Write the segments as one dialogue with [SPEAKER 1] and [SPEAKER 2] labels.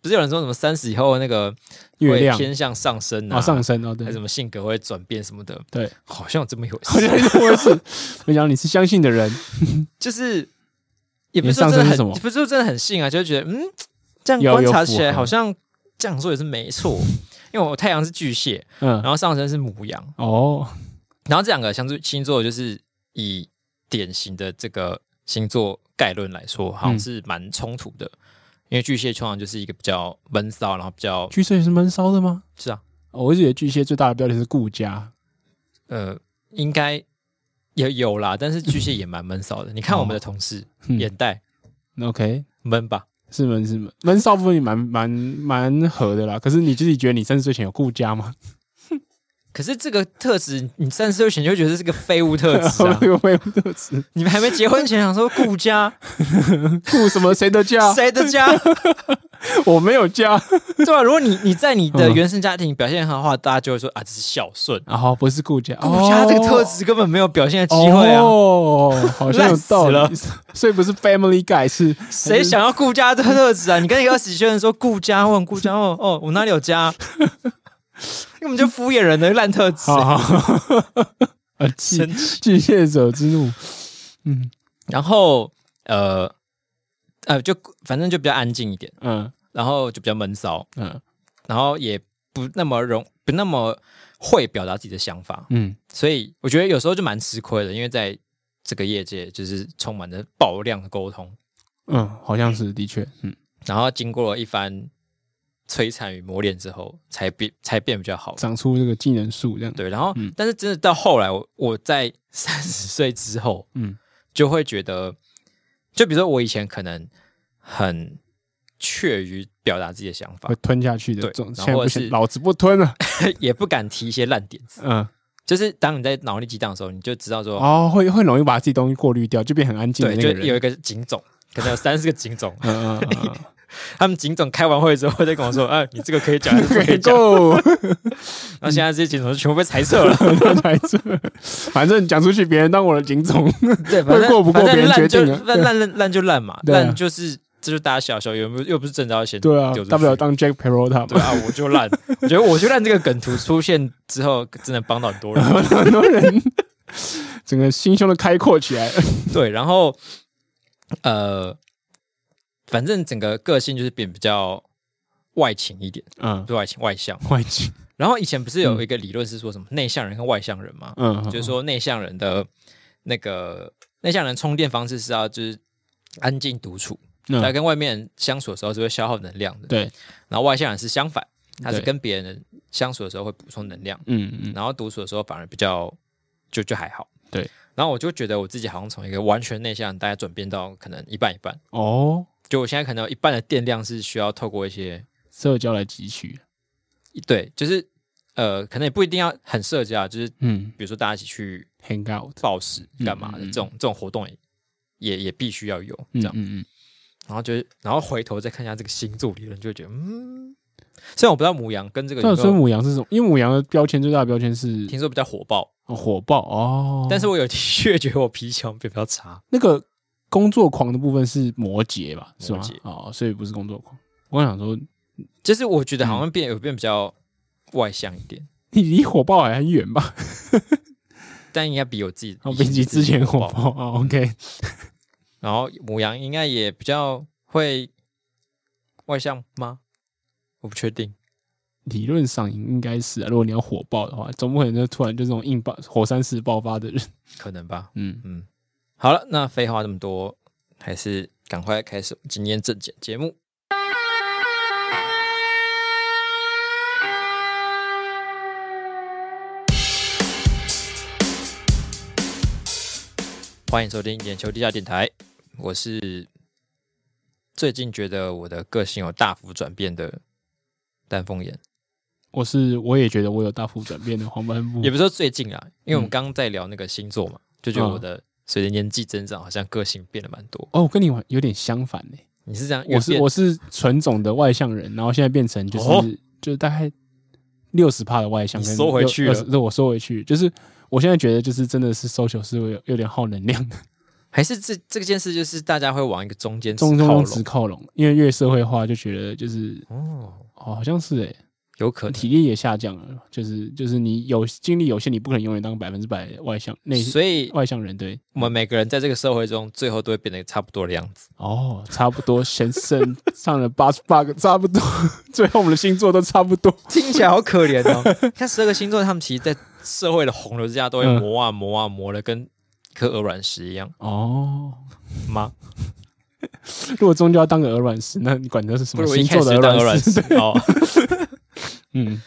[SPEAKER 1] 不是有人说什么三十以后那个
[SPEAKER 2] 月亮
[SPEAKER 1] 会偏向上升啊，
[SPEAKER 2] 啊上升哦，对
[SPEAKER 1] 还是什么性格会转变什么的，
[SPEAKER 2] 对，
[SPEAKER 1] 好像有这么一回
[SPEAKER 2] 好
[SPEAKER 1] 事，
[SPEAKER 2] 像是我是，没想到你是相信的人，
[SPEAKER 1] 就是也
[SPEAKER 2] 你
[SPEAKER 1] 不是说
[SPEAKER 2] 上
[SPEAKER 1] 真的
[SPEAKER 2] 升是
[SPEAKER 1] 很，
[SPEAKER 2] 什么
[SPEAKER 1] 不是说真的很信啊，就是觉得嗯，这样
[SPEAKER 2] 有
[SPEAKER 1] 观
[SPEAKER 2] 有
[SPEAKER 1] 察
[SPEAKER 2] 符
[SPEAKER 1] 起来
[SPEAKER 2] 合
[SPEAKER 1] 好像这样说也是没错，因为我太阳是巨蟹，
[SPEAKER 2] 嗯，
[SPEAKER 1] 然后上升是母羊，
[SPEAKER 2] 哦，
[SPEAKER 1] 然后这两个相对星座就是以典型的这个星座概论来说，好像
[SPEAKER 2] 嗯
[SPEAKER 1] 是蛮冲突的。因为巨蟹通常就是一个比较闷骚，然后比较
[SPEAKER 2] 巨蟹是闷骚的吗？
[SPEAKER 1] 是啊，
[SPEAKER 2] 哦我一直以为巨蟹最大的标题是顾家，
[SPEAKER 1] 呃，应该也有啦，但是巨蟹也蛮闷骚的。你看我们的同事
[SPEAKER 2] 嗯
[SPEAKER 1] 眼袋
[SPEAKER 2] ，OK，
[SPEAKER 1] 闷吧，
[SPEAKER 2] 是闷是闷，闷骚部分也蛮蛮蛮合的啦。可是你自己觉得你三十岁前有顾家吗？
[SPEAKER 1] 可是这个特质，你三十岁前就觉得这是个废物特质 啊！
[SPEAKER 2] 有没有特质？
[SPEAKER 1] 你们还没结婚前想说顾 家
[SPEAKER 2] 顾什么谁的家？
[SPEAKER 1] 谁的家，
[SPEAKER 2] 我没有家。
[SPEAKER 1] 对啊吧、如果你你在你的
[SPEAKER 2] 嗯
[SPEAKER 1] 原生家庭表现很好的话，大家就会说 啊，这是孝顺。
[SPEAKER 2] 然后不是顾家，
[SPEAKER 1] 顾家这个特质根本没有表现的机
[SPEAKER 2] 哦
[SPEAKER 1] 会啊！
[SPEAKER 2] 哦，好像有道 理
[SPEAKER 1] 烂。
[SPEAKER 2] 所以不是 Family Guy 是
[SPEAKER 1] 谁想要顾家这个特质啊？你跟一个二十几岁的人说顾家，问顾家，哦哦，我哪里有家？ 根本就敷衍人的烂特质欸、
[SPEAKER 2] 好好 啊巨
[SPEAKER 1] 生气。
[SPEAKER 2] 巨蟹者之怒。嗯
[SPEAKER 1] 然后呃呃，就反正就比较安静一点，
[SPEAKER 2] 嗯
[SPEAKER 1] 然后就比较闷骚，
[SPEAKER 2] 嗯
[SPEAKER 1] 然后也不那么容不那么会表达自己的想法，
[SPEAKER 2] 嗯，
[SPEAKER 1] 所以我觉得有时候就蛮吃亏的，因为在这个业界就是充满着爆量的沟通，
[SPEAKER 2] 嗯，好像是的确，嗯，
[SPEAKER 1] 然后经过了一番摧残与磨练之后，才变才变比较好。
[SPEAKER 2] 长出这个技能树这样。
[SPEAKER 1] 对，然后、
[SPEAKER 2] 嗯
[SPEAKER 1] 但是真的到后来，我我在三十岁之后，
[SPEAKER 2] 嗯
[SPEAKER 1] 就会觉得，就比如说我以前可能很怯于表达自己的想法
[SPEAKER 2] 会，吞下去的
[SPEAKER 1] 对
[SPEAKER 2] 这种，
[SPEAKER 1] 然后
[SPEAKER 2] 现在
[SPEAKER 1] 或
[SPEAKER 2] 不
[SPEAKER 1] 者是
[SPEAKER 2] 行，老子不吞了。
[SPEAKER 1] 也不敢提一些烂点子。
[SPEAKER 2] 嗯，
[SPEAKER 1] 就是当你在脑力激荡的时候，你就知道说，
[SPEAKER 2] 哦，会会容易把自己东西过滤掉，就变很安静的
[SPEAKER 1] 对，
[SPEAKER 2] 那
[SPEAKER 1] 就
[SPEAKER 2] 个
[SPEAKER 1] 有
[SPEAKER 2] 人。，
[SPEAKER 1] 一个警总，可能有三四个警总
[SPEAKER 2] 嗯嗯嗯嗯
[SPEAKER 1] 他们警总开完会之后再跟我 说，哎、你这个可以讲，那个
[SPEAKER 2] 嗯，
[SPEAKER 1] 可以
[SPEAKER 2] 对，
[SPEAKER 1] 讲。
[SPEAKER 2] 够。
[SPEAKER 1] 然后现在这些警总就全部被裁撤 了。
[SPEAKER 2] 那才是，反正讲出去，别人当我的警总。
[SPEAKER 1] 对， 反正
[SPEAKER 2] 会过不过
[SPEAKER 1] 反正
[SPEAKER 2] 别人决定
[SPEAKER 1] 烂就烂
[SPEAKER 2] 啊
[SPEAKER 1] 烂烂烂就烂嘛，
[SPEAKER 2] 对啊
[SPEAKER 1] 烂就是这就大家笑笑，又不又不是正招先
[SPEAKER 2] 对啊
[SPEAKER 1] 丢出，去
[SPEAKER 2] 大不了当 Jack Peralta
[SPEAKER 1] 对
[SPEAKER 2] 嘛。
[SPEAKER 1] 啊，我就烂。我觉得我就烂这个梗图出现之后，真的帮到很多 人。
[SPEAKER 2] 很多人整个心胸都开阔起来了。
[SPEAKER 1] 对，然后呃，反正整个个性就是变比较外倾一点，
[SPEAKER 2] 嗯
[SPEAKER 1] 不，是外倾外向。
[SPEAKER 2] 外景，
[SPEAKER 1] 然后以前不是有一个理论是说什么内向人跟外向人吗？
[SPEAKER 2] 嗯，
[SPEAKER 1] 就是说内向人的那个内向人充电方式是要就是安静独处，
[SPEAKER 2] 嗯
[SPEAKER 1] 在跟外面人相处的时候是会消耗能量的。
[SPEAKER 2] 对，
[SPEAKER 1] 然后外向人是相反，他是
[SPEAKER 2] 对
[SPEAKER 1] 跟别人相处的时候会补充能量，
[SPEAKER 2] 嗯嗯，
[SPEAKER 1] 然后独处的时候反而比较就就还好。
[SPEAKER 2] 对，
[SPEAKER 1] 然后我就觉得我自己好像从一个完全内向人，大概转变到可能一半一半。
[SPEAKER 2] 哦，
[SPEAKER 1] 就我现在可能有一半的电量是需要透过一些
[SPEAKER 2] 社交来汲取。
[SPEAKER 1] 对，就是呃，可能也不一定要很社交啊，就是比
[SPEAKER 2] 嗯
[SPEAKER 1] 如说大家一起去
[SPEAKER 2] ，hang out，
[SPEAKER 1] 暴食干嘛的、
[SPEAKER 2] 嗯嗯嗯
[SPEAKER 1] 这种这种活动也也也必须要有这
[SPEAKER 2] 嗯
[SPEAKER 1] 样。
[SPEAKER 2] 嗯嗯，
[SPEAKER 1] 然后就是然后回头再看一下这个星座理论，就会觉得嗯，虽然我不知道母羊跟这个
[SPEAKER 2] 那
[SPEAKER 1] 有
[SPEAKER 2] 所以
[SPEAKER 1] 没有
[SPEAKER 2] 母羊是什么？因为母羊的标签最大的标签是
[SPEAKER 1] 听说比较火爆，
[SPEAKER 2] 哦火爆哦，
[SPEAKER 1] 但是我有的确觉得我脾气好像比较差。
[SPEAKER 2] 那个工作狂的部分是摩羯吧？是吗
[SPEAKER 1] 摩羯？
[SPEAKER 2] 哦，所以不是工作狂。我刚想说，
[SPEAKER 1] 就是我觉得
[SPEAKER 2] 嗯
[SPEAKER 1] 好像变有变比较外向一点，
[SPEAKER 2] 你离火爆还很远吧？
[SPEAKER 1] 但应该比我自己
[SPEAKER 2] 哦， 比起之前火爆。哦，OK，
[SPEAKER 1] 然后母羊应该也比较会外向吗？我不确定。
[SPEAKER 2] 理论上应该是啊，如果你要火爆的话，总不可能就突然就这种硬爆火山式爆发的人。
[SPEAKER 1] 可能吧。
[SPEAKER 2] 嗯，
[SPEAKER 1] 嗯，好了，那废话这么多，还是赶快开始我们今天正检节目。欢迎收听眼球地下电台，我是最近觉得我的个性有大幅转变的丹凤眼，
[SPEAKER 2] 我是我也觉得我有大幅转变的黄斑部
[SPEAKER 1] 也，不是说最近啊，因为我们刚刚在聊那个星座嘛，就觉得
[SPEAKER 2] 嗯
[SPEAKER 1] 我的随着年纪增长，好像个性变得蛮多。
[SPEAKER 2] 哦，我跟你完有点相反呢、
[SPEAKER 1] 你是这样，
[SPEAKER 2] 我是
[SPEAKER 1] 越变
[SPEAKER 2] 我是纯种的外向人，然后现在变成就是、
[SPEAKER 1] 哦
[SPEAKER 2] 就是大概六十趴的外向，
[SPEAKER 1] 你
[SPEAKER 2] 跟
[SPEAKER 1] 收回去了
[SPEAKER 2] 20%对，我收回去，就是我现在觉得就是真的是 social 是有有点耗能量的，
[SPEAKER 1] 还是这这件事就是大家会往一个中间值
[SPEAKER 2] 中中
[SPEAKER 1] 靠
[SPEAKER 2] 中
[SPEAKER 1] 拢
[SPEAKER 2] 值靠拢，因为越社会化就觉得就是
[SPEAKER 1] 哦，
[SPEAKER 2] 哦，好像是诶、
[SPEAKER 1] 有可能。
[SPEAKER 2] 体力也下降了，就是就是你有精力有限，你不可能永远当百分之百外向内
[SPEAKER 1] 所以
[SPEAKER 2] 外向人对
[SPEAKER 1] 我们每个人在这个社会中，最后都会变得差不多的样 子。
[SPEAKER 2] 哦，差不多先生上了八十八个，差不多， 最后我们的星座都差不多，
[SPEAKER 1] 听起来好可怜哦。 看十二个星座，他们其实，在社会的洪流之下，都会
[SPEAKER 2] 嗯
[SPEAKER 1] 磨啊磨啊磨的，跟颗鹅卵石一样
[SPEAKER 2] 哦。
[SPEAKER 1] 吗？
[SPEAKER 2] 如果终究要当个鹅卵石，那你管它是什
[SPEAKER 1] 不
[SPEAKER 2] 么
[SPEAKER 1] 如我
[SPEAKER 2] 星
[SPEAKER 1] 一开
[SPEAKER 2] 座
[SPEAKER 1] 始
[SPEAKER 2] 的
[SPEAKER 1] 就当鹅
[SPEAKER 2] 卵
[SPEAKER 1] 卵
[SPEAKER 2] 石？
[SPEAKER 1] 石哦。
[SPEAKER 2] 嗯，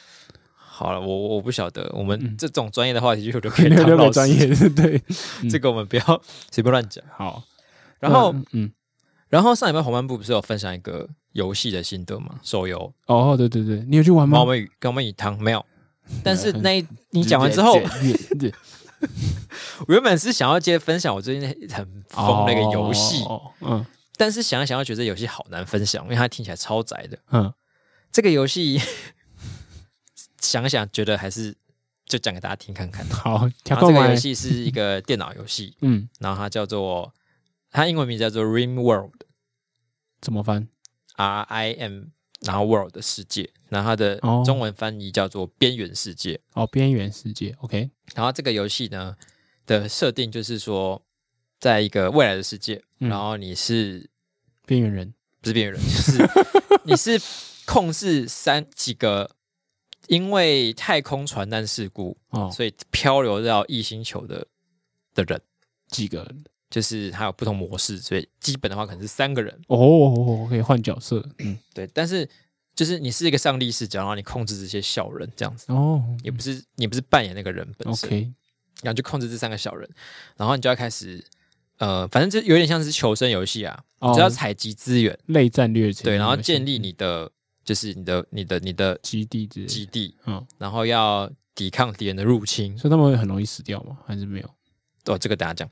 [SPEAKER 1] 好了，我我不晓得，我们
[SPEAKER 2] 嗯
[SPEAKER 1] 这种专业的话题就都可以
[SPEAKER 2] 没有
[SPEAKER 1] 当
[SPEAKER 2] 留
[SPEAKER 1] 老
[SPEAKER 2] 给
[SPEAKER 1] 师
[SPEAKER 2] 专业， 对，嗯
[SPEAKER 1] 这个我们不要随便乱讲。
[SPEAKER 2] 好。
[SPEAKER 1] 然后，
[SPEAKER 2] 嗯嗯，
[SPEAKER 1] 然后上礼拜黄漫部不是有分享一个游戏的心得吗？手游
[SPEAKER 2] 哦，对对对，你有去玩
[SPEAKER 1] 《
[SPEAKER 2] 吗
[SPEAKER 1] 猫？妹与跟猫妹与汤》 没有，但是
[SPEAKER 2] 嗯
[SPEAKER 1] 那 一你讲完之后，
[SPEAKER 2] 对
[SPEAKER 1] 我原本是想要接分享我最近很 疯那个游戏，
[SPEAKER 2] 哦嗯
[SPEAKER 1] 但是想一想又觉得这游戏好难分享，因为它听起来超宅的。
[SPEAKER 2] 嗯，
[SPEAKER 1] 这个游戏 想想觉得还是就讲给大家听看看。
[SPEAKER 2] 好，
[SPEAKER 1] 然
[SPEAKER 2] 调
[SPEAKER 1] 后
[SPEAKER 2] 购
[SPEAKER 1] 这个
[SPEAKER 2] 买
[SPEAKER 1] 游，戏是一个电脑游戏，
[SPEAKER 2] 嗯，
[SPEAKER 1] 然后它叫做它英文名叫做 Rim World
[SPEAKER 2] 怎么翻？
[SPEAKER 1] R I M，然后 World 的世界，然后它的
[SPEAKER 2] 哦
[SPEAKER 1] 中文翻译叫做边缘世界。
[SPEAKER 2] 哦，边缘世界，OK，
[SPEAKER 1] 然后这个游戏呢的设定就是说，在一个未来的世界，
[SPEAKER 2] 嗯
[SPEAKER 1] 然后你是
[SPEAKER 2] 边缘人，
[SPEAKER 1] 不是边缘人，就是 你是控制三几个因为太空船难事故，
[SPEAKER 2] 哦，
[SPEAKER 1] 所以漂流到异星球的的人，
[SPEAKER 2] 几个
[SPEAKER 1] 就是它有不同模式，所以基本的话可能是三个人，
[SPEAKER 2] 哦，可以换角色，嗯，
[SPEAKER 1] 对，但是就是你是一个上帝视角，然后你控制这些小人这样子。
[SPEAKER 2] 哦
[SPEAKER 1] 也不是你不是扮演那个人本身
[SPEAKER 2] ，OK，
[SPEAKER 1] 然后就控制这三个小人，然后你就要开始，呃，反正就有点像是求生游戏啊，
[SPEAKER 2] 哦
[SPEAKER 1] 你就要采集资源，
[SPEAKER 2] 类战略型的游
[SPEAKER 1] 对，
[SPEAKER 2] 戏，
[SPEAKER 1] 然后建
[SPEAKER 2] 嗯
[SPEAKER 1] 立你的就是你的你的你的
[SPEAKER 2] 基地之类的，
[SPEAKER 1] 基地，
[SPEAKER 2] 嗯，
[SPEAKER 1] 然后要抵抗敌人的入侵。
[SPEAKER 2] 所以他们会很容易死掉吗？还是没有？
[SPEAKER 1] 哦，这个大家讲。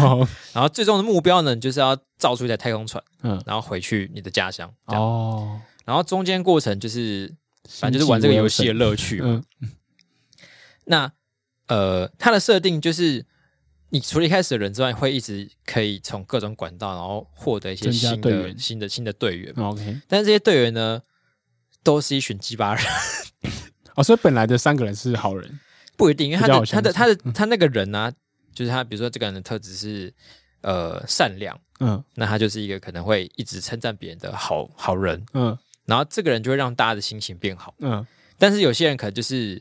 [SPEAKER 2] 哦，
[SPEAKER 1] 然后最终的目标呢，你就是要造出一台太空船，
[SPEAKER 2] 嗯，
[SPEAKER 1] 然后回去你的家乡。 这样
[SPEAKER 2] 哦，
[SPEAKER 1] 然后中间过程就是，反正就是玩这个游戏的乐趣。
[SPEAKER 2] 嗯，
[SPEAKER 1] 那呃，它的设定就是，你除了一开始的人之外，会一直可以从各种管道，然后获得一些
[SPEAKER 2] 增加
[SPEAKER 1] 新
[SPEAKER 2] 队
[SPEAKER 1] 的
[SPEAKER 2] 员
[SPEAKER 1] 新的新的队员。
[SPEAKER 2] 嗯，OK，
[SPEAKER 1] 但是这些队员呢，都是一群鸡巴人，
[SPEAKER 2] 哦，所以本来的三个人是好人，
[SPEAKER 1] 不一定，因为他
[SPEAKER 2] 比
[SPEAKER 1] 的
[SPEAKER 2] 较好
[SPEAKER 1] 他的他
[SPEAKER 2] 相嗯
[SPEAKER 1] 的他那个人呢、就是他，比如说这个人的特质是呃善良，
[SPEAKER 2] 嗯
[SPEAKER 1] 那他就是一个可能会一直称赞别人的好好人，
[SPEAKER 2] 嗯
[SPEAKER 1] 然后这个人就会让大家的心情变好。
[SPEAKER 2] 嗯，
[SPEAKER 1] 但是有些人可能就是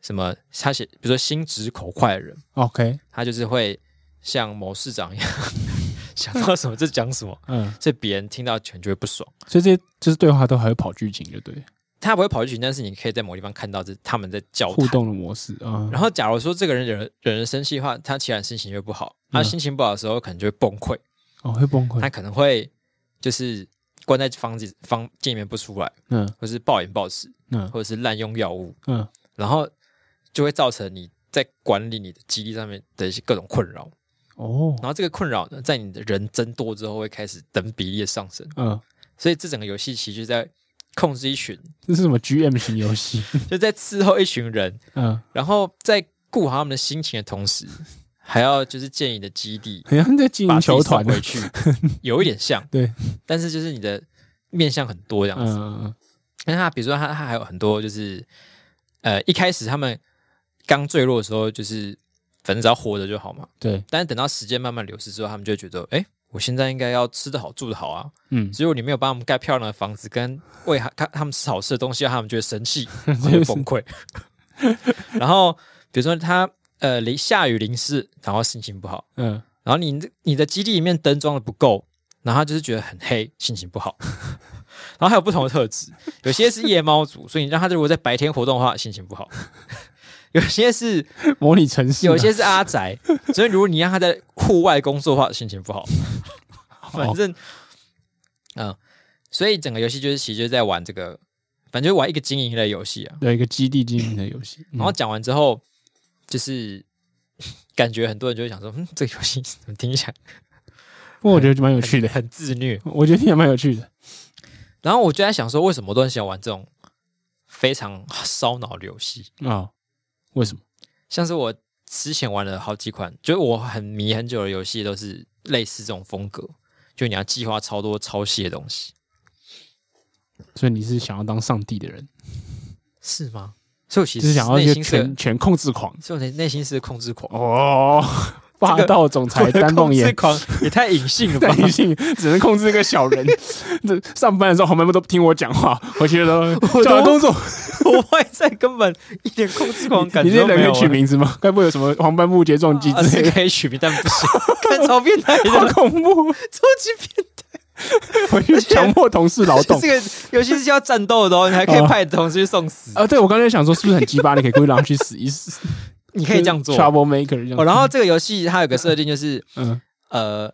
[SPEAKER 1] 什么，他写比如说心直口快的人，
[SPEAKER 2] OK，
[SPEAKER 1] 他就是会像某市长一样， 想到什么就讲什么，
[SPEAKER 2] 嗯，
[SPEAKER 1] 所以别人听到全就会不爽。
[SPEAKER 2] 所以这些就是对话都还会跑剧情，就对，
[SPEAKER 1] 他不会跑去群，但是你可以在某地方看到这他们在交
[SPEAKER 2] 互
[SPEAKER 1] 谈。
[SPEAKER 2] 动的模式啊，
[SPEAKER 1] 然后，假如说这个人惹人惹人生气的话，他其他人心情就会不好。他
[SPEAKER 2] 嗯
[SPEAKER 1] 心情不好的时候，可能就会崩溃。
[SPEAKER 2] 哦，会崩溃
[SPEAKER 1] 他，可能会就是关在房子房间里面不出来，
[SPEAKER 2] 嗯
[SPEAKER 1] 或是暴饮暴食，
[SPEAKER 2] 嗯
[SPEAKER 1] 或者是滥用药物，
[SPEAKER 2] 嗯，
[SPEAKER 1] 然后就会造成你在管理你的基地上面的一些各种困扰。
[SPEAKER 2] 哦，
[SPEAKER 1] 然后这个困扰呢，在你的人增多之后，会开始等比例的上升。
[SPEAKER 2] 嗯，
[SPEAKER 1] 所以这整个游戏其实就在控制一群，
[SPEAKER 2] 这是什么 GM 型游戏？
[SPEAKER 1] 就在伺候一群人，
[SPEAKER 2] 嗯，
[SPEAKER 1] 然后在顾好他们的心情的同时，还要就是建议你的基地
[SPEAKER 2] 很像在经
[SPEAKER 1] 把
[SPEAKER 2] 营
[SPEAKER 1] 自己
[SPEAKER 2] 球
[SPEAKER 1] 送
[SPEAKER 2] 团啊的
[SPEAKER 1] 回，去，有一点像，
[SPEAKER 2] 对，
[SPEAKER 1] 但是就是你的面向很多这样子。
[SPEAKER 2] 嗯嗯
[SPEAKER 1] 那、他比如说他他还有很多就是，呃，一开始他们刚坠落的时候，就是反正只要活着就好嘛。
[SPEAKER 2] 对，
[SPEAKER 1] 但是等到时间慢慢流逝之后，他们就会觉得，哎、我现在应该要吃得好住得好啊，
[SPEAKER 2] 嗯，
[SPEAKER 1] 只有你没有帮他们盖漂亮的房子，跟喂他他他们吃好吃的东西，他们就会生气，他们就会崩溃。 然后比如说他呃淋下雨淋湿，然后心情不好，
[SPEAKER 2] 嗯
[SPEAKER 1] 然后你你的基地里面灯装的不够，然后他就是觉得很黑，心情不好。 然后还有不同的特质，有些是夜猫族，所以你让他如果在白天活动的话，心情不好； 有些是
[SPEAKER 2] 模拟城市啊，
[SPEAKER 1] 有些是阿宅，所以如果你让他在户外工作的话，心情 不好。
[SPEAKER 2] 哦
[SPEAKER 1] 反正，嗯、所以整个游戏就是其实就是在玩这个，反正就是玩一个经营类游戏啊。
[SPEAKER 2] 有一个基地经营的游戏，嗯
[SPEAKER 1] 然后讲完之后，就是感觉很多人就会想说， 嗯，这个游戏怎么听起来
[SPEAKER 2] 不过我觉得蛮有趣的，
[SPEAKER 1] 很自虐？
[SPEAKER 2] 我觉得也蛮有趣的，
[SPEAKER 1] 然后我就在想说，为什么我都很喜欢玩这种非常烧脑的游戏？
[SPEAKER 2] 啊，为什么？
[SPEAKER 1] 像是我之前玩了好几款，就是我很迷很久的游戏，都是类似这种风格，就你要计划超多超细的东西，
[SPEAKER 2] 所以你是想要当上帝的人，
[SPEAKER 1] 是吗？所以我其
[SPEAKER 2] 就
[SPEAKER 1] 实
[SPEAKER 2] 是想要一
[SPEAKER 1] 内
[SPEAKER 2] 个
[SPEAKER 1] 心是个
[SPEAKER 2] 全，全控制狂
[SPEAKER 1] 所以我内内心是个控制 狂，
[SPEAKER 2] 哦，霸道总裁丹凤
[SPEAKER 1] 控制
[SPEAKER 2] 眼。
[SPEAKER 1] 狂也太隐性 了吧
[SPEAKER 2] 但？女性只能控制一个 小人。这上班的时候，旁边都不听我讲话，回去都
[SPEAKER 1] 都
[SPEAKER 2] 叫我工作。
[SPEAKER 1] 我外在根本一点控制狂感
[SPEAKER 2] 你
[SPEAKER 1] 觉
[SPEAKER 2] 这
[SPEAKER 1] 都没
[SPEAKER 2] 人
[SPEAKER 1] 有
[SPEAKER 2] 可以取
[SPEAKER 1] 啊。
[SPEAKER 2] 名字吗？该不会有什么黄斑部节撞击
[SPEAKER 1] 啊
[SPEAKER 2] 之类
[SPEAKER 1] 是
[SPEAKER 2] 的？
[SPEAKER 1] 可以取名，但不行，看超变态
[SPEAKER 2] 好
[SPEAKER 1] 的，
[SPEAKER 2] 恐怖！
[SPEAKER 1] 超级变
[SPEAKER 2] 回去强迫同事劳
[SPEAKER 1] 态。
[SPEAKER 2] 动
[SPEAKER 1] 这。个尤其是要战斗的哦，你还可以
[SPEAKER 2] 哦
[SPEAKER 1] 派同事去送死，
[SPEAKER 2] 啊，对我刚才想说，是不是很鸡巴？你可以故意让他去死一死，
[SPEAKER 1] 你可以这样做。
[SPEAKER 2] Trouble maker 这样。
[SPEAKER 1] 哦，然后这个游戏它有个设定就是，
[SPEAKER 2] 嗯
[SPEAKER 1] 呃，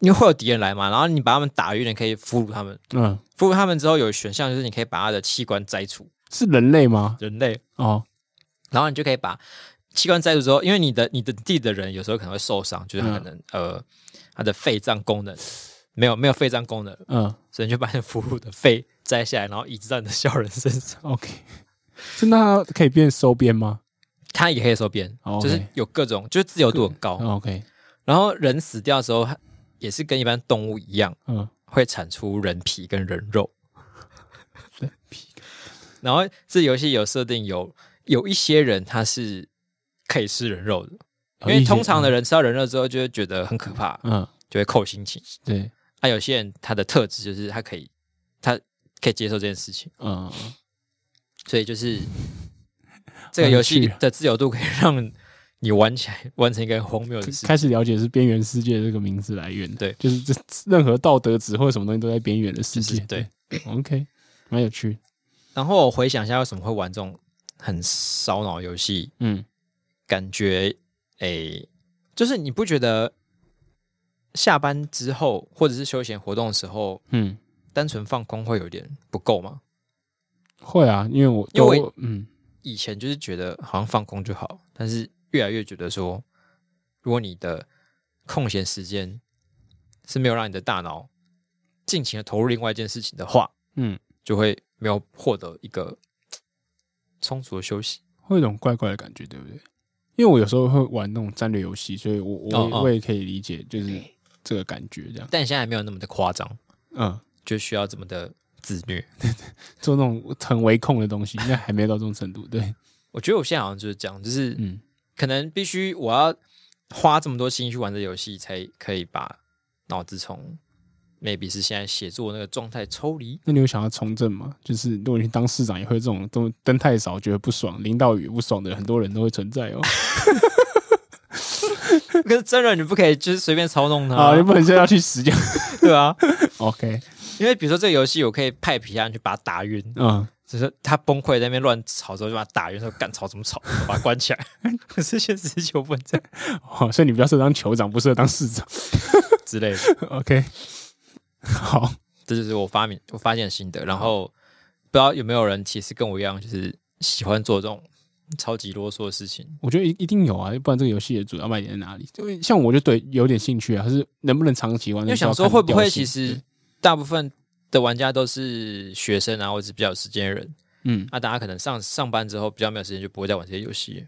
[SPEAKER 1] 因为会有敌人来嘛，然后你把他们打晕了，可以俘虏他们。
[SPEAKER 2] 嗯，
[SPEAKER 1] 俘虏他们之后有选项就是你可以把他的器官摘除，
[SPEAKER 2] 是人类吗？
[SPEAKER 1] 人类，
[SPEAKER 2] 哦，
[SPEAKER 1] 然后你就可以把器官摘除之后，因为你的你的地的人有时候可能会受伤，
[SPEAKER 2] 嗯
[SPEAKER 1] 就是他可能、呃他的肺脏功能没有没有肺脏功能，
[SPEAKER 2] 嗯
[SPEAKER 1] 所以你就把你的俘虏的肺摘下来，然后移植到你的小人身上。
[SPEAKER 2] ，OK。是 那可以变收编吗
[SPEAKER 1] 它也可以收编，
[SPEAKER 2] 哦
[SPEAKER 1] 就是
[SPEAKER 2] OK
[SPEAKER 1] 有各种，就是自由度很高。
[SPEAKER 2] 哦？OK，
[SPEAKER 1] 然后人死掉之后，它也是跟一般动物一样，
[SPEAKER 2] 嗯，
[SPEAKER 1] 会产出人皮跟人 肉。然后这游戏有设定有有一些人他是可以吃人肉的，
[SPEAKER 2] 哦
[SPEAKER 1] 因为通常的人吃到人肉之后就会觉得很可怕，
[SPEAKER 2] 嗯，嗯，
[SPEAKER 1] 就会扣心情。
[SPEAKER 2] 对，
[SPEAKER 1] 啊，有些人他的特质就是他可以，他可以接受这件事情，
[SPEAKER 2] 嗯，
[SPEAKER 1] 所以就是这个游戏
[SPEAKER 2] 好有趣
[SPEAKER 1] 的自由度可以让你玩起来完成一个很荒谬的事。
[SPEAKER 2] 开始了解是边缘世界这个名字来源。
[SPEAKER 1] 对
[SPEAKER 2] 就是这任何道德值或者什么东西都在边缘的世
[SPEAKER 1] 就是
[SPEAKER 2] 界。
[SPEAKER 1] 对
[SPEAKER 2] ，OK，蛮有趣。
[SPEAKER 1] 然后我回想一下为什么会玩这种很烧脑游戏，
[SPEAKER 2] 嗯，
[SPEAKER 1] 感觉诶、就是你不觉得下班之后或者是休闲活动的时候，
[SPEAKER 2] 嗯，
[SPEAKER 1] 单纯放空会有点不够吗？
[SPEAKER 2] 会啊，因为我
[SPEAKER 1] 因为
[SPEAKER 2] 都嗯，
[SPEAKER 1] 以前就是觉得好像放空就好，但是越来越觉得说，如果你的空闲时间是没有让你的大脑尽情的投入另外一件事情的话，
[SPEAKER 2] 嗯，
[SPEAKER 1] 就会没有获得一个嘖充足的休息。
[SPEAKER 2] 会有一种怪怪的感觉，对不对？因为我有时候会玩那种战略游戏，所以我我也
[SPEAKER 1] 哦哦
[SPEAKER 2] 我也可以理解，就是这个感觉这样。
[SPEAKER 1] 但现在没有那么的夸张，
[SPEAKER 2] 嗯，
[SPEAKER 1] 就需要这么的自虐。
[SPEAKER 2] 做那种很微控的东西，应该还没到这种程度。对，
[SPEAKER 1] 我觉得我现在好像就是这样，就是
[SPEAKER 2] 嗯
[SPEAKER 1] 可能必须我要花这么多心去玩这游戏，才可以把脑子从 maybe 是现在写作那个状态抽离。
[SPEAKER 2] 那你有想要从政吗？就是如果你当市长，也会这种东灯太少觉得不爽，淋到雨不爽的人很多人都会存 在哦。
[SPEAKER 1] 可是真人你不可以就是随便操弄它，
[SPEAKER 2] 啊，你不能现在要去实践。
[SPEAKER 1] 对啊，
[SPEAKER 2] OK，
[SPEAKER 1] 因为比如说这个游戏，我可以派皮安去把他打晕，
[SPEAKER 2] 嗯，
[SPEAKER 1] 只是他崩溃在那边乱吵之后就把他打晕，说干吵怎么吵，我把他关起来。 可是现实就不能这样
[SPEAKER 2] 哦，所以你比较适合当酋长，不适合当市长。
[SPEAKER 1] 之类的，
[SPEAKER 2] OK，好，
[SPEAKER 1] 这就是我发明我发现的心得。然后不知道有没有人其实跟我一样，就是喜欢做这种超级啰嗦的事情。
[SPEAKER 2] 我觉得一一定有啊，不然这个游戏的主要卖点在哪里？因为像我就对有点兴趣啊，可是能不能长期玩？
[SPEAKER 1] 因为想说会不会其实大部分的玩家都是学生啊，或者是比较有时间的人，
[SPEAKER 2] 嗯，
[SPEAKER 1] 那、大家可能上上班之后比较没有时间，就不会再玩这些游戏。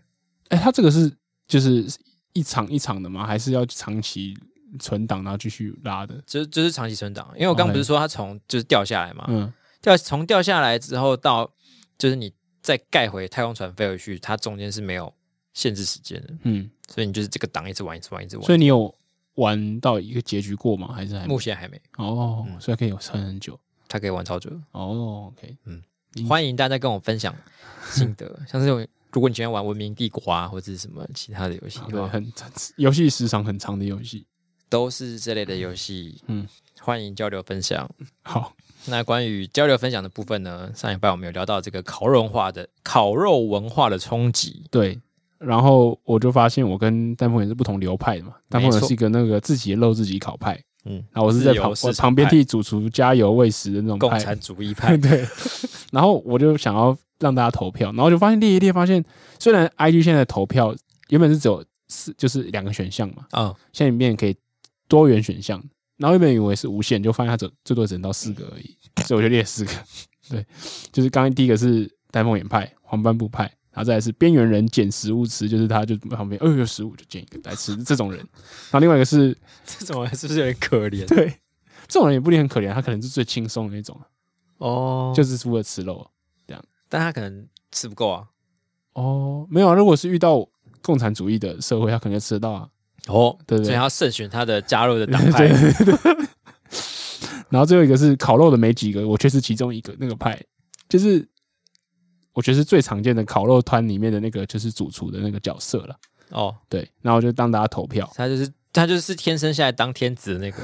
[SPEAKER 2] 哎、它这个是就是一场一场的吗？还是要长期存档然后继续拉的？
[SPEAKER 1] 就是就是长期存档，因为我刚
[SPEAKER 2] OK
[SPEAKER 1] 不是说它从就是掉下来嘛，
[SPEAKER 2] 嗯，
[SPEAKER 1] 掉从掉下来之后到就是你再盖回太空船飞回去，它中间是没有限制时间的，
[SPEAKER 2] 嗯，
[SPEAKER 1] 所以你就是这个档一直玩一直玩一直玩。
[SPEAKER 2] 所以你有玩到一个结局过吗？还是还没
[SPEAKER 1] 目？前嗯还没，
[SPEAKER 2] 哦，所以可以有撑很久。
[SPEAKER 1] 它可以玩超久。
[SPEAKER 2] 哦，OK，嗯
[SPEAKER 1] 欢迎大家跟我分享心得，像是这种如果你喜欢玩《文明帝国》啊，或者是什么其他的游戏
[SPEAKER 2] 好
[SPEAKER 1] 的
[SPEAKER 2] 的，
[SPEAKER 1] 话，
[SPEAKER 2] 很 游戏时长很长的游戏。
[SPEAKER 1] 都是这类的游戏，
[SPEAKER 2] 嗯
[SPEAKER 1] 嗯，欢迎交流分享。
[SPEAKER 2] 好，
[SPEAKER 1] 那关于交流分享的部分呢，上一拜我们有聊到这个烤肉文化的烤肉文化的冲击，
[SPEAKER 2] 对。然后我就发现我跟丹凤眼是不同流派的嘛，丹凤眼
[SPEAKER 1] 没错
[SPEAKER 2] 是一个那个自己肉自己烤派，
[SPEAKER 1] 嗯，
[SPEAKER 2] 然后我是在
[SPEAKER 1] 自由
[SPEAKER 2] 旁
[SPEAKER 1] 市
[SPEAKER 2] 我
[SPEAKER 1] 场
[SPEAKER 2] 旁边
[SPEAKER 1] 派
[SPEAKER 2] 替主厨加油喂食的那种
[SPEAKER 1] 共
[SPEAKER 2] 派，
[SPEAKER 1] 产主义派，
[SPEAKER 2] 对，然后我就想要让大家投票，然后就发现列一列，发现虽然 IG 现在投票原本是只有四，就是两个选项嘛，
[SPEAKER 1] 嗯，
[SPEAKER 2] 现在里面可以多元选项，然后原本以为是无限，就发现它只最多只能到四个而已，所以我就列四个。对，就是刚刚第一个是丹凤眼派、黄斑部派、然后再来是边缘人捡食物吃，就是他就旁边哦有食物就捡一个来吃，这种人。然后另外一个是
[SPEAKER 1] 这种人是不是有点可怜？
[SPEAKER 2] 对，这种人也不一定很可怜，他可能是最轻松的那种，啊
[SPEAKER 1] 哦，
[SPEAKER 2] 就是除了吃肉啊
[SPEAKER 1] 但他可能吃不够啊。
[SPEAKER 2] 哦，没有啊。如果是遇到共产主义的社会，他可能就吃得到啊。
[SPEAKER 1] 哦，
[SPEAKER 2] 对对
[SPEAKER 1] 所以他要慎选他的加入的党派
[SPEAKER 2] 对。对对对。然后最后一个是烤肉的没几个，我却是其中一个那个派，就是我觉得是最常见的烤肉摊里面的那个就是主厨的那个角色了。
[SPEAKER 1] 哦，
[SPEAKER 2] 对，然后就当大家投票，
[SPEAKER 1] 他就是他就是天生下来当天子的那个，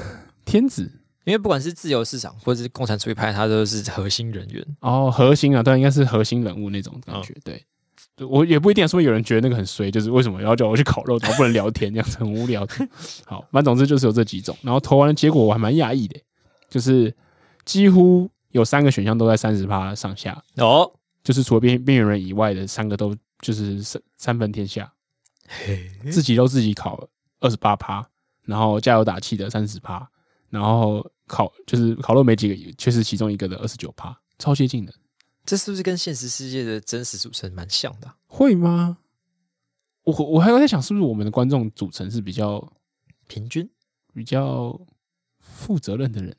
[SPEAKER 2] 天子
[SPEAKER 1] 因为不管是自由市场或者是共产主义派，他都是核心人员。
[SPEAKER 2] 哦，核心啊，对，应该是核心人物那种感觉。对，对我也不一定说有人觉得那个很衰，就是为什么要叫我去烤肉，然后不能聊天，这样子很无 聊。好，反正总之就是有这几种。然后投完的结果我还蛮讶异的，就是几乎有三个选项都在三十趴上下，
[SPEAKER 1] 哦，
[SPEAKER 2] 就是除了边边缘人以外的三个都就是三三分天下，
[SPEAKER 1] 嘿，
[SPEAKER 2] 自己都自己烤二十八趴，然后加油打气的三十趴，然后烤就是烤肉没几个，却是其中一个的二十九趴，超接近的。
[SPEAKER 1] 这是不是跟现实世界的真实组成蛮像的啊、
[SPEAKER 2] 会吗？我我还有在想，是不是我们的观众组成是比较
[SPEAKER 1] 平均？
[SPEAKER 2] 比较负责任的人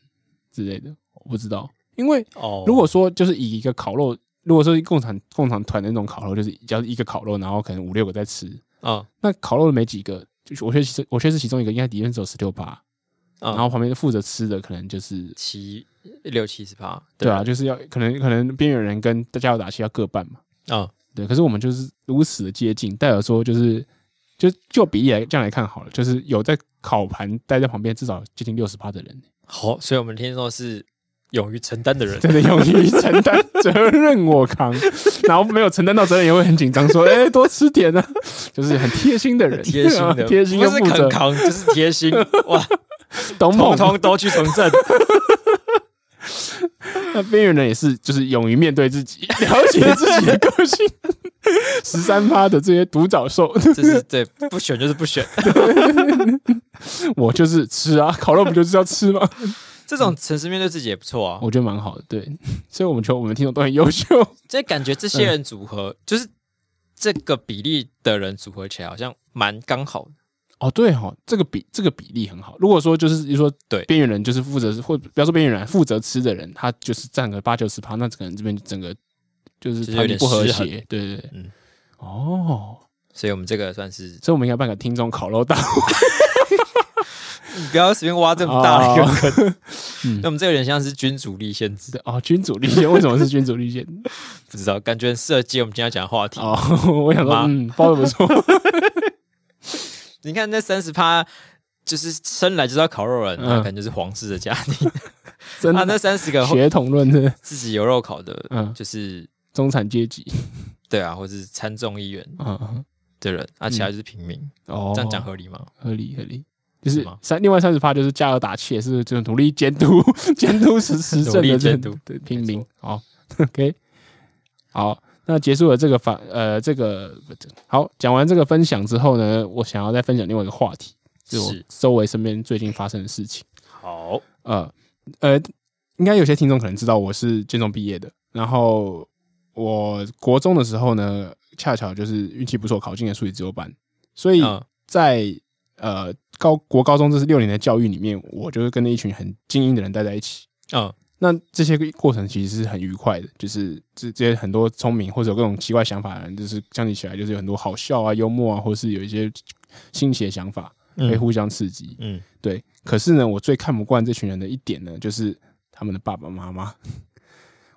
[SPEAKER 2] 之类的？我不知道，因为
[SPEAKER 1] 哦
[SPEAKER 2] 如果说就是以一个烤肉，如果说共产共产团的那种烤肉，就是只要一个烤肉，然后可能五六个在吃，
[SPEAKER 1] 嗯
[SPEAKER 2] 那烤肉的没几个，就是我确实我确实其中一个，应该敌人只有十六趴，
[SPEAKER 1] 嗯，
[SPEAKER 2] 然后旁边负责吃的可能就是
[SPEAKER 1] 七六七十趴，
[SPEAKER 2] 对啊，，就是要可能可能边缘人跟加油打气要各半嘛。
[SPEAKER 1] 嗯，
[SPEAKER 2] 对，可是我们就是如此的接近，代表说就是就就比例来这样来看好了，就是有在烤盘待在旁边至少接近六十趴 的人，
[SPEAKER 1] 好，所以我们听说是勇于承担的 人，
[SPEAKER 2] 真的勇于承担责任，我扛， 然后没有承担到责任也会很紧张，说哎、多吃点啊，就是很贴心的人，
[SPEAKER 1] 贴 心的，
[SPEAKER 2] 贴心
[SPEAKER 1] 不
[SPEAKER 2] 又
[SPEAKER 1] 是
[SPEAKER 2] 负责
[SPEAKER 1] 肯，扛，就是贴 心，哇，
[SPEAKER 2] 懂
[SPEAKER 1] 通
[SPEAKER 2] 不懂？
[SPEAKER 1] 通都去从 政，
[SPEAKER 2] 那边缘人也是，就是勇于面对自己， 了解自己的个性。 十三趴的这些独角兽，
[SPEAKER 1] 这是对，不选就是不选，
[SPEAKER 2] 我就是吃啊，烤肉不就是要吃吗？
[SPEAKER 1] 这种诚实面对自己也不错啊。
[SPEAKER 2] 我觉得蛮好的，对，所以我们觉得我们听众都很优秀。
[SPEAKER 1] 这感觉这些人组合，就是这个比例的人组合起来，好像蛮刚好的。
[SPEAKER 2] 哦，对哈、哦，这个比这个比例很好。如果说就是你说
[SPEAKER 1] 对
[SPEAKER 2] 边缘人就是负责或不要说边缘人，负责吃的人他就是占个八九十趴，那可能这边整个就是
[SPEAKER 1] 就是有
[SPEAKER 2] 团体
[SPEAKER 1] 点
[SPEAKER 2] 不和
[SPEAKER 1] 失
[SPEAKER 2] 谐
[SPEAKER 1] 衡，
[SPEAKER 2] 对对对，
[SPEAKER 1] 嗯
[SPEAKER 2] 哦，
[SPEAKER 1] 所以我们这个算是
[SPEAKER 2] 所以我们应该办个听众烤肉大会，
[SPEAKER 1] 你不要随便挖这么大的一
[SPEAKER 2] 哦
[SPEAKER 1] 个坑。
[SPEAKER 2] 嗯
[SPEAKER 1] 那我们这个有点像是君主立宪制，
[SPEAKER 2] 哦，君主立宪为什么是君主立宪？
[SPEAKER 1] 不知道感觉很适合接我们今天要讲的话题。
[SPEAKER 2] 哦，我想说，
[SPEAKER 1] 妈
[SPEAKER 2] 嗯，包的 不错，
[SPEAKER 1] 你看那三十趴，就是生来就是要烤肉人，
[SPEAKER 2] 嗯
[SPEAKER 1] 他可能就是皇室的家庭。
[SPEAKER 2] 真
[SPEAKER 1] 啊，
[SPEAKER 2] 的
[SPEAKER 1] 那三十个
[SPEAKER 2] 血统论的，
[SPEAKER 1] 自己有肉烤的，
[SPEAKER 2] 嗯，
[SPEAKER 1] 就是
[SPEAKER 2] 中产阶级，
[SPEAKER 1] 对啊，或是参众议员
[SPEAKER 2] 嗯，
[SPEAKER 1] 的人，啊，其他就是平民。
[SPEAKER 2] 哦，
[SPEAKER 1] 这样讲合理吗？
[SPEAKER 2] 合理合理，就是是
[SPEAKER 1] 吗
[SPEAKER 2] 三另外三十趴就是加油打气，也是就是努力监督 监督实实政
[SPEAKER 1] 努力
[SPEAKER 2] 的
[SPEAKER 1] 监
[SPEAKER 2] 这
[SPEAKER 1] 督
[SPEAKER 2] 对平
[SPEAKER 1] 没
[SPEAKER 2] 民。好 ，OK，好，那结束了这个反呃这个好讲完这个分享之后呢，我想要再分享另外一个话题，就是我
[SPEAKER 1] 是
[SPEAKER 2] 周围身边最近发生的事情。
[SPEAKER 1] 好，
[SPEAKER 2] 呃呃，应该有些听众可能知道我是建中毕业的，然后我国中的时候呢，恰巧就是运气不错，考进了数理自由班，所以。
[SPEAKER 1] 嗯
[SPEAKER 2] 在呃高国高中这是六年的教育里面，我就是跟那一群很精英的人待在一起。
[SPEAKER 1] 嗯，
[SPEAKER 2] 那这些过程其实是很愉快的，就是这这些很多聪明或者有各种奇怪想法的人，就是相比起来，就是有很多好笑啊、幽默啊，或是有一些新奇的想法，可以互相刺激。
[SPEAKER 1] 嗯，
[SPEAKER 2] 对，可是呢，我最看不惯这群人的一点呢，就是他们的爸爸妈妈。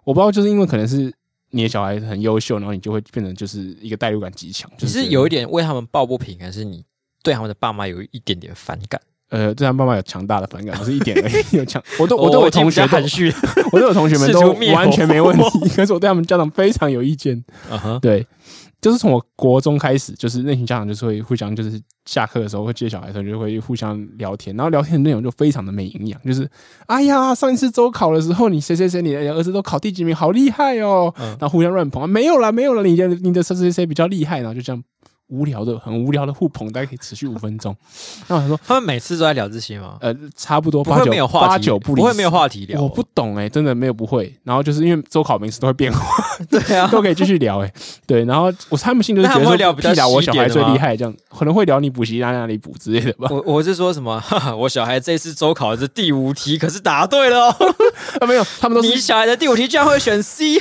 [SPEAKER 2] 我不知道，就是因为可能是你的小孩很优秀，然后你就会变成就是一个代入感极强，就
[SPEAKER 1] 你
[SPEAKER 2] 觉
[SPEAKER 1] 是
[SPEAKER 2] 得
[SPEAKER 1] 有一点为他们抱不平，还是你对他们的爸妈有一点点反感？
[SPEAKER 2] 呃，对他爸妈有强大的反感，不是一点而已，有强， 我都我
[SPEAKER 1] 哦
[SPEAKER 2] 对我
[SPEAKER 1] 已经
[SPEAKER 2] 同
[SPEAKER 1] 比较
[SPEAKER 2] 学都，
[SPEAKER 1] 含 蓄了，
[SPEAKER 2] 我对我同学们
[SPEAKER 1] 试
[SPEAKER 2] 都
[SPEAKER 1] 图灭
[SPEAKER 2] 完全没问
[SPEAKER 1] 火
[SPEAKER 2] 题，可是我对他们家长非常有意见。
[SPEAKER 1] 嗯哼，
[SPEAKER 2] 对，就是从我国中开始，就是那群家长就是会互相，就是下课的时候会接小孩的时候就会互相聊天，然后聊天的内容就非常的没营养，就是哎呀，上一次周考的时候，你谁谁谁，你的儿子都考第几名，好厉害哦，
[SPEAKER 1] 嗯
[SPEAKER 2] 然后互相乱捧啊，没有啦，没有啦，你的你的谁谁谁比较厉害，然后就这样无聊的、很无聊的互捧，大概可以持续五分钟。那我想说，
[SPEAKER 1] 他们每次都在聊这些吗？
[SPEAKER 2] 呃，差不多
[SPEAKER 1] 不
[SPEAKER 2] 八
[SPEAKER 1] 会没有
[SPEAKER 2] 九
[SPEAKER 1] 话题，
[SPEAKER 2] 八九不离
[SPEAKER 1] 不会
[SPEAKER 2] 十
[SPEAKER 1] 没有话题聊哦。
[SPEAKER 2] 我不懂哎、真的没有不会。然后就是因为周考名词都会变化，
[SPEAKER 1] 对啊，
[SPEAKER 2] 都可以继续聊哎、对，然后我他们心里就
[SPEAKER 1] 那
[SPEAKER 2] 觉
[SPEAKER 1] 他
[SPEAKER 2] 得
[SPEAKER 1] 们
[SPEAKER 2] 说
[SPEAKER 1] 会聊比较
[SPEAKER 2] 屁啦我
[SPEAKER 1] 细一
[SPEAKER 2] 小
[SPEAKER 1] 点
[SPEAKER 2] 孩
[SPEAKER 1] 的
[SPEAKER 2] 最
[SPEAKER 1] 吗
[SPEAKER 2] 厉害，这样可能会聊你补习哪哪里补之类的吧。
[SPEAKER 1] 我我是说什么？哈哈我小孩这次周考的是第五题，可是答对了哦。
[SPEAKER 2] 啊，没有，他们都
[SPEAKER 1] 你
[SPEAKER 2] 是
[SPEAKER 1] 小孩的第五题居然会选 C，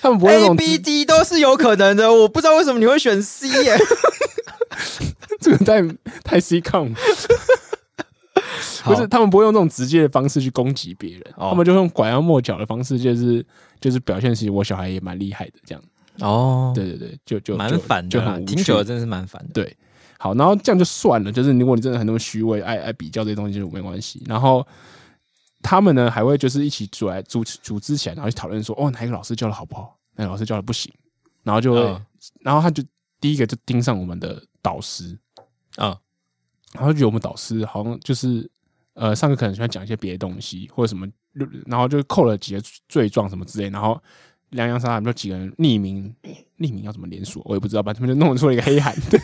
[SPEAKER 2] 他们不会那
[SPEAKER 1] A、
[SPEAKER 2] 种
[SPEAKER 1] B、D 都是有可能的，我不知道为什么你会选 C 耶、
[SPEAKER 2] 这个太太 C com，不是
[SPEAKER 1] 好
[SPEAKER 2] 他们不会用这种直接的方式去攻击别人，
[SPEAKER 1] 哦
[SPEAKER 2] 他们就用拐弯抹角的方式，就是就是表现其实我小孩也蛮厉害的这样。
[SPEAKER 1] 哦，
[SPEAKER 2] 对对对，就就
[SPEAKER 1] 蛮
[SPEAKER 2] 就
[SPEAKER 1] 烦
[SPEAKER 2] 就
[SPEAKER 1] 的啦
[SPEAKER 2] 很，无
[SPEAKER 1] 听
[SPEAKER 2] 趣
[SPEAKER 1] 久了真的是蛮烦的。
[SPEAKER 2] 对，好，然后这样就算了，就是如果你真的很那么虚伪，爱爱比较这些东西就没关系。然后他们呢还会就是一起组来组组织起来，然后去讨论说，哦，哪一个老师教的好不好，哪个老师教的不行，然后就会，
[SPEAKER 1] 嗯
[SPEAKER 2] 然后他就第一个就盯上我们的导师，
[SPEAKER 1] 嗯，
[SPEAKER 2] 哦然后就觉得我们导师好像就是呃上课可能喜欢讲一些别的东西或者什么，然后就扣了几个罪状什么之类，然后洋洋洒洒就几个人匿名，匿名要怎么连锁我也不知道吧，他们就弄出了一个黑函，对，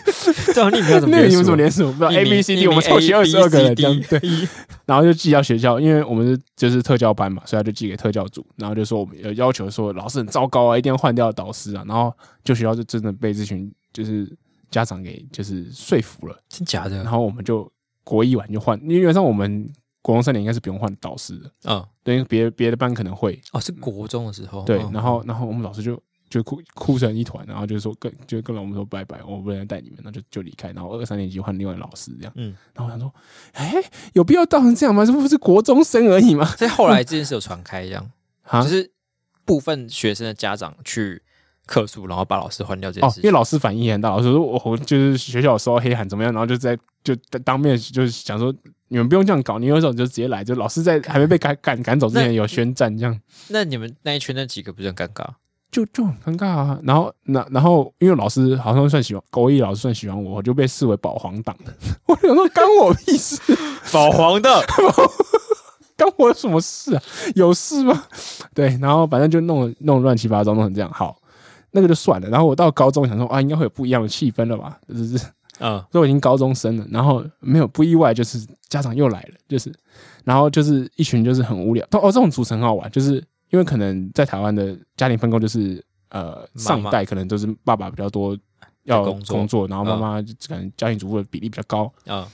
[SPEAKER 1] 这哦样你没有怎么
[SPEAKER 2] 那个
[SPEAKER 1] 连
[SPEAKER 2] 你们怎
[SPEAKER 1] 锁
[SPEAKER 2] 么连锁？不知道
[SPEAKER 1] 一
[SPEAKER 2] A
[SPEAKER 1] 名
[SPEAKER 2] B C
[SPEAKER 1] 一
[SPEAKER 2] D，
[SPEAKER 1] 名
[SPEAKER 2] 我们凑齐
[SPEAKER 1] A
[SPEAKER 2] 二
[SPEAKER 1] B
[SPEAKER 2] 十二个
[SPEAKER 1] C
[SPEAKER 2] 人这 样
[SPEAKER 1] D
[SPEAKER 2] 对，然后就寄到学校，因为我们是就是特教班嘛，所以他就寄给特教组，然后就说我们有要求说老师很糟糕啊，一定要换掉导师啊，然后就学校就真的被这群就是家长给就是说服了，
[SPEAKER 1] 真假
[SPEAKER 2] 然
[SPEAKER 1] 的？
[SPEAKER 2] 后我们就国一完就换，因为原则上我们国中三年应该是不用换导师的，
[SPEAKER 1] 嗯，
[SPEAKER 2] 对，因为别别的班可能会
[SPEAKER 1] 哦，是国中的时候。
[SPEAKER 2] 哦对
[SPEAKER 1] 嗯，
[SPEAKER 2] 然后然后我们老师就。就哭哭成一团，然后就说跟就跟我们说拜拜，我不能带你们，那就就离开。然后二三年级换另外老师这样，
[SPEAKER 1] 嗯，
[SPEAKER 2] 然后我想说，哎、有必要到成这样吗？这不是国中生而 已吗？
[SPEAKER 1] 所以后来这件事有传开，这样
[SPEAKER 2] 啊
[SPEAKER 1] 就，是部分学生的家长去客诉，然后把老师换掉这件
[SPEAKER 2] 哦，
[SPEAKER 1] 事
[SPEAKER 2] 因为
[SPEAKER 1] 情。
[SPEAKER 2] 老师反应也很大，老师说我我就是学校有收到黑函怎么样，然后就在就当面就是想说，你们不用这样搞，你有种就直接来，就老师在还没被赶赶赶走之前有宣战，这样
[SPEAKER 1] 那你们那一圈那几个不是很尴 尬？
[SPEAKER 2] 就就很尴尬啊。然后那然后因为老师好像算喜欢高一老师算喜欢我，我就被视为保皇党的， 我想说干我屁事。
[SPEAKER 1] 保皇的，
[SPEAKER 2] 干我什么事啊？有事吗？对，然后反正就弄得弄得乱七八糟，弄成这样。好，那个就算了。然后我到高中想说啊，应该会有不一样的气氛了吧？就是
[SPEAKER 1] 嗯，
[SPEAKER 2] 都已经高中生了，然后没有不意外，就是家长又来了，就是然后就是一群就是很无聊。哦，这种组成很好玩，就是因为可能在台湾的家庭分工就是呃
[SPEAKER 1] 妈
[SPEAKER 2] 上一代可能都是爸爸比较多要
[SPEAKER 1] 工作
[SPEAKER 2] 工作，然后妈妈就可能家庭主妇的比例比较高。
[SPEAKER 1] 嗯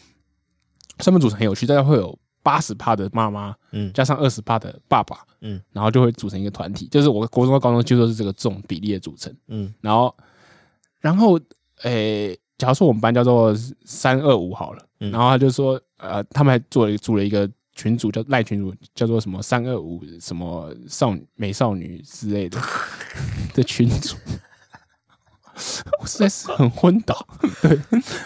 [SPEAKER 2] 上面组成很有趣，大概会有八十趴的妈妈，
[SPEAKER 1] 嗯
[SPEAKER 2] 加上二十八的爸爸，
[SPEAKER 1] 嗯
[SPEAKER 2] 嗯，然后就会组成一个团体，就是我国中到高中几乎都是这个这种比例的组成。
[SPEAKER 1] 嗯
[SPEAKER 2] 然后，然后，诶、假如说我们班叫做三二五好了，
[SPEAKER 1] 嗯
[SPEAKER 2] 然后他就说，呃，他们还做了组了一个群组叫赖群组，叫做什么三二五什么少女美少女之 类的的群组。 我实在是很昏倒， 对，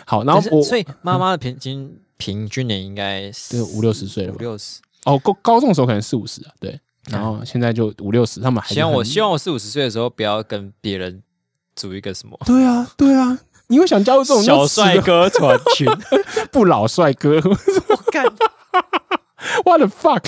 [SPEAKER 2] 好，然后
[SPEAKER 1] 可是
[SPEAKER 2] 我
[SPEAKER 1] 所以妈妈的平均平均年应该
[SPEAKER 2] 这
[SPEAKER 1] 是
[SPEAKER 2] 个五六十岁了
[SPEAKER 1] 五
[SPEAKER 2] 吧，
[SPEAKER 1] 六十。
[SPEAKER 2] 哦，高高中的时候可能四五十啊，对，然后现在就五六十，他们还是
[SPEAKER 1] 希望我
[SPEAKER 2] 很
[SPEAKER 1] 希望我四五十岁的时候不要跟别人组一个什么
[SPEAKER 2] 对啊，对啊，你会想加入这种
[SPEAKER 1] 小帅哥团群，
[SPEAKER 2] 不老帅哥
[SPEAKER 1] 我干
[SPEAKER 2] ，what the fuck，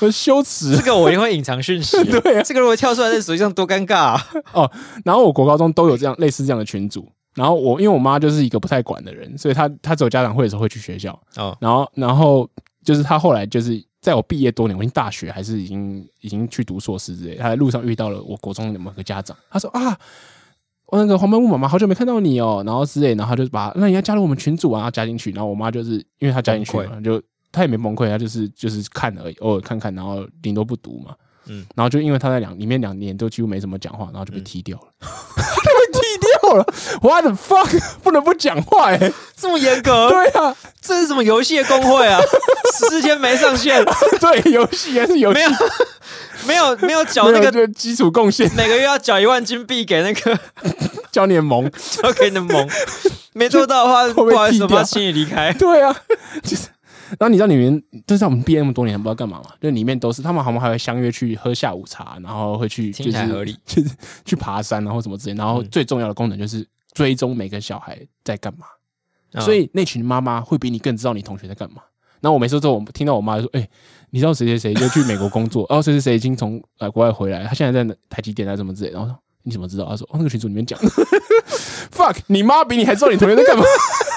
[SPEAKER 2] 我羞 耻
[SPEAKER 1] 这。个我一定会隐藏讯息。
[SPEAKER 2] 对啊
[SPEAKER 1] 这个如果跳出来在手机上多尴尬啊！
[SPEAKER 2] 然后我国高中都有这样类似这样的群组，然后我因为我妈就是一个不太管的人，所以她她只有家长会的时候会去学校，
[SPEAKER 1] 哦，
[SPEAKER 2] 然后然后就是她后来就是在我毕业多年，我已经大学还是已经已经去读硕士之类，她在路上遇到了我国中的某个家长，她说啊。我那个黄斑部妈妈好久没看到你哦，然后之类，然后她就把那你要加入我们群组啊，然后加进去，然后我妈就是因为啊她加进去嘛，就她也没崩溃，她就是就是看而已，偶尔看看，然后顶多不读嘛，
[SPEAKER 1] 嗯
[SPEAKER 2] 嗯，然后就因为她在两里面两年都几乎没怎么讲话，然后就被踢掉了， 被踢掉了，what the fuck，不能不讲话哎、
[SPEAKER 1] 这么严格，
[SPEAKER 2] 对啊，
[SPEAKER 1] 这是什么游戏的工会 啊？十四天没上线，
[SPEAKER 2] 对，游戏还是游戏
[SPEAKER 1] 没，有没有没有缴
[SPEAKER 2] 没
[SPEAKER 1] 那
[SPEAKER 2] 有
[SPEAKER 1] 个，
[SPEAKER 2] 就基础贡献
[SPEAKER 1] 每个月要缴一万金币给那个
[SPEAKER 2] 教练盟，
[SPEAKER 1] 交给你的盟，没做到的话，
[SPEAKER 2] 会被
[SPEAKER 1] 不好意思，
[SPEAKER 2] 踢
[SPEAKER 1] 我
[SPEAKER 2] 掉
[SPEAKER 1] 们要请你离开。
[SPEAKER 2] 对啊， 就是。然后你知道里面，就是在我们毕业那么多年，还不知道干嘛嘛？就里面都是他们，好像还会相约去喝下午茶，然后会去
[SPEAKER 1] 听
[SPEAKER 2] 就
[SPEAKER 1] 起
[SPEAKER 2] 是
[SPEAKER 1] 来合理，嗯
[SPEAKER 2] 就是去爬山，然后什么之类。然后最重要的功能就是追踪每个小孩在干嘛。
[SPEAKER 1] 嗯
[SPEAKER 2] 所以那群妈妈会比你更知道你同学在干嘛。然后我每次都我听到我妈说：“哎、你知 道谁谁谁就去美国工作，哦，谁谁谁已经从呃国外回来，他现在在哪台积电啊，什么之类。”然后我说：“哎、你怎么知道？”他说：“哦，那个群组里面讲的。”fuck，你妈比你还知道你同学在干嘛？
[SPEAKER 1] 哦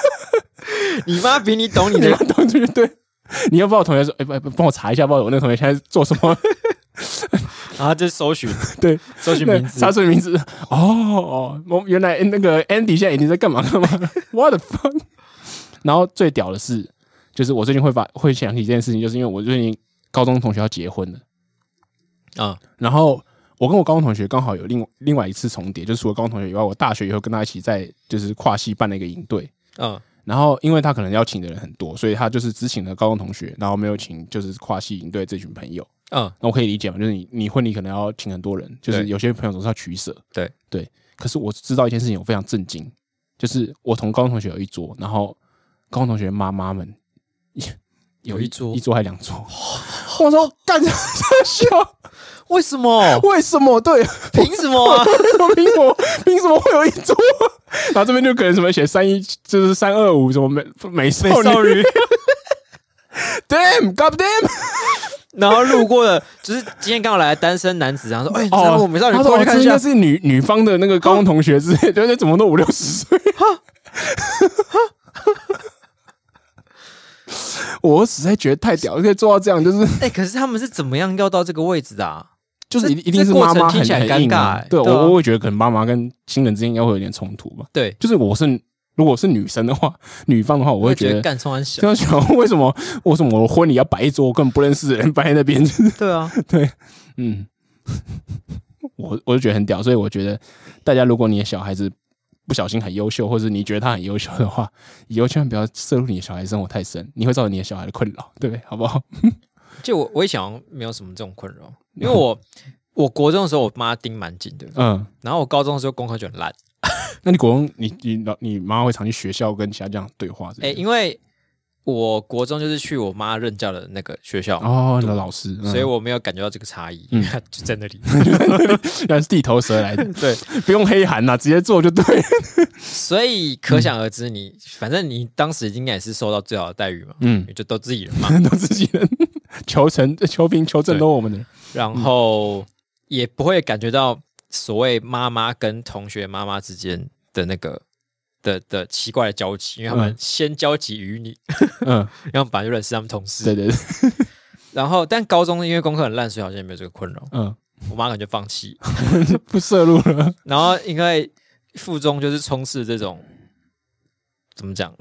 [SPEAKER 1] 你妈比你懂你
[SPEAKER 2] 你
[SPEAKER 1] 的
[SPEAKER 2] 妈同学对，你要帮我同学说：“哎、不不，帮我查一下，不知道我那个同学现在做什么。
[SPEAKER 1] 然后就啊搜寻
[SPEAKER 2] 对，
[SPEAKER 1] 搜寻
[SPEAKER 2] 对
[SPEAKER 1] 名字
[SPEAKER 2] 查，出你名字。哦哦，我原来那个 Andy 现在已经在干嘛干嘛 ？What the fuck？然后最屌的是，就是我最近会把会想起这件事情，就是因为我最近高中同学要结婚了。
[SPEAKER 1] 嗯
[SPEAKER 2] 然后我跟我高中同学刚好有另另外一次重叠，就是除了高中同学以外，我大学以后跟他一起在就是跨系办了一个营队。
[SPEAKER 1] 嗯
[SPEAKER 2] 然后因为他可能要请的人很多，所以他就是只请了高中同学，然后没有请就是跨系营队这群朋友。
[SPEAKER 1] 嗯，
[SPEAKER 2] 那我可以理解嘛，就是你你婚礼可能要请很多人，就是
[SPEAKER 1] 对
[SPEAKER 2] 有些朋友总是要取舍。
[SPEAKER 1] 对
[SPEAKER 2] 对，可是我知道一件事情，我非常震惊，就是我同高中同学有一桌，然后高中同学的妈妈们
[SPEAKER 1] 有一桌
[SPEAKER 2] 一桌还两桌， 我说干啥笑？
[SPEAKER 1] 为什么？
[SPEAKER 2] 为什么？对，
[SPEAKER 1] 凭什么 啊？
[SPEAKER 2] 为什么凭什么凭什么会有一桌？然后这边就可能什么写三一，就是三二五什么美美少
[SPEAKER 1] 美
[SPEAKER 2] 女
[SPEAKER 1] 少 女，
[SPEAKER 2] ，damn god damn，
[SPEAKER 1] 然后路过的就是今天刚好来的单身男子，然后说：“哦哎，你知道我美少女
[SPEAKER 2] 哦他，
[SPEAKER 1] 过去
[SPEAKER 2] 说这
[SPEAKER 1] 看一
[SPEAKER 2] 应
[SPEAKER 1] 下
[SPEAKER 2] 该。是女女方的那个高中 同学之类，就是怎么都五六十岁。我实在觉得太屌，可以做到这样，就是”
[SPEAKER 1] 哎，可是他们是怎么样要到这个位置的啊？
[SPEAKER 2] 就是一
[SPEAKER 1] 这
[SPEAKER 2] 一定是
[SPEAKER 1] 这过
[SPEAKER 2] 妈
[SPEAKER 1] 程
[SPEAKER 2] 妈很
[SPEAKER 1] 听起来
[SPEAKER 2] 很硬啊
[SPEAKER 1] 尴尬欸
[SPEAKER 2] 对
[SPEAKER 1] 对啊
[SPEAKER 2] 我我会觉得可能妈妈跟亲人之间应该会有点冲突吧。
[SPEAKER 1] 对，
[SPEAKER 2] 就是我是如果是女生的话，女方的话，我会觉得
[SPEAKER 1] 干冲安小
[SPEAKER 2] 就，要想为什么为什么我婚礼要摆一桌我根本不认识的人摆在那边，就是
[SPEAKER 1] 对啊，
[SPEAKER 2] 对，嗯， 我我就觉得很屌，所以我觉得大家如果你的小孩子不小心很优秀，或者你觉得他很优秀的话，以后千万不要摄入你的小孩生活太深，你会造成你的小孩的困扰，对不对？好不好？
[SPEAKER 1] 就我我也想没有什么这种困 扰，因为我我国中的时候我妈盯蛮紧的，
[SPEAKER 2] 嗯，
[SPEAKER 1] 然后我高中的时候功课就很烂，
[SPEAKER 2] 那你国中你你老你妈会常去学校跟其他家长对话之
[SPEAKER 1] 哎、
[SPEAKER 2] 类的，
[SPEAKER 1] 因为我国中就是去我妈任教的那个学校，
[SPEAKER 2] 哦，你的老师，嗯
[SPEAKER 1] 所以我没有感觉到这个差异，
[SPEAKER 2] 嗯
[SPEAKER 1] 就在那里。
[SPEAKER 2] 原来是地头蛇来的，
[SPEAKER 1] 对，
[SPEAKER 2] 不用黑函啦，直接做就对了。
[SPEAKER 1] 所以可想而知你，反正你当时应该也是受到最好的待遇嘛，
[SPEAKER 2] 嗯，
[SPEAKER 1] 你就都自己人嘛，
[SPEAKER 2] 都自己人，求成、求平、求正都我们的人。
[SPEAKER 1] 然后也不会感觉到所谓妈妈跟同学妈妈之间的那个。的的奇怪的交集，因为他们
[SPEAKER 2] 嗯
[SPEAKER 1] 先交集于你，
[SPEAKER 2] 嗯，
[SPEAKER 1] 然后本来就认识他们同事，
[SPEAKER 2] 对对对，
[SPEAKER 1] 然后，但高中因为功课很烂，所以好像也没有这个困扰。
[SPEAKER 2] 嗯，
[SPEAKER 1] 我妈可能就放弃。
[SPEAKER 2] 不摄入了。
[SPEAKER 1] 然后，因为附中就是充斥这种怎么讲，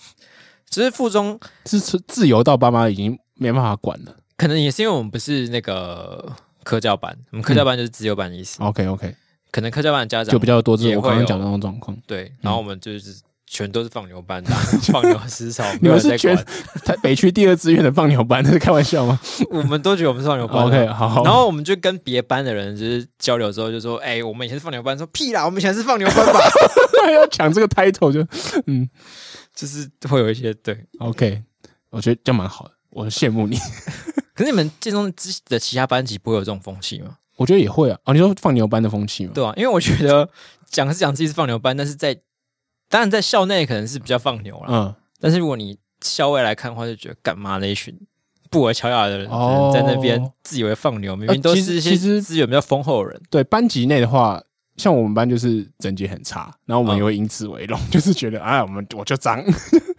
[SPEAKER 1] 就是附中
[SPEAKER 2] 是自自由到爸妈已经没办法管了。
[SPEAKER 1] 可能也是因为我们不是那个科教班，我们科教班就是自由班的意思。
[SPEAKER 2] OK OK，
[SPEAKER 1] 可能科教班的家长
[SPEAKER 2] 就比较多这
[SPEAKER 1] 也
[SPEAKER 2] 种我
[SPEAKER 1] 会
[SPEAKER 2] 刚刚
[SPEAKER 1] 有
[SPEAKER 2] 讲的那种状况。
[SPEAKER 1] 对，然后我们就是全都是放牛班的啊，放牛思潮，
[SPEAKER 2] 你
[SPEAKER 1] 没有人
[SPEAKER 2] 们是
[SPEAKER 1] 在
[SPEAKER 2] 全
[SPEAKER 1] 管。
[SPEAKER 2] 台北区第二志愿的放牛班，这是开玩笑吗哦
[SPEAKER 1] 我们都觉得 我们是放牛班的啊。
[SPEAKER 2] ？OK，好好。
[SPEAKER 1] 然后我们就跟别班的人就是交流之后，就说：“哎、我们以前是放牛班，说屁啦，我们以前是放牛班吧。”
[SPEAKER 2] 要抢这个 title 就
[SPEAKER 1] 就是会有一些对。
[SPEAKER 2] OK，我觉得这样蛮好的，我羡慕你。
[SPEAKER 1] 可是你们建中之的其他班级不会有这种风气吗？
[SPEAKER 2] 我觉得也会啊。哦，你说放牛班的风气吗？
[SPEAKER 1] 对啊，因为我觉得讲是讲自己是放牛班，但是在当然在校内可能是比较放牛啦，
[SPEAKER 2] 嗯，
[SPEAKER 1] 但是如果你校外来看的话，就觉得干嘛那一群布尔乔亚的人
[SPEAKER 2] 哦呃
[SPEAKER 1] 在那边自以为放牛，明明都是一
[SPEAKER 2] 其
[SPEAKER 1] 些
[SPEAKER 2] 实
[SPEAKER 1] 资源比较丰厚的 人。
[SPEAKER 2] 对，班级内的话，像我们班就是整洁很差，然后我
[SPEAKER 1] 嗯
[SPEAKER 2] 们也会因此为荣，就是觉得啊，我们我就 脏。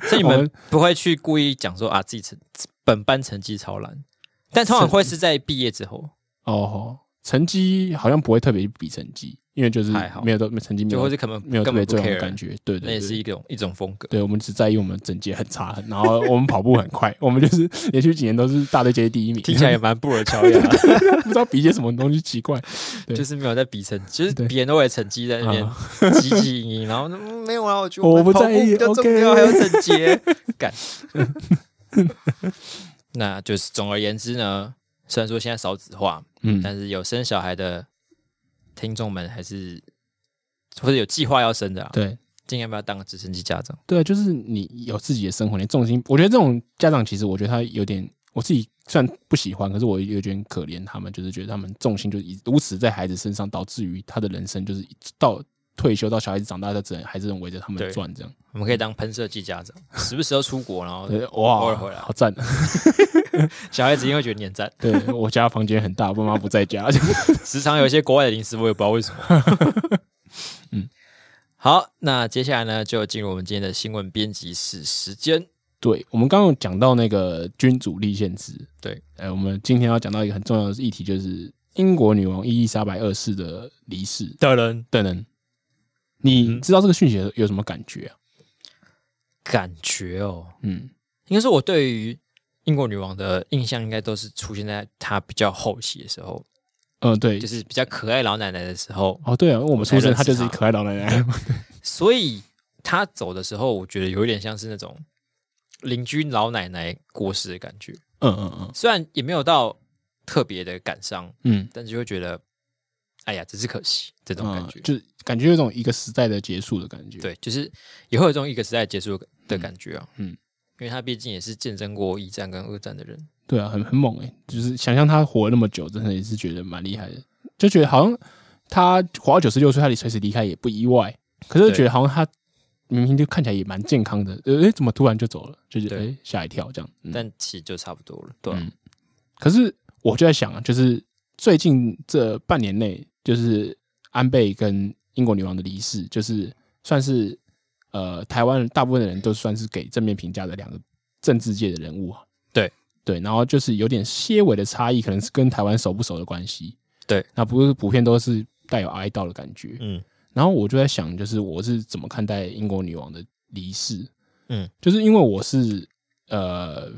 [SPEAKER 1] 所以你
[SPEAKER 2] 我
[SPEAKER 1] 们
[SPEAKER 2] 们
[SPEAKER 1] 不会去故意讲说啊自己成本班成绩超烂，但通常会是在毕业之后
[SPEAKER 2] 哦，成绩好像不会特别比成绩，因为就是
[SPEAKER 1] 还好
[SPEAKER 2] 没有都没成绩没
[SPEAKER 1] 就会
[SPEAKER 2] 有
[SPEAKER 1] 是可能
[SPEAKER 2] 没有特
[SPEAKER 1] 根本
[SPEAKER 2] 别
[SPEAKER 1] 不
[SPEAKER 2] 这种感
[SPEAKER 1] care，
[SPEAKER 2] 觉，对
[SPEAKER 1] 那也是
[SPEAKER 2] 对对。
[SPEAKER 1] 一种一种风格。
[SPEAKER 2] 对，我们只在意我们整洁很差，然后我们跑步很快，我们就是连续几年都是大队接第一名，
[SPEAKER 1] 听起来也蛮布尔乔亚的。
[SPEAKER 2] 不知道比些什么东西奇 怪。对
[SPEAKER 1] 就是没有在比成，就是
[SPEAKER 2] 对
[SPEAKER 1] 别人都会成绩在那边
[SPEAKER 2] 啊
[SPEAKER 1] 积极营营，然后嗯没有啊，我觉得
[SPEAKER 2] 我
[SPEAKER 1] 们
[SPEAKER 2] 不
[SPEAKER 1] 跑
[SPEAKER 2] 在
[SPEAKER 1] 步
[SPEAKER 2] 意
[SPEAKER 1] 比较重
[SPEAKER 2] OK
[SPEAKER 1] 要，还有整洁干。 那就是总而言之呢，虽然说现在少子化，
[SPEAKER 2] 嗯，
[SPEAKER 1] 但是有生小孩的听众们还是或者有计划要生的、啊，
[SPEAKER 2] 对
[SPEAKER 1] 尽量不要当个直升机家长。
[SPEAKER 2] 对，就是你有自己的生活，你重心。我觉得这种家长其实，我觉得他有点，我自己虽然不喜欢，可是我有点可怜他们，就是觉得他们重心就是一如此在孩子身上，导致于他的人生就是一到退休到小孩子长大，他只能还是能围着他
[SPEAKER 1] 对
[SPEAKER 2] 们转这样。
[SPEAKER 1] 我们可以当喷射机家长，时不时要出国，然后
[SPEAKER 2] 对，
[SPEAKER 1] 偶
[SPEAKER 2] 哇
[SPEAKER 1] 尔回来，
[SPEAKER 2] 好赞！啊
[SPEAKER 1] 小孩子一定会觉得你很赞。
[SPEAKER 2] 对我家房间很大，我爸妈不在家，
[SPEAKER 1] 时常有一些国外的零食，我也不知道为什么。嗯，好，那接下来呢，就进入我们今天的新闻编辑室时间。
[SPEAKER 2] 对，我们刚刚有讲到那个君主立宪制，
[SPEAKER 1] 对，
[SPEAKER 2] 呃，我们今天要讲到一个很重要的议题，就是英国女王伊丽莎白二世的离世。
[SPEAKER 1] 的人
[SPEAKER 2] 等等，
[SPEAKER 1] 嗯
[SPEAKER 2] 你知道这个讯息有有什么感觉啊？
[SPEAKER 1] 感觉哦，
[SPEAKER 2] 嗯，
[SPEAKER 1] 应该说我对于英国女王的印象，应该都是出现在她比较后期的时候，
[SPEAKER 2] 呃，对
[SPEAKER 1] 就，是比较可爱老奶奶的时候。
[SPEAKER 2] 哦，对啊，因为我们出生
[SPEAKER 1] 我才认识
[SPEAKER 2] 她就是
[SPEAKER 1] 她
[SPEAKER 2] 可爱老奶 奶，
[SPEAKER 1] 所以她走的时候，我觉得有一点像是那种邻居老奶奶过世的感觉，
[SPEAKER 2] 嗯嗯嗯
[SPEAKER 1] 虽然也没有到特别的感伤，
[SPEAKER 2] 嗯，
[SPEAKER 1] 但是就会觉得，哎呀，只是可惜这种感觉。
[SPEAKER 2] 嗯就是感觉有种一个时代的结束的感觉。，
[SPEAKER 1] 对，就是也会有这种一个时代结束的的感觉啊。
[SPEAKER 2] 嗯
[SPEAKER 1] 嗯，因为他毕竟也是见证过一战跟二战的人。
[SPEAKER 2] 对啊，很很猛哎、就是想象她活了那么久，真的也是觉得蛮厉害的，就觉得好像她活到九十六岁，她随时离开也不意外，可是
[SPEAKER 1] 对
[SPEAKER 2] 觉得好像她。明明就看起来也蛮健康的，呃，诶怎么突然就走了？就是
[SPEAKER 1] 对
[SPEAKER 2] 诶吓一跳这样。嗯
[SPEAKER 1] 但其实就差不多了，对啊、
[SPEAKER 2] 嗯可是我就在想啊，就是最近这半年内，就是安倍跟英国女王的离世，就是算是呃台湾大部分的人都算是给正面评价的两个政治界的人物啊。
[SPEAKER 1] 对
[SPEAKER 2] 对，然后就是有点些微的差异，可能是跟台湾熟不熟的关系。
[SPEAKER 1] 对，
[SPEAKER 2] 那不是普遍都是带有哀悼的感觉。
[SPEAKER 1] 嗯，
[SPEAKER 2] 然后我就在想，就是我是怎么看待英国女王的离世？
[SPEAKER 1] 嗯，
[SPEAKER 2] 就是因为我是呃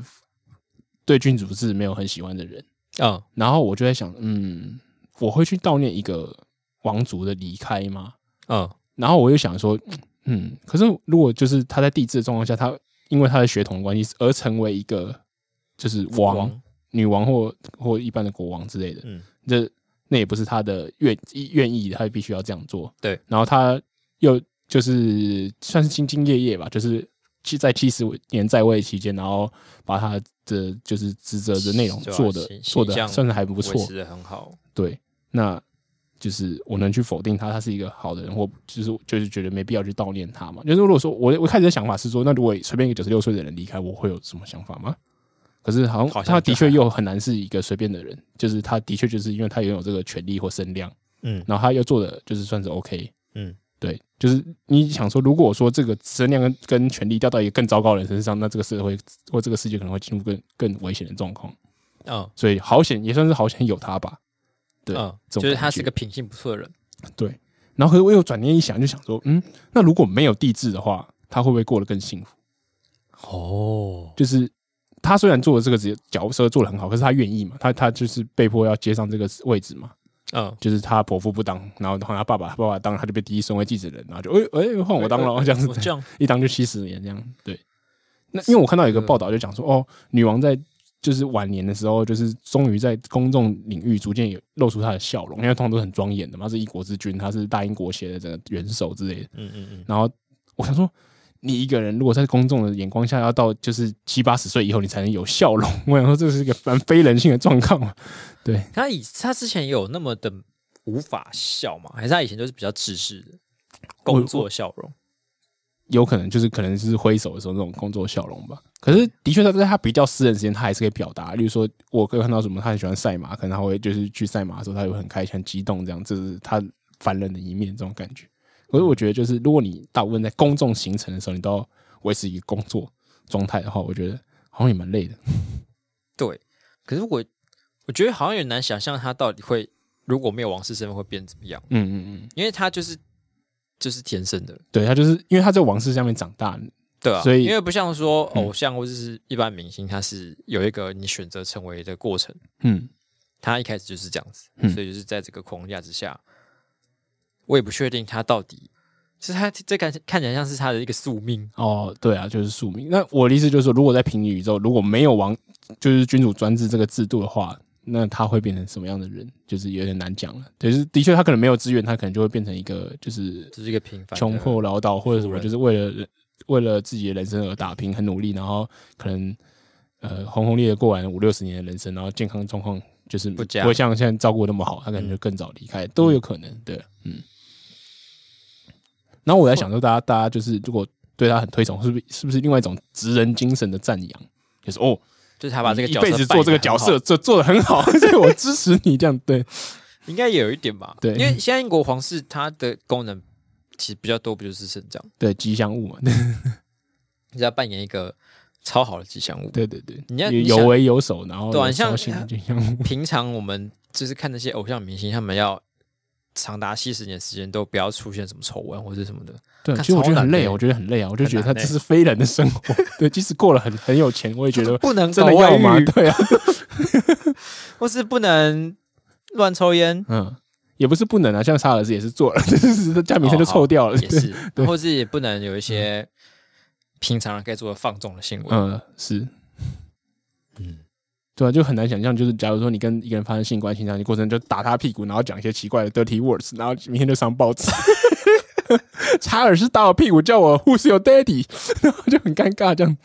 [SPEAKER 2] 对君主制没有很喜欢的人，
[SPEAKER 1] 哦，
[SPEAKER 2] 然后我就在想，嗯，我会去悼念一个王族的离开吗？
[SPEAKER 1] 哦，
[SPEAKER 2] 然后我又想说，嗯，可是如果就是他在帝制的状况下，他因为他的血统的关系而成为一个就是王
[SPEAKER 1] 王
[SPEAKER 2] 女王或或一般的国王之类的，
[SPEAKER 1] 嗯，
[SPEAKER 2] 这那也不是他的愿愿意，他必须要这样做。
[SPEAKER 1] 对，
[SPEAKER 2] 然后他又就是算是兢兢业业吧，就是七在七十年在位期间，然后把他的就是职责的内容
[SPEAKER 1] 对啊
[SPEAKER 2] 做的
[SPEAKER 1] 形
[SPEAKER 2] 做的
[SPEAKER 1] 形象
[SPEAKER 2] 算是还不
[SPEAKER 1] 维
[SPEAKER 2] 错
[SPEAKER 1] 持，的很好。
[SPEAKER 2] 对，那就是我能去否定他，他是一个好的人，或就是就是觉得没必要去悼念他嘛。就是如果说我我开始的想法是说，那如果随便一个九十六岁的人离开，我会有什么想法吗？可是好像
[SPEAKER 1] 好像
[SPEAKER 2] 他的
[SPEAKER 1] 就还
[SPEAKER 2] 确又很难是一个随便的人，就是他的确就是因为他拥有这个权利或声量，
[SPEAKER 1] 嗯
[SPEAKER 2] 然后他又做的就是算是 OK，
[SPEAKER 1] 嗯，
[SPEAKER 2] 对，就是你想说，如果说这个声量跟跟权力掉到一个更糟糕的人身上，那这个社会或这个世界可能会进入更更危险的状况。
[SPEAKER 1] 哦，
[SPEAKER 2] 所以好险也算是好险有他吧，对
[SPEAKER 1] 嗯，
[SPEAKER 2] 这种
[SPEAKER 1] 就是他
[SPEAKER 2] 感
[SPEAKER 1] 是
[SPEAKER 2] 觉
[SPEAKER 1] 个品性不错的人。
[SPEAKER 2] 对，然后可是我又转念一想，就想说，嗯，那如果没有地质的话，他会不会过得更幸福？
[SPEAKER 1] 哦，
[SPEAKER 2] 就是他虽然做了这个职业角色做得很好，可是他愿意嘛？他他就是被迫要接上这个位置嘛？
[SPEAKER 1] 嗯，
[SPEAKER 2] 就是他伯父不当，然后换他爸爸，他爸爸当他就被第一顺位继承人，然后就哎哎换我当了、这样
[SPEAKER 1] 怎么
[SPEAKER 2] 子，
[SPEAKER 1] 这样？
[SPEAKER 2] 一当就七十年这样。对，那因为我看到有一个报道就讲说，哦，女王在。就是晚年的时候，就是终于在公众领域逐渐有露出她的笑容，因为通常都是很庄严的嘛，她是一国之君，她是大英国协的这个元首之类的。
[SPEAKER 1] 嗯嗯嗯，
[SPEAKER 2] 然后我想说，你一个人如果在公众的眼光下，要到就是七八十岁以后，你才能有笑容。我想说，这是一个蛮非人性的状况 嘛。
[SPEAKER 1] 他以他之前也有那么的无法笑嘛，还是他以前就是比较自私的工作笑容？
[SPEAKER 2] 有可能就是可能是挥手的时候那种工作笑容吧。可是的确，他在他比较私人时间，他还是可以表达。例如说，我刚看到什么，他很喜欢赛马，可能他会就是去赛马的时候，他会很开心、很激动，这样，这是他凡人的一面这种感觉。可是我觉得，就是如果你大部分在公众行程的时候，你都要维持一个工作状态的话，我觉得好像也蛮累的。
[SPEAKER 1] 对，可是我我觉得好像有点难想象他到底会如果没有王室身份会变怎么样，
[SPEAKER 2] 嗯嗯嗯。
[SPEAKER 1] 因为他就是就是天生的，
[SPEAKER 2] 对他就是因为他在王室下面长大，
[SPEAKER 1] 对啊，
[SPEAKER 2] 所以
[SPEAKER 1] 因为不像说
[SPEAKER 2] 嗯
[SPEAKER 1] 偶像或者是一般明星，他是有一个你选择成为的过程，
[SPEAKER 2] 嗯，
[SPEAKER 1] 他一开始就是这样子，
[SPEAKER 2] 嗯
[SPEAKER 1] 所以就是在这个框架之下，我也不确定他到底。是他这看看起来像是他的一个宿命，
[SPEAKER 2] 哦，对啊，就是庶民。那我的意思就是说，如果在平行宇宙如果没有王，就是君主专制这个制度的话，那他会变成什么样的人，就是有点难讲了。就是的确，他可能没有资源，他可能就会变成一个就是
[SPEAKER 1] 就是一个平凡的
[SPEAKER 2] 穷困潦倒或者什
[SPEAKER 1] 富
[SPEAKER 2] 么，
[SPEAKER 1] 人
[SPEAKER 2] 就是为了为了自己的人生而打拼，很努力，然后可能呃轰轰烈烈过完五六十年的人生，然后健康状况就是
[SPEAKER 1] 不佳嗯
[SPEAKER 2] 会像现在照顾得那么好，他可能就更早离开，都有可能。对，嗯嗯然后我在想说，大家大家就是如果对他很推崇，是不是是不是另外一种职人精神的赞扬？就是哦，
[SPEAKER 1] 就是他把这个
[SPEAKER 2] 你一
[SPEAKER 1] 角色
[SPEAKER 2] 辈子做这个角
[SPEAKER 1] 扮
[SPEAKER 2] 色，
[SPEAKER 1] 演得很好，
[SPEAKER 2] 这做的很好，所以我支持你这样。对，
[SPEAKER 1] 应该也有一点吧。
[SPEAKER 2] 对
[SPEAKER 1] 因为现在英国皇室它的功能其实比较多，不就是肾脏，
[SPEAKER 2] 对，吉祥物嘛，
[SPEAKER 1] 你只要扮演一个超好的吉祥物。
[SPEAKER 2] 对对对
[SPEAKER 1] 你要
[SPEAKER 2] 有
[SPEAKER 1] 你想
[SPEAKER 2] 有为有守，然后
[SPEAKER 1] 对啊
[SPEAKER 2] 有
[SPEAKER 1] 你像
[SPEAKER 2] 操心吉祥物，
[SPEAKER 1] 平常我们就是看那些偶像明星，他们要长达七十年时间都不要出现什么丑闻或者什么 的，
[SPEAKER 2] 对，
[SPEAKER 1] 看
[SPEAKER 2] 其实我觉得
[SPEAKER 1] 超
[SPEAKER 2] 很
[SPEAKER 1] 难
[SPEAKER 2] 累，
[SPEAKER 1] 的
[SPEAKER 2] 我觉得很累啊，我就觉得他
[SPEAKER 1] 很难
[SPEAKER 2] 这
[SPEAKER 1] 欸
[SPEAKER 2] 是非人的生活。对，即使过了很很有钱，我也觉得
[SPEAKER 1] 不能
[SPEAKER 2] 真
[SPEAKER 1] 搞
[SPEAKER 2] 的要
[SPEAKER 1] 外
[SPEAKER 2] 吗？
[SPEAKER 1] 遇，
[SPEAKER 2] 对啊，
[SPEAKER 1] 或是不能乱抽烟，
[SPEAKER 2] 嗯，也不是不能啊，像沙尔斯也是做了， 只是加名声就
[SPEAKER 1] 哦好
[SPEAKER 2] 臭掉了。
[SPEAKER 1] 也是，
[SPEAKER 2] 对
[SPEAKER 1] 或是也不能有一些平常人该做的放纵的行为。
[SPEAKER 2] 嗯，是，
[SPEAKER 1] 嗯，
[SPEAKER 2] 对啊，就很难想象，就是假如说你跟一个人发生性关系，然后你过程就打他屁股，然后讲一些奇怪的 dirty words，然后明天就上报纸。 查尔斯打我屁股，叫我 Who's your daddy，然 后就很尴尬，这样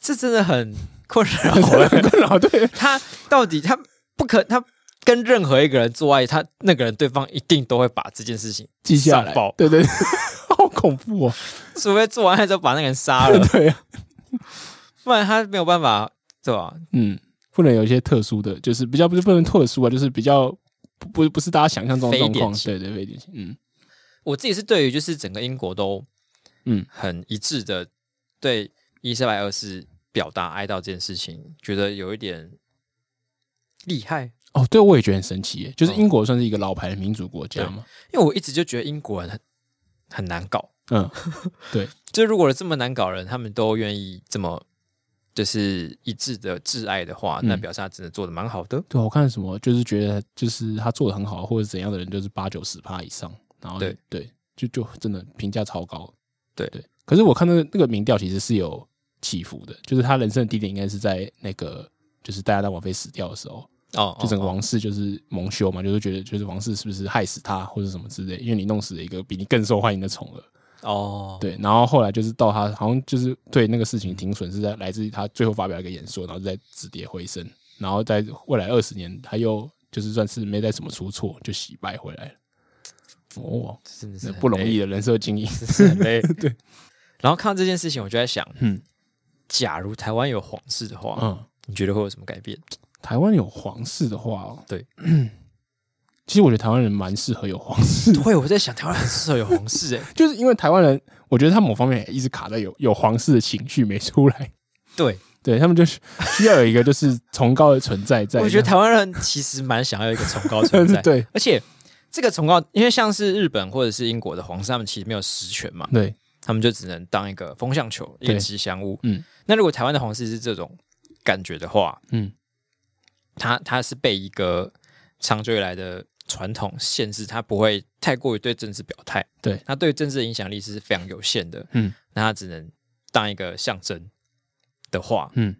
[SPEAKER 1] 这真的很困扰
[SPEAKER 2] 很
[SPEAKER 1] 欸。
[SPEAKER 2] 很困 扰。对，
[SPEAKER 1] 他到底他不可他。跟任何一个人做爱，他那个人对方一定都会把这件事情
[SPEAKER 2] 记下来
[SPEAKER 1] 上报，
[SPEAKER 2] 对对，对 好恐怖哦。
[SPEAKER 1] 除非做完爱之后把那个人 杀 了，
[SPEAKER 2] 对啊，
[SPEAKER 1] 不然他没有办法，对吧？
[SPEAKER 2] 嗯，不能有一些特殊的，就是比较不是不能特殊啊，就是比较不不不是大家想象中
[SPEAKER 1] 非
[SPEAKER 2] 的状
[SPEAKER 1] 典
[SPEAKER 2] 况。
[SPEAKER 1] 型
[SPEAKER 2] 对对，非典型，嗯。
[SPEAKER 1] 我自己是对于就是整个英国都
[SPEAKER 2] 嗯
[SPEAKER 1] 很一致的对伊莎白二世表达哀悼这件事情，觉得有一点厉害，
[SPEAKER 2] 哦，对，我也觉得很神奇耶，就是
[SPEAKER 1] 嗯
[SPEAKER 2] 英国算是一个老牌的民主国家嘛，
[SPEAKER 1] 因为我一直就觉得英国人很很难搞，
[SPEAKER 2] 嗯，
[SPEAKER 1] 就如果这么难搞的人，他们都愿意这么就是一致的挚爱的话，
[SPEAKER 2] 嗯
[SPEAKER 1] 那表示他真的做的蛮好的。
[SPEAKER 2] 对啊，我看什么就是觉得就是他做的很好，或者怎样的人就是八九十趴以上，然后
[SPEAKER 1] 对
[SPEAKER 2] 对，就就真的评价超高，
[SPEAKER 1] 对
[SPEAKER 2] 对。可是我看到那个民调其实是有起伏的，就是他人生的低点应该是在那个就是戴安娜王妃死掉的时候，
[SPEAKER 1] 哦，
[SPEAKER 2] 就整个
[SPEAKER 1] 哦
[SPEAKER 2] 王室就是蒙羞嘛，就是觉得就是王室是不是害死他或者什么之类，因为你弄死了一个比你更受欢迎的宠儿，
[SPEAKER 1] 哦，
[SPEAKER 2] 对，然后后来就是到他好像就是对那个事情停损是在来自于他最后发表一个演说，然后再止跌回升，然后在未来二十年他又就是算是没再怎么出错，就洗白回来了。哦，
[SPEAKER 1] 这真的是
[SPEAKER 2] 那
[SPEAKER 1] 很
[SPEAKER 2] 不容
[SPEAKER 1] 累
[SPEAKER 2] 易，的人设经营，
[SPEAKER 1] 真是很累。对，然后看到这件事情，我就在想，
[SPEAKER 2] 嗯
[SPEAKER 1] 假如台湾有皇室的话，
[SPEAKER 2] 嗯，
[SPEAKER 1] 你觉得会有什么改变？
[SPEAKER 2] 台湾有皇室的话、哦，
[SPEAKER 1] 对，
[SPEAKER 2] 其实我觉得台湾人蛮适合有皇室，
[SPEAKER 1] 对，我在想台湾很适合有皇室哎、
[SPEAKER 2] 就是因为台湾人，我觉得他某方面也一直卡在有有皇室的情绪没出来，
[SPEAKER 1] 对，
[SPEAKER 2] 对他们就是需要有一个就是崇高的存在在，
[SPEAKER 1] 我觉得台湾人其实蛮想要一个崇高存
[SPEAKER 2] 湾
[SPEAKER 1] 在，
[SPEAKER 2] 对
[SPEAKER 1] 而且这个崇高，因为像是日本或者是英国的皇室，他们其实没有实权嘛，
[SPEAKER 2] 对，
[SPEAKER 1] 他们就只能当一个风向球，一个
[SPEAKER 2] 对
[SPEAKER 1] 吉祥物。
[SPEAKER 2] 嗯，
[SPEAKER 1] 那如果台湾的皇室是这种感觉的话，
[SPEAKER 2] 嗯。
[SPEAKER 1] 它它是被一个长久以来的传统限制，它不会太过于对政治表态，
[SPEAKER 2] 对
[SPEAKER 1] 它对政治的影响力是非常有限的。
[SPEAKER 2] 嗯，
[SPEAKER 1] 那它只能当一个象征的话，
[SPEAKER 2] 嗯，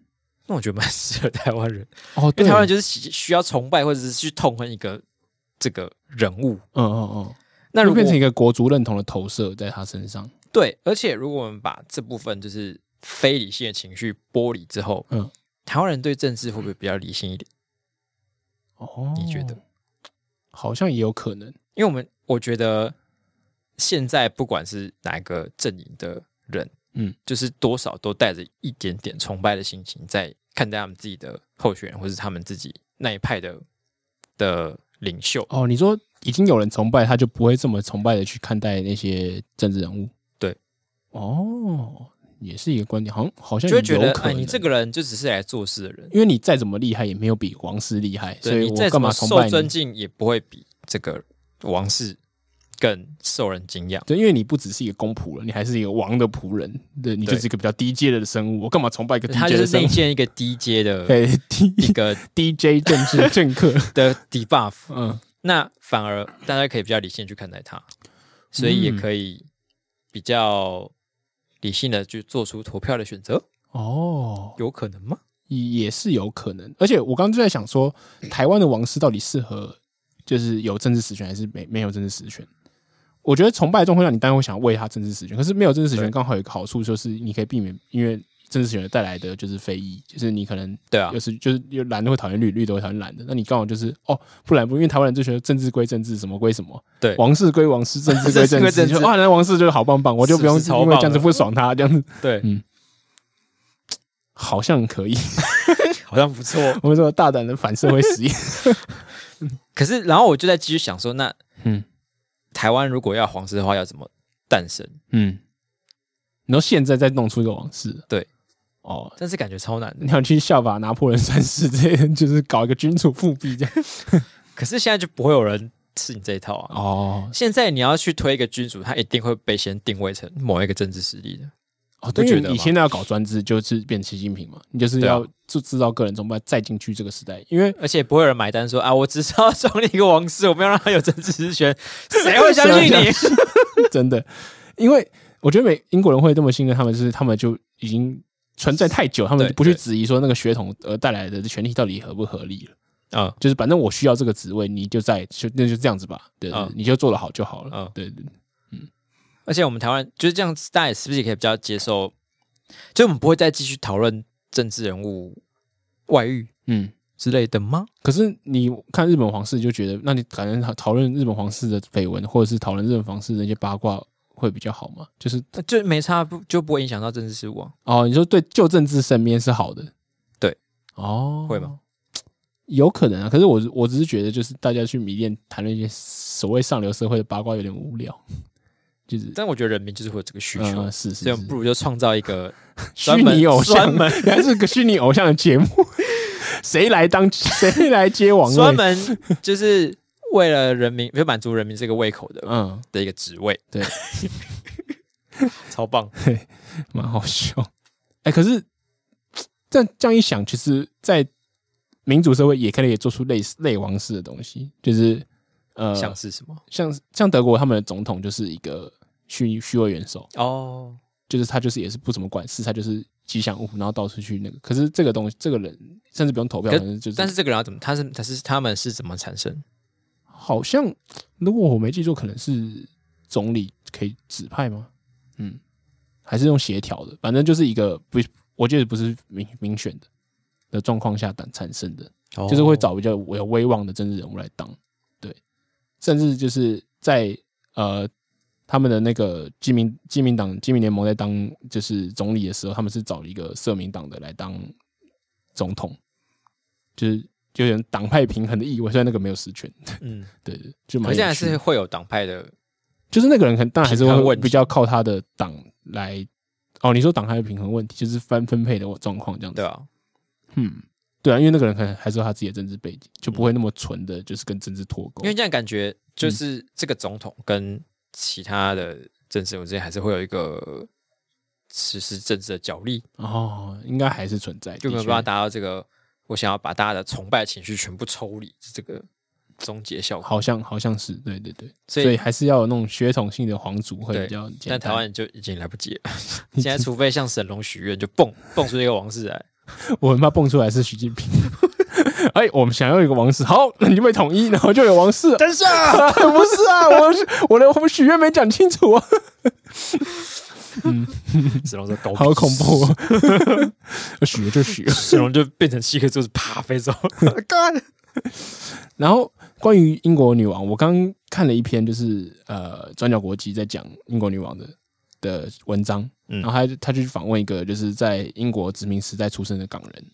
[SPEAKER 1] 那我觉得蛮适合台湾人，
[SPEAKER 2] 哦，
[SPEAKER 1] 因
[SPEAKER 2] 对，
[SPEAKER 1] 为台湾人就是喜需要崇拜或者是去痛恨一个这个人物。
[SPEAKER 2] 嗯嗯嗯，
[SPEAKER 1] 那
[SPEAKER 2] 那
[SPEAKER 1] 如果
[SPEAKER 2] 就变成一个国足认同的投射在他身上，
[SPEAKER 1] 对，而且如果我们把这部分就是非理性的情绪剥离之后，
[SPEAKER 2] 嗯，
[SPEAKER 1] 台湾人对政治会不会比较理性一点？
[SPEAKER 2] 哦
[SPEAKER 1] 你觉得？
[SPEAKER 2] 好像也有可能，
[SPEAKER 1] 因为我们我觉得现在不管是哪一个阵营的人，
[SPEAKER 2] 嗯，
[SPEAKER 1] 就是多少都带着一点点崇拜的心情在看待他们自己的候选人，或是他们自己那一派的的领袖。
[SPEAKER 2] 哦，你说已经有人崇拜，他就不会这么崇拜的去看待那些政治人物，
[SPEAKER 1] 对，
[SPEAKER 2] 哦，也是一个观点，好像好像
[SPEAKER 1] 就会觉
[SPEAKER 2] 有
[SPEAKER 1] 得，
[SPEAKER 2] 可
[SPEAKER 1] 哎，
[SPEAKER 2] 能啊
[SPEAKER 1] 你这个人就只是来做事的人，
[SPEAKER 2] 因为你再怎么厉害，也没有比王室厉害，所
[SPEAKER 1] 对
[SPEAKER 2] 以
[SPEAKER 1] 你
[SPEAKER 2] 我
[SPEAKER 1] 再怎
[SPEAKER 2] 干
[SPEAKER 1] 么
[SPEAKER 2] 嘛崇拜
[SPEAKER 1] 受尊
[SPEAKER 2] 你？
[SPEAKER 1] 敬，也不会比这个王室更受人敬仰。
[SPEAKER 2] 对，因为你不只是一个公仆了，你还是一个王的仆人，对，你就
[SPEAKER 1] 对
[SPEAKER 2] 是一个比较低阶的生物，我干嘛崇拜一个低
[SPEAKER 1] 他
[SPEAKER 2] 阶
[SPEAKER 1] 就
[SPEAKER 2] 的
[SPEAKER 1] 是
[SPEAKER 2] 生
[SPEAKER 1] 内
[SPEAKER 2] 物？
[SPEAKER 1] 建一个低阶 的
[SPEAKER 2] 对，低
[SPEAKER 1] 一个
[SPEAKER 2] D J 政治 政客，
[SPEAKER 1] 的 debuff，
[SPEAKER 2] 嗯，
[SPEAKER 1] 那反而大家可以比较理性地去看待它，所以也
[SPEAKER 2] 嗯
[SPEAKER 1] 可以比较理性的去做出投票的选择，
[SPEAKER 2] 哦，
[SPEAKER 1] 有可能吗？
[SPEAKER 2] 也也是有可能。而且我刚刚就在想说，台湾的王室到底适合就是有政治实权，还是没没有政治实权？我觉得崇拜中会让你当然会想为他政治实权，可是没有政治实权
[SPEAKER 1] 对
[SPEAKER 2] 刚好有一个好处，就是你可以避免因为政治选择带来的就是非议，就是你可能
[SPEAKER 1] 对啊
[SPEAKER 2] 有，时就是有蓝的会讨厌绿，绿的会讨厌蓝的。那你刚好就是哦，不蓝不，因为台湾人就觉得政治归政治，什么归什么，
[SPEAKER 1] 对
[SPEAKER 2] 王室归王室，政治
[SPEAKER 1] 政
[SPEAKER 2] 归
[SPEAKER 1] 治归
[SPEAKER 2] 治，
[SPEAKER 1] 政治
[SPEAKER 2] 就啊，那王室就是好棒棒，我就不用
[SPEAKER 1] 是不是超
[SPEAKER 2] 因为
[SPEAKER 1] 棒
[SPEAKER 2] 这样子
[SPEAKER 1] 的
[SPEAKER 2] 不爽他，这样子
[SPEAKER 1] 对，
[SPEAKER 2] 好像可以。
[SPEAKER 1] 好像不错。
[SPEAKER 2] 我们说大胆的反社会实验，
[SPEAKER 1] 可是，然后我就在继续想说，那
[SPEAKER 2] 嗯
[SPEAKER 1] 台湾如果要皇室的话，要怎么诞生？
[SPEAKER 2] 嗯，然后现在再弄出一个王室，
[SPEAKER 1] 对，
[SPEAKER 2] 哦。
[SPEAKER 1] 但是感觉超难的。
[SPEAKER 2] 你要去效法拿破仑三世这些人，就是搞一个君主复辟这样。
[SPEAKER 1] 可是现在就不会有人吃你这一套啊。
[SPEAKER 2] 哦
[SPEAKER 1] 现在你要去推一个君主，他一定会被先定位成某一个政治势力的。
[SPEAKER 2] 哦，
[SPEAKER 1] 不
[SPEAKER 2] 对，
[SPEAKER 1] 觉
[SPEAKER 2] 因
[SPEAKER 1] 得
[SPEAKER 2] 为
[SPEAKER 1] 吗
[SPEAKER 2] 你现在要搞专制，就是变习近平嘛，你就是
[SPEAKER 1] 对啊
[SPEAKER 2] 要就制造个人崇拜，再进去这个时代。因为
[SPEAKER 1] 而且不会有人买单说啊，我只是要创立一个王室，我没有让他有政治实权， 谁会相信
[SPEAKER 2] 啊
[SPEAKER 1] 你？
[SPEAKER 2] 真的，因为我觉得美英国人会这么信任他们，就是他们就已经存在太久，他们
[SPEAKER 1] 对
[SPEAKER 2] 不去
[SPEAKER 1] 对
[SPEAKER 2] 质疑说那个血统而带来的权利到底合不合理了。
[SPEAKER 1] 嗯，
[SPEAKER 2] 就是反正我需要这个职位，你就在就那就这样子吧，对，对
[SPEAKER 1] 嗯
[SPEAKER 2] 你就做得好就好了。
[SPEAKER 1] 嗯
[SPEAKER 2] 对对，对
[SPEAKER 1] 而且我们台湾就是这样，大家也是不是也可以比较接受？就我们不会再继续讨论政治人物外遇
[SPEAKER 2] 嗯。
[SPEAKER 1] 之类的吗？
[SPEAKER 2] 可是你看日本皇室，就觉得那你可能讨讨论日本皇室的绯闻，或者是讨论日本皇室的那些八卦会比较好吗？就是
[SPEAKER 1] 那就没差，不就不会影响到政治事务啊？
[SPEAKER 2] 哦，你说对旧政治身边是好的，
[SPEAKER 1] 对，
[SPEAKER 2] 哦，
[SPEAKER 1] 会吗？
[SPEAKER 2] 有可能啊，可是我我只是觉得，就是大家去迷恋谈论一些所谓上流社会的八卦有点无聊， 就是
[SPEAKER 1] 但我觉得人民就是会有这个需求，啊
[SPEAKER 2] 嗯，是是
[SPEAKER 1] 所以我们不
[SPEAKER 2] 是，
[SPEAKER 1] 如就创造一个专
[SPEAKER 2] 虚
[SPEAKER 1] 门
[SPEAKER 2] 拟偶像
[SPEAKER 1] 专，门
[SPEAKER 2] 原来是个虚拟偶像的节目， 谁来当谁来接王位？
[SPEAKER 1] 专门就是为了人民，就满足人民这个胃口的
[SPEAKER 2] 嗯，
[SPEAKER 1] 的一个职位。
[SPEAKER 2] 对，
[SPEAKER 1] 超棒。
[SPEAKER 2] 蛮好笑。哎、可是这样这样一想，其实，在民主社会也可以做出类似类王式的东西，就是呃，
[SPEAKER 1] 像是什么？
[SPEAKER 2] 像像德国他们的总统就是一个虚虚位元首，
[SPEAKER 1] 哦，
[SPEAKER 2] 就是他就是也是不怎么管事，他就是吉祥物，然后到处去那个。可是这个东西，这个人甚至不用投票，
[SPEAKER 1] 可
[SPEAKER 2] 反正就是，
[SPEAKER 1] 但是这个人要怎么？他是他是他们是怎么产生？
[SPEAKER 2] 好像如果我没记错，可能是总理可以指派吗？嗯，还是用协调的，反正就是一个不，我记得不是民民选的的状况下产产生的。哦就是
[SPEAKER 1] 哦
[SPEAKER 2] 会找比较有威望的政治人物来当，对，甚至就是在呃他们的那个基民基民党基民联盟在当就是总理的时候，他们是找一个社民党的来当总统，就是就有点党派平衡的意味，虽然那个没有实权，
[SPEAKER 1] 哦，嗯，
[SPEAKER 2] 对对，就
[SPEAKER 1] 可
[SPEAKER 2] 蛮
[SPEAKER 1] 是现
[SPEAKER 2] 有
[SPEAKER 1] 在
[SPEAKER 2] 趣的
[SPEAKER 1] 是会有党派的，
[SPEAKER 2] 就是那个人可能当然还是
[SPEAKER 1] 平衡
[SPEAKER 2] 会
[SPEAKER 1] 问题
[SPEAKER 2] 比较靠他的党来。哦，你说党派的平衡问题，就是分分配的状况这样子。
[SPEAKER 1] 对啊，
[SPEAKER 2] 嗯，对啊，因为那个人可能还是有他自己的政治背景，就不会那么纯的，就是跟政治脱钩。
[SPEAKER 1] 因为这样感觉
[SPEAKER 2] 嗯
[SPEAKER 1] 就是这个总统跟其他的政治人物之间还是会有一个实施政治的角力，
[SPEAKER 2] 哦，应该还是存在，
[SPEAKER 1] 就没有
[SPEAKER 2] 的确
[SPEAKER 1] 办法达到这个我想要把大家的崇拜情绪全部抽离这个终结效果。
[SPEAKER 2] 好像好像是，对对对，
[SPEAKER 1] 所
[SPEAKER 2] 所
[SPEAKER 1] 以
[SPEAKER 2] 以还是要有那种血统性的皇族会
[SPEAKER 1] 对
[SPEAKER 2] 比较简单。
[SPEAKER 1] 但台湾就已经来不及 了，现在除非像神龙许愿，就蹦蹦出一个王室来，
[SPEAKER 2] 我很怕蹦出来是习近平。 哎，我们想要一个王室，好，那你就被统一，然后就有王 室了。
[SPEAKER 1] 但是啊，
[SPEAKER 2] 不是啊，我是我的我们许愿没讲清楚啊，
[SPEAKER 1] 神龙说狗屁
[SPEAKER 2] 好恐怖、哦！ 许了就许了。
[SPEAKER 1] 神龙就变成七颗珠子啪飞 走，干
[SPEAKER 2] 然后关于英国女王，我刚看了一篇就是呃转角国际在讲英国女王的的文章，
[SPEAKER 1] 嗯
[SPEAKER 2] 然后他他就去访问一个就是在英国殖民时代出生的港人，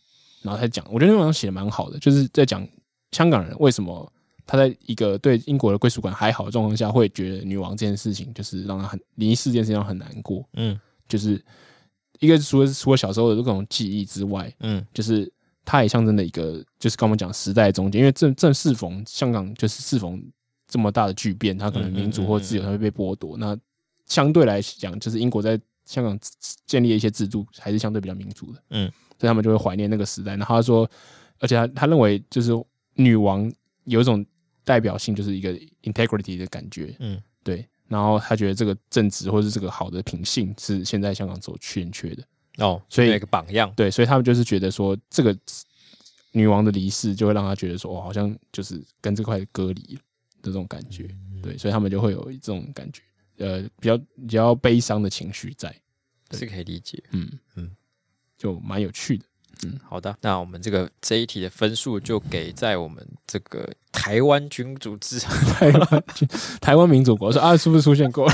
[SPEAKER 2] 然后他讲，我觉得那文章写的蛮好的，就是在讲香港人为什么他在一个对英国的归属感还好的状况下，会觉得女王这件事情就是让他很离世这件事情让他很难过，
[SPEAKER 1] 嗯
[SPEAKER 2] 就是一个是除了除了小时候的这种记忆之外，
[SPEAKER 1] 嗯
[SPEAKER 2] 就是它也象征的一个，就是刚我们讲时代的中间，因为正正适逢香港就是适逢这么大的巨变，它可能
[SPEAKER 1] 嗯嗯
[SPEAKER 2] 民主
[SPEAKER 1] 嗯
[SPEAKER 2] 或自由它会被剥夺。那相对来讲，就是英国在香港建立了一些制度，还是相对比较民主的，
[SPEAKER 1] 嗯，
[SPEAKER 2] 所以他们就会怀念那个时代。然后他说，而且他他认为就是女王有一种代表性，就是一个 integrity 的感觉，
[SPEAKER 1] 嗯，
[SPEAKER 2] 对。然后他觉得这个正直或是这个好的品性是现在香港所欠缺的，
[SPEAKER 1] 哦，
[SPEAKER 2] 所以
[SPEAKER 1] 有一个榜样，
[SPEAKER 2] 对，所以他们就是觉得说，这个女王的离世就会让他觉得说，哦我好像就是跟这块隔离了的这种感觉。对，所以他们就会有这种感觉，呃，比较比较悲伤的情绪在。
[SPEAKER 1] 是可以理解。
[SPEAKER 2] 嗯
[SPEAKER 1] 嗯
[SPEAKER 2] 嗯，就蛮有趣的。
[SPEAKER 1] 好的，那我们这个这一题的分数就给在我们这个台湾君主制 上。
[SPEAKER 2] 台湾台湾民主国说啊，是不是出现过？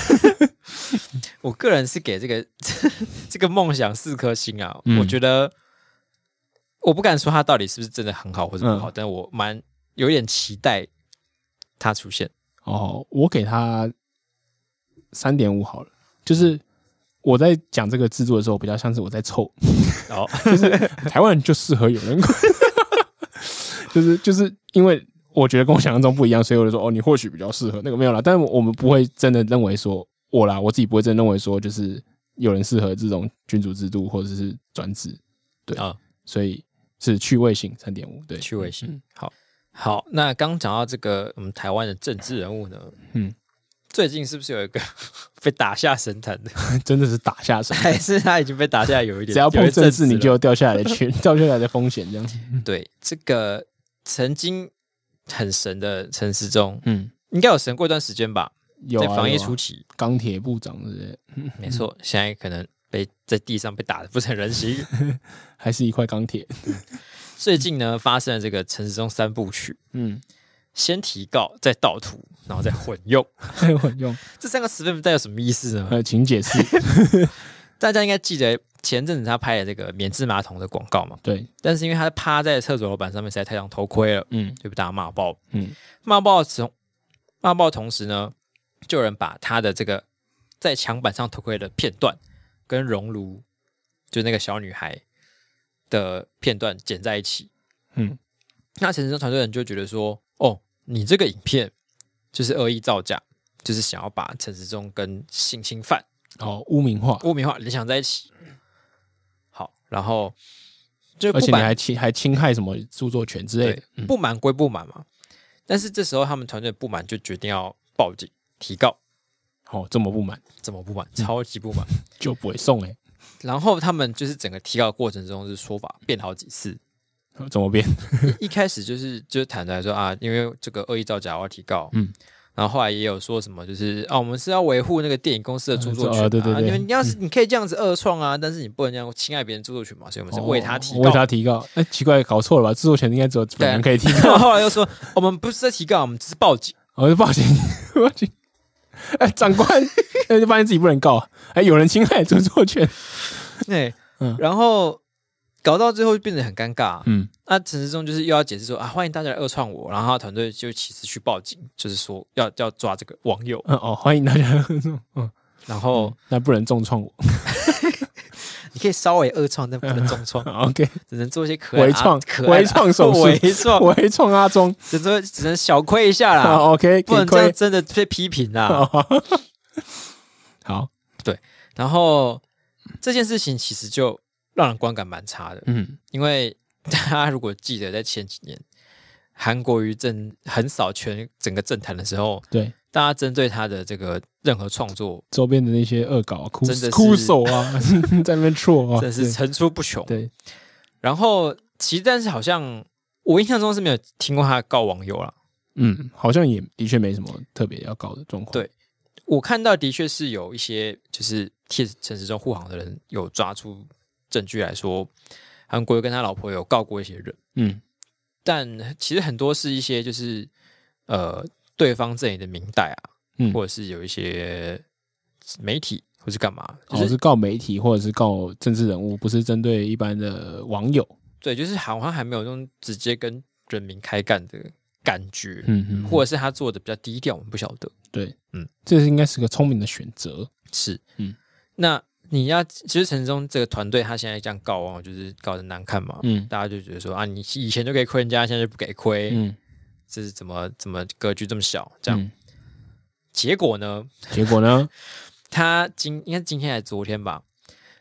[SPEAKER 1] 我个人是给这个 这个梦想四颗星啊，
[SPEAKER 2] 嗯
[SPEAKER 1] 我觉得我不敢说它到底是不是真的很好或者不
[SPEAKER 2] 嗯
[SPEAKER 1] 好，但我蛮有点期待它出现。
[SPEAKER 2] 哦，我给他三点五好了，就是。我在讲这个制作的时候，比较像是我在凑
[SPEAKER 1] 哦，
[SPEAKER 2] 台湾人就适合有人 管，就是就是因为我觉得跟我想象中不一样，所以我就说哦，你或许比较适合那个没有啦，但我们不会真的认为说我啦，我自己不会真的认为说就是有人适合这种君主制度或者是专制，对
[SPEAKER 1] 啊，
[SPEAKER 2] 所以是趣味性三点五，对，
[SPEAKER 1] 趣味性
[SPEAKER 2] 嗯
[SPEAKER 1] 好好，那刚讲到这个我们台湾的政治人物呢，
[SPEAKER 2] 嗯，
[SPEAKER 1] 最近是不是有一个 被打下神坛的？
[SPEAKER 2] 哎真的是打下神，
[SPEAKER 1] 还是他已经被打下来 有一 点？
[SPEAKER 2] 只要
[SPEAKER 1] 有
[SPEAKER 2] 碰
[SPEAKER 1] 一阵
[SPEAKER 2] 政
[SPEAKER 1] 子
[SPEAKER 2] 治你
[SPEAKER 1] 了嗯
[SPEAKER 2] 就有 掉下来的权，掉下来的风险这样，
[SPEAKER 1] 对这个曾经很神的陈时中，
[SPEAKER 2] 嗯，
[SPEAKER 1] 应该有神过一段时间吧，
[SPEAKER 2] 有
[SPEAKER 1] 在
[SPEAKER 2] 啊
[SPEAKER 1] 防疫
[SPEAKER 2] 有啊
[SPEAKER 1] 初期，
[SPEAKER 2] 钢铁部长之类的，
[SPEAKER 1] 没错， 现在可能被在地上被打的不成人形。
[SPEAKER 2] 还是一块钢铁，
[SPEAKER 1] 最近呢，发生了这个陈时中三部曲，
[SPEAKER 2] 嗯，
[SPEAKER 1] 先提告，再盗图，然后再混用，
[SPEAKER 2] 还有很用，
[SPEAKER 1] 这三个词分别代表什么意思呢？
[SPEAKER 2] 呃，请 解释，
[SPEAKER 1] 大家应该记得前阵子他拍的这个免治马桶的广告嘛，
[SPEAKER 2] 对，
[SPEAKER 1] 但是因为他趴在厕所楼板上面实在太像头盔了，
[SPEAKER 2] 嗯
[SPEAKER 1] 就被大家骂爆。
[SPEAKER 2] 嗯。
[SPEAKER 1] 骂爆从骂爆同时呢，就有人把他的这个在墙板上头盔的片段跟熔炉，就那个小女孩的片段剪在一起。
[SPEAKER 2] 嗯，
[SPEAKER 1] 那陈时中团队人就觉得说，哦，你这个影片就是恶意造假，就是想要把陈时中跟性侵犯
[SPEAKER 2] 哦，污名化，
[SPEAKER 1] 污名化联想在一起。好，然后就
[SPEAKER 2] 而
[SPEAKER 1] 不
[SPEAKER 2] 且你
[SPEAKER 1] 满
[SPEAKER 2] 还侵还侵害什么著作权之类的
[SPEAKER 1] 对，，不满归不满嘛，但是这时候他们团队不满就决定要报警提告。
[SPEAKER 2] 哦，这么不满
[SPEAKER 1] 怎么不
[SPEAKER 2] 嗯
[SPEAKER 1] 满？超级不满。
[SPEAKER 2] 就不会送哎、
[SPEAKER 1] 然后他们就是整个提告过程中，就是说法变好几 次。
[SPEAKER 2] 欸，怎么变？
[SPEAKER 1] 一一开始就是就是坦白说啊，因为这个恶意造假，我要提告。
[SPEAKER 2] 嗯。
[SPEAKER 1] 然后后来也有说什么，就是啊，我们是要维护那个电影公司的著作权、啊
[SPEAKER 2] 呃对对对
[SPEAKER 1] 你们你要是你可以这样子二创啊，但是你不能这样侵害别人著作权嘛，所以我们是为他提
[SPEAKER 2] 哦
[SPEAKER 1] 告。
[SPEAKER 2] 为他提告，哎、奇怪，搞错了吧？著作权应该只有本人可以提
[SPEAKER 1] 然后
[SPEAKER 2] 告，哦
[SPEAKER 1] 后来又说，我们不是在提告，我们只是报警。
[SPEAKER 2] 我就报 警，报警。哎、长官， 哎就发现自己不能告，哎、有人侵害著作权，
[SPEAKER 1] 对，
[SPEAKER 2] 嗯
[SPEAKER 1] 然后搞到最后就变得很尴尬、
[SPEAKER 2] 嗯，
[SPEAKER 1] 那陈时中就是又要解释说啊，欢迎大家来恶创我，然后他团队就其实去报警，就是说要要抓这个网友，
[SPEAKER 2] 嗯哦，欢迎大家合作，嗯，
[SPEAKER 1] 然后
[SPEAKER 2] 那不能重创我
[SPEAKER 1] 你可以稍微恶创，但不能重 创，
[SPEAKER 2] ，OK，
[SPEAKER 1] 只能做一些可爱的啊
[SPEAKER 2] 微创
[SPEAKER 1] 可爱的
[SPEAKER 2] 微创手术
[SPEAKER 1] 微创，
[SPEAKER 2] 我会创阿忠，
[SPEAKER 1] 只能只能小亏一下啦，
[SPEAKER 2] 好，OK，
[SPEAKER 1] 不
[SPEAKER 2] 给
[SPEAKER 1] 能这样
[SPEAKER 2] 亏，
[SPEAKER 1] 真的被批评啦。
[SPEAKER 2] 好， 好，
[SPEAKER 1] 然后这件事情其实就让人观感蛮差的，
[SPEAKER 2] 嗯，
[SPEAKER 1] 因为 大家如果记得在前几年韩国瑜政横扫全整个政坛的时候，
[SPEAKER 2] 对，
[SPEAKER 1] 大家针对他的这个任何创作
[SPEAKER 2] 周边的那些恶搞、啊哭
[SPEAKER 1] 真的是
[SPEAKER 2] 哭手啊， 在那边戳啊，
[SPEAKER 1] 真是层出不穷。
[SPEAKER 2] 对，
[SPEAKER 1] 然后其实但是好像我印象中是没有听过他告网友啦。
[SPEAKER 2] 嗯，好像也的确没什么特别要搞的状况。
[SPEAKER 1] 对我看到的确是有一些就是替陈时中护航的人有抓出证据来说，韩国瑜跟他老婆有告过一些人，
[SPEAKER 2] 嗯，
[SPEAKER 1] 但其实很多是一些就是呃对方阵营的明代啊，
[SPEAKER 2] 嗯
[SPEAKER 1] 或者是有一些媒体或是干嘛，
[SPEAKER 2] 哦
[SPEAKER 1] 就是、
[SPEAKER 2] 是告媒体或者是告政治人物，不是针对一般的网友。
[SPEAKER 1] 对，就是好像还没有那种直接跟人民开干的感觉，
[SPEAKER 2] 嗯嗯，
[SPEAKER 1] 或者是他做的比较低调，我们不晓得。
[SPEAKER 2] 对，
[SPEAKER 1] 嗯
[SPEAKER 2] 嗯，这是应该是个聪明的选择。
[SPEAKER 1] 是，
[SPEAKER 2] 嗯，
[SPEAKER 1] 那你要其实陈忠这个团队，他现在这样告哦，就是搞得难看嘛，
[SPEAKER 2] 嗯
[SPEAKER 1] 大家就觉得说啊，你以前就可以亏人家，现在就不给亏，
[SPEAKER 2] 嗯，
[SPEAKER 1] 这是怎么怎么格局这么小？这样、
[SPEAKER 2] 嗯
[SPEAKER 1] 结果呢，
[SPEAKER 2] 结果呢？
[SPEAKER 1] 他今应该是今天还是昨天吧，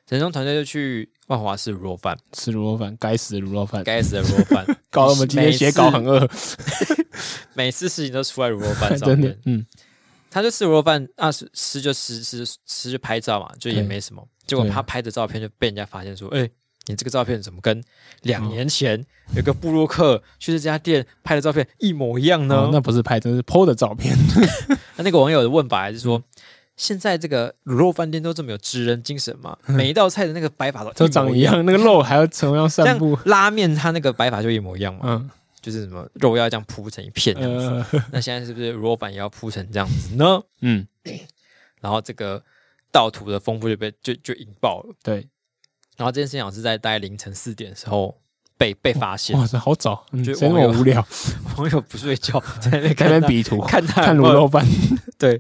[SPEAKER 1] 陈忠团队就去万华市卤肉 饭，
[SPEAKER 2] 吃卤肉饭，该死的卤肉饭，，
[SPEAKER 1] 该死的卤肉饭
[SPEAKER 2] 搞得我们今天写稿很
[SPEAKER 1] 每次
[SPEAKER 2] 饿，
[SPEAKER 1] 每次事情都出在卤肉饭上
[SPEAKER 2] 真的
[SPEAKER 1] 面，。
[SPEAKER 2] 嗯，
[SPEAKER 1] 他就吃卤肉饭啊，吃吃就吃吃吃就拍照嘛，就也
[SPEAKER 2] 对
[SPEAKER 1] 没什么。结果
[SPEAKER 2] 对
[SPEAKER 1] 他拍的照片就被人家发现说，哎、你这个照片怎么跟两年前
[SPEAKER 2] 嗯
[SPEAKER 1] 有个布洛克去这家店拍的照
[SPEAKER 2] 哦
[SPEAKER 1] 片一模一样呢？
[SPEAKER 2] 哦那不是拍，真是 PO 的照片。嗯
[SPEAKER 1] 那那个网友的问法还是说，现在这个卤肉饭店都这么有职人精神嘛，每一道菜的那个摆法都
[SPEAKER 2] 嗯都
[SPEAKER 1] 一模
[SPEAKER 2] 长一
[SPEAKER 1] 样，
[SPEAKER 2] 样，那个肉还要同样散
[SPEAKER 1] 像
[SPEAKER 2] 布，
[SPEAKER 1] 拉面它那个摆法就一模一样嘛，
[SPEAKER 2] 嗯
[SPEAKER 1] 就是什么肉要这样铺成一片这样子。
[SPEAKER 2] 呃
[SPEAKER 1] 那现在是不是卤肉饭也要铺成这样子呢？
[SPEAKER 2] 嗯，
[SPEAKER 1] 然后这个盗图的风波就被就就引爆了。
[SPEAKER 2] 对，
[SPEAKER 1] 然后这件事情好像是在大概凌晨四点的时候被被发现，
[SPEAKER 2] 哇塞，好早，嗯，
[SPEAKER 1] 就
[SPEAKER 2] 真的
[SPEAKER 1] 网友
[SPEAKER 2] 好无聊，
[SPEAKER 1] 网友不睡 觉在那边
[SPEAKER 2] 在
[SPEAKER 1] 看
[SPEAKER 2] 那
[SPEAKER 1] 他
[SPEAKER 2] 边比图，
[SPEAKER 1] 看他
[SPEAKER 2] 看
[SPEAKER 1] 有没
[SPEAKER 2] 卤
[SPEAKER 1] 有
[SPEAKER 2] 肉 饭，
[SPEAKER 1] 对，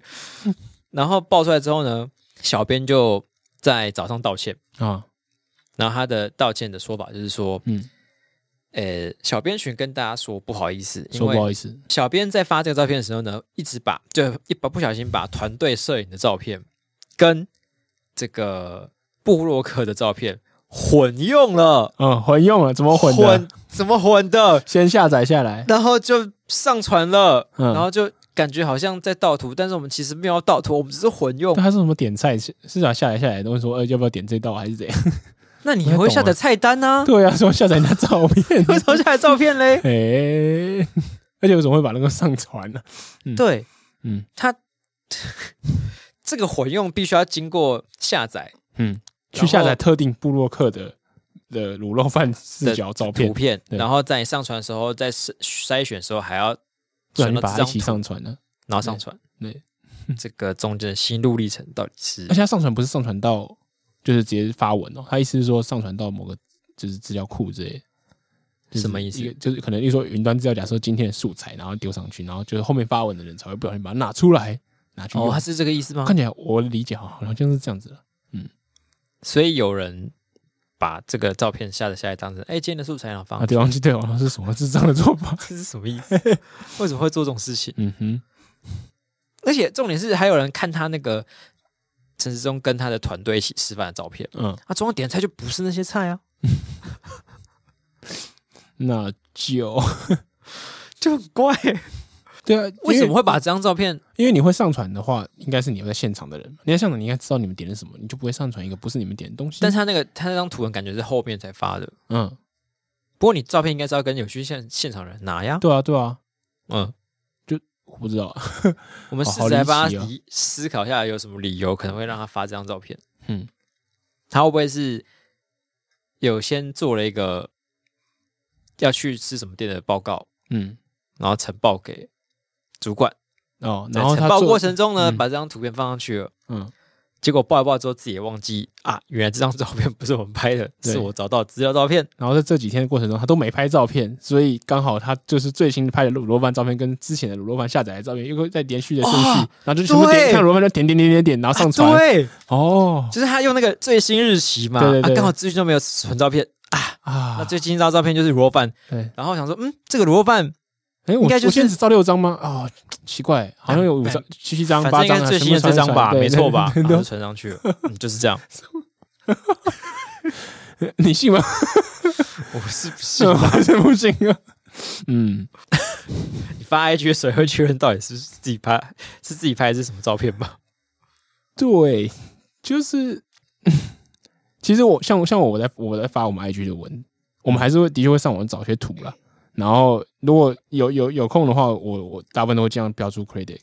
[SPEAKER 1] 然后爆出来之后呢，小编就在早上道歉，
[SPEAKER 2] 啊，
[SPEAKER 1] 然后他的道歉的说法就是说，
[SPEAKER 2] 嗯，
[SPEAKER 1] 呃，小编群跟大家说不好意思，因
[SPEAKER 2] 说不好
[SPEAKER 1] 为
[SPEAKER 2] 意思，
[SPEAKER 1] 小编在发这个照片的时候呢，一直把就一把不小心把团队摄影的照片跟这个布洛克的照片混用了，
[SPEAKER 2] 嗯，混用了，怎么混
[SPEAKER 1] 混
[SPEAKER 2] 的？
[SPEAKER 1] 怎么混的？
[SPEAKER 2] 先下载下来，
[SPEAKER 1] 然后就上传了，
[SPEAKER 2] 嗯
[SPEAKER 1] 然后就感觉好像在盗图，但是我们其实没有要盗图，我们只是混用。
[SPEAKER 2] 那他是什么点菜？是是啊，下载下来都会说，呃，要不要点这道还是怎样？
[SPEAKER 1] 那你
[SPEAKER 2] 我
[SPEAKER 1] 还
[SPEAKER 2] 也
[SPEAKER 1] 会
[SPEAKER 2] 懂
[SPEAKER 1] 下载
[SPEAKER 2] 了
[SPEAKER 1] 菜单呢、
[SPEAKER 2] 对啊，说下载你的照 片，
[SPEAKER 1] 为什 么下载照片嘞？
[SPEAKER 2] 哎，而且我怎么会把那个上传呢？
[SPEAKER 1] 对，
[SPEAKER 2] 嗯
[SPEAKER 1] 它 这个混用必须要经过下载
[SPEAKER 2] 嗯，
[SPEAKER 1] 然后
[SPEAKER 2] 去下载特定部落客的的卤肉饭视角照
[SPEAKER 1] 图
[SPEAKER 2] 片，
[SPEAKER 1] 片，
[SPEAKER 2] 对
[SPEAKER 1] 然后在你上传的时候，在筛筛选的时候还要
[SPEAKER 2] 不
[SPEAKER 1] 选
[SPEAKER 2] 然啊你
[SPEAKER 1] 到这
[SPEAKER 2] 把它一
[SPEAKER 1] 张
[SPEAKER 2] 起
[SPEAKER 1] 图，
[SPEAKER 2] 上传呢？
[SPEAKER 1] 然后上传。
[SPEAKER 2] 对，
[SPEAKER 1] 这个中间的心路历程到底是
[SPEAKER 2] 而且它上传不是上传到，就是直接发文哦，他意思是说上传到某个就是资料库之类的。就是
[SPEAKER 1] 什么意思
[SPEAKER 2] 一个就是可能，例如说云端资料，假设今天的素材，然后丢上去，然后就是后面发文的人才会不小心把它拿出来，拿去用。
[SPEAKER 1] 哦，它是这个意思吗？
[SPEAKER 2] 看起来我理解好好像是这样子了。
[SPEAKER 1] 所以有人把这个照片下载下来当成哎今天的素材然后放
[SPEAKER 2] 啊，，对，忘记对，好像是什么智障的 做法。
[SPEAKER 1] 这是什么意思？为什么会做这种事情？
[SPEAKER 2] 嗯哼，
[SPEAKER 1] 而且重点是还有人看他那个陈时中跟他的团队一起吃饭的照片。
[SPEAKER 2] 嗯，
[SPEAKER 1] 啊，中央点菜就不是那些菜啊，
[SPEAKER 2] 那就
[SPEAKER 1] 就很怪。
[SPEAKER 2] 对啊，
[SPEAKER 1] 为什么
[SPEAKER 2] 会？
[SPEAKER 1] 会把这张照片？
[SPEAKER 2] 因嗯为你会上传的话，应该是你会在现场的人嘛。你在现场，你应该知道你们点了什么，你就不会上传一个不是你们点的东西。
[SPEAKER 1] 但是他那个他那张图文感觉是后面才发的。
[SPEAKER 2] 嗯，
[SPEAKER 1] 不过你照片应该是要跟有去现现场人拿呀。
[SPEAKER 2] 对啊，对啊，
[SPEAKER 1] 嗯，
[SPEAKER 2] 我不知道。
[SPEAKER 1] 我们
[SPEAKER 2] 哦
[SPEAKER 1] 试
[SPEAKER 2] 好
[SPEAKER 1] 着来
[SPEAKER 2] 离
[SPEAKER 1] 帮
[SPEAKER 2] 奇
[SPEAKER 1] 他
[SPEAKER 2] 哦
[SPEAKER 1] 理思考一下，有什么理由可能会让他发这张照片？
[SPEAKER 2] 嗯，
[SPEAKER 1] 他会不会是有先做了一个要去吃什么店的报告，
[SPEAKER 2] 嗯，
[SPEAKER 1] 然后呈报给主管，
[SPEAKER 2] 哦，
[SPEAKER 1] 在
[SPEAKER 2] 然后
[SPEAKER 1] 呈
[SPEAKER 2] 他
[SPEAKER 1] 报
[SPEAKER 2] 做
[SPEAKER 1] 过程中呢，
[SPEAKER 2] 嗯
[SPEAKER 1] 把这张图片放上去了。
[SPEAKER 2] 嗯
[SPEAKER 1] 结果报一报之后，自己也忘记啊，原来这张照片不是我们拍的，
[SPEAKER 2] 对
[SPEAKER 1] 是我找到资料照片。
[SPEAKER 2] 然后在这几天的过程中，他都没拍照片，所以刚好他就是最新拍的卤肉饭照片跟之前的卤肉饭下载的照片，又会在连续的顺序，
[SPEAKER 1] 哦
[SPEAKER 2] 然后就全部
[SPEAKER 1] 对
[SPEAKER 2] 点看卤肉饭就点点点点点，然后上传。
[SPEAKER 1] 啊对，
[SPEAKER 2] 哦
[SPEAKER 1] 就是他用那个最新日期嘛，
[SPEAKER 2] 对对对
[SPEAKER 1] 啊，刚好最近都没有存照片啊。
[SPEAKER 2] 啊，
[SPEAKER 1] 那最近一张照片就是卤肉饭，
[SPEAKER 2] 对，
[SPEAKER 1] 然后我想说，嗯，这个卤肉饭
[SPEAKER 2] 哎，我
[SPEAKER 1] 应该就是哎
[SPEAKER 2] 我现在只照六张吗？啊，奇怪，好像有五张、七七张、
[SPEAKER 1] 反
[SPEAKER 2] 八
[SPEAKER 1] 正应
[SPEAKER 2] 张
[SPEAKER 1] 该
[SPEAKER 2] 啊，
[SPEAKER 1] 是最新的
[SPEAKER 2] 全
[SPEAKER 1] 这
[SPEAKER 2] 部传
[SPEAKER 1] 张吧，
[SPEAKER 2] 出来
[SPEAKER 1] 没错吧？
[SPEAKER 2] 对
[SPEAKER 1] 然
[SPEAKER 2] 对
[SPEAKER 1] 后就
[SPEAKER 2] 对
[SPEAKER 1] 存上去了，嗯，就是 这样。
[SPEAKER 2] 对你信吗？
[SPEAKER 1] 我是不是
[SPEAKER 2] 是 还是不行啊？嗯，
[SPEAKER 1] 你发 IG 的时候会确认到底是不是自己拍，是自己拍的是什么照片吧？
[SPEAKER 2] 对，就是，其实我像像我在我在发我们 IG 的文，我们还是会的确会上网找一些图啦。然后如果有有有空的话，我我大部分都会这样标注 credit，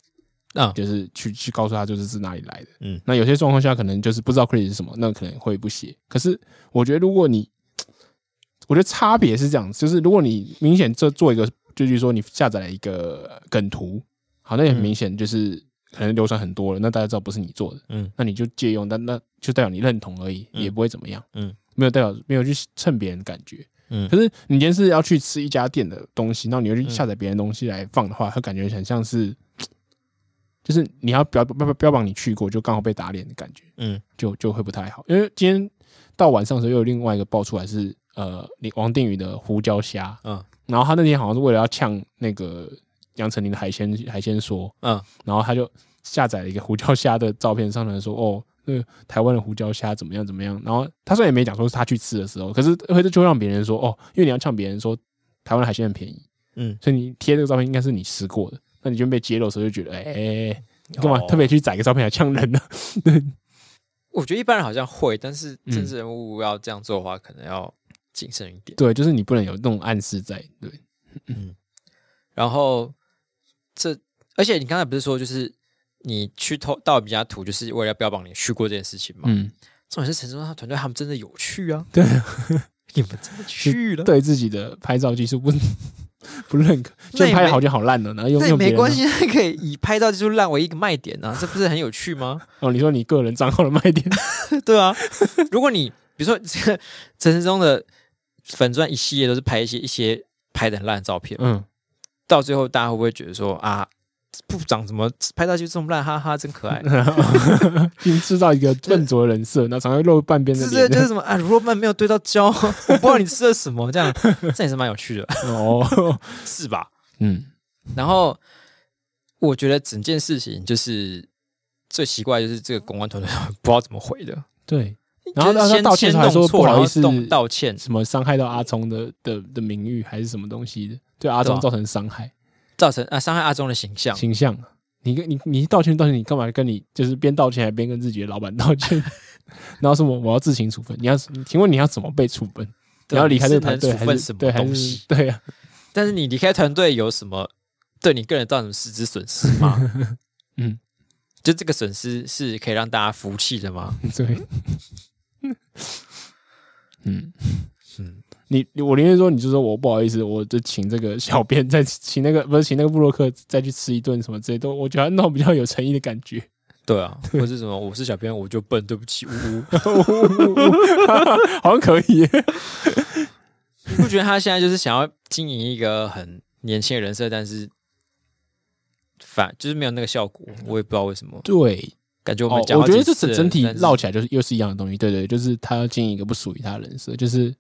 [SPEAKER 1] 嗯
[SPEAKER 2] 就是去去告诉他就是是哪里来的。
[SPEAKER 1] 嗯，
[SPEAKER 2] 那有些状况下可能就是不知道 credit 是什么，那可能会不写。可是我觉得如果你，我觉得差别是这样子，就是如果你明显这做一个，就是说你下载了一个梗图，好，那也
[SPEAKER 1] 嗯
[SPEAKER 2] 很明显就是可能流传很多了，那大家知道不是你做的，
[SPEAKER 1] 嗯，
[SPEAKER 2] 那你就借用，但那就代表你认同而已，
[SPEAKER 1] 嗯
[SPEAKER 2] 也不会怎么样，
[SPEAKER 1] 嗯，
[SPEAKER 2] 没有代表没有去蹭别人的感觉，
[SPEAKER 1] 嗯
[SPEAKER 2] 可是你今天是要去吃一家店的东西，然后你又去
[SPEAKER 1] 嗯
[SPEAKER 2] 下载别人的东西来放的话，它感觉很像是，就是你要标标标榜你去过，就刚好被打脸的感觉，
[SPEAKER 1] 嗯
[SPEAKER 2] 就就会不太好。因为今天到晚上的时候，又有另外一个爆出来是呃，你王定宇的胡椒虾，
[SPEAKER 1] 嗯
[SPEAKER 2] 然后他那天好像是为了要呛那个杨丞琳的海鲜海鲜说，
[SPEAKER 1] 嗯，
[SPEAKER 2] 然后他就下载了一个胡椒虾的照片上传说，哦，那个台湾的胡椒虾怎么样怎么样。然后他虽然也没讲说是他去吃的时候，可是会就会让别人说，哦，因为你要呛别人说台湾的海鲜很便宜，
[SPEAKER 1] 嗯，
[SPEAKER 2] 所以你贴这个照片应该是你吃过的。那你就被揭露的时候就觉得，哎、哎你干嘛
[SPEAKER 1] 哦
[SPEAKER 2] 特别去载个照片来呛人呢、
[SPEAKER 1] 我觉得一般人好像会，但是
[SPEAKER 2] 嗯
[SPEAKER 1] 政治人物要这样做的话，可能要谨慎一点。
[SPEAKER 2] 对，就是你不能有那种暗示在，对，
[SPEAKER 1] 然后这，而且你刚才不是说，就是你去偷盗别人家图，就是为了标榜你去过这件事情嘛。
[SPEAKER 2] 嗯，
[SPEAKER 1] 重点是陈忠他团队他们真的有去啊，
[SPEAKER 2] 对，
[SPEAKER 1] 你们真的去了，
[SPEAKER 2] 对自己的拍照技术不 不认可，
[SPEAKER 1] 那
[SPEAKER 2] 就
[SPEAKER 1] 也
[SPEAKER 2] 拍
[SPEAKER 1] 没
[SPEAKER 2] 得好就好烂了，然后用
[SPEAKER 1] 那也
[SPEAKER 2] 用别
[SPEAKER 1] 没
[SPEAKER 2] 人啊
[SPEAKER 1] 关
[SPEAKER 2] 的
[SPEAKER 1] 系，那可以以拍照技术烂为一个卖点啊，这不是很有趣 吗？
[SPEAKER 2] 哦。你说你个人账号的卖 点，
[SPEAKER 1] 对啊，如果你比如说 这个陈世忠的粉钻一系列都是拍一些一些拍的很烂的照片，
[SPEAKER 2] 嗯，
[SPEAKER 1] 到最后大家会不会觉得说啊，部长怎么拍照就这么烂，哈哈，真可 爱。
[SPEAKER 2] 并制造一个笨拙的人设，然后常常露半边的
[SPEAKER 1] 这
[SPEAKER 2] 脸，
[SPEAKER 1] 就是什么啊？卤肉饭没有对到焦，我不知道你吃了什么， 这样这也是蛮有趣的，
[SPEAKER 2] 哦，
[SPEAKER 1] 是吧？
[SPEAKER 2] 嗯
[SPEAKER 1] 然后我觉得整件事情就是最奇怪，就是这个公关团队 不知道怎么回的，
[SPEAKER 2] 对，然后
[SPEAKER 1] 就
[SPEAKER 2] 他
[SPEAKER 1] 是
[SPEAKER 2] 他
[SPEAKER 1] 先
[SPEAKER 2] 道歉
[SPEAKER 1] 先
[SPEAKER 2] 还
[SPEAKER 1] 弄
[SPEAKER 2] 说
[SPEAKER 1] 错
[SPEAKER 2] 不好
[SPEAKER 1] 然后
[SPEAKER 2] 意思
[SPEAKER 1] 动道歉，
[SPEAKER 2] 什么伤害到阿聪的的的名誉还是什么东西的，对阿
[SPEAKER 1] 对
[SPEAKER 2] 聪
[SPEAKER 1] 啊
[SPEAKER 2] 造成伤害
[SPEAKER 1] 造成啊伤害阿忠的形象。
[SPEAKER 2] 形象。你跟你你道歉道歉，你干嘛跟你就是边道歉还边跟自己的老板道歉？ 然后什么我要自行处分？你要请问你要怎么被处分？你
[SPEAKER 1] 对啊
[SPEAKER 2] 要离开这个
[SPEAKER 1] 你是能
[SPEAKER 2] 团队
[SPEAKER 1] 处
[SPEAKER 2] 还
[SPEAKER 1] 分
[SPEAKER 2] 是
[SPEAKER 1] 什
[SPEAKER 2] 对
[SPEAKER 1] 么
[SPEAKER 2] 还
[SPEAKER 1] 东
[SPEAKER 2] 是
[SPEAKER 1] 西？
[SPEAKER 2] 对啊？
[SPEAKER 1] 但是你离开团队有什么对你个人造成实质损失吗？
[SPEAKER 2] 嗯，
[SPEAKER 1] 就这个损失是可以让大家服气的吗？
[SPEAKER 2] 对， 嗯
[SPEAKER 1] 嗯
[SPEAKER 2] 嗯，你你我宁愿说，你就说我不好意思，我就请这个小编再请那个不是请那个布洛克再去吃一顿什么之类都，我觉得那种比较有诚意的感觉。
[SPEAKER 1] 对啊，或是什么？我是小编，我就笨，对不起，呜呜。
[SPEAKER 2] 好像可以 耶，
[SPEAKER 1] 你不觉得他现在就是想要经营一个很年轻的人设，但是反就是没有那个效果？我也不知道为什么，
[SPEAKER 2] 对，
[SPEAKER 1] 感觉我
[SPEAKER 2] 哦
[SPEAKER 1] 们，讲、
[SPEAKER 2] 我觉得这整整体
[SPEAKER 1] 绕
[SPEAKER 2] 绕起来就是又是一样的东西，对对，就是他要经营一个不属于他的人设，就是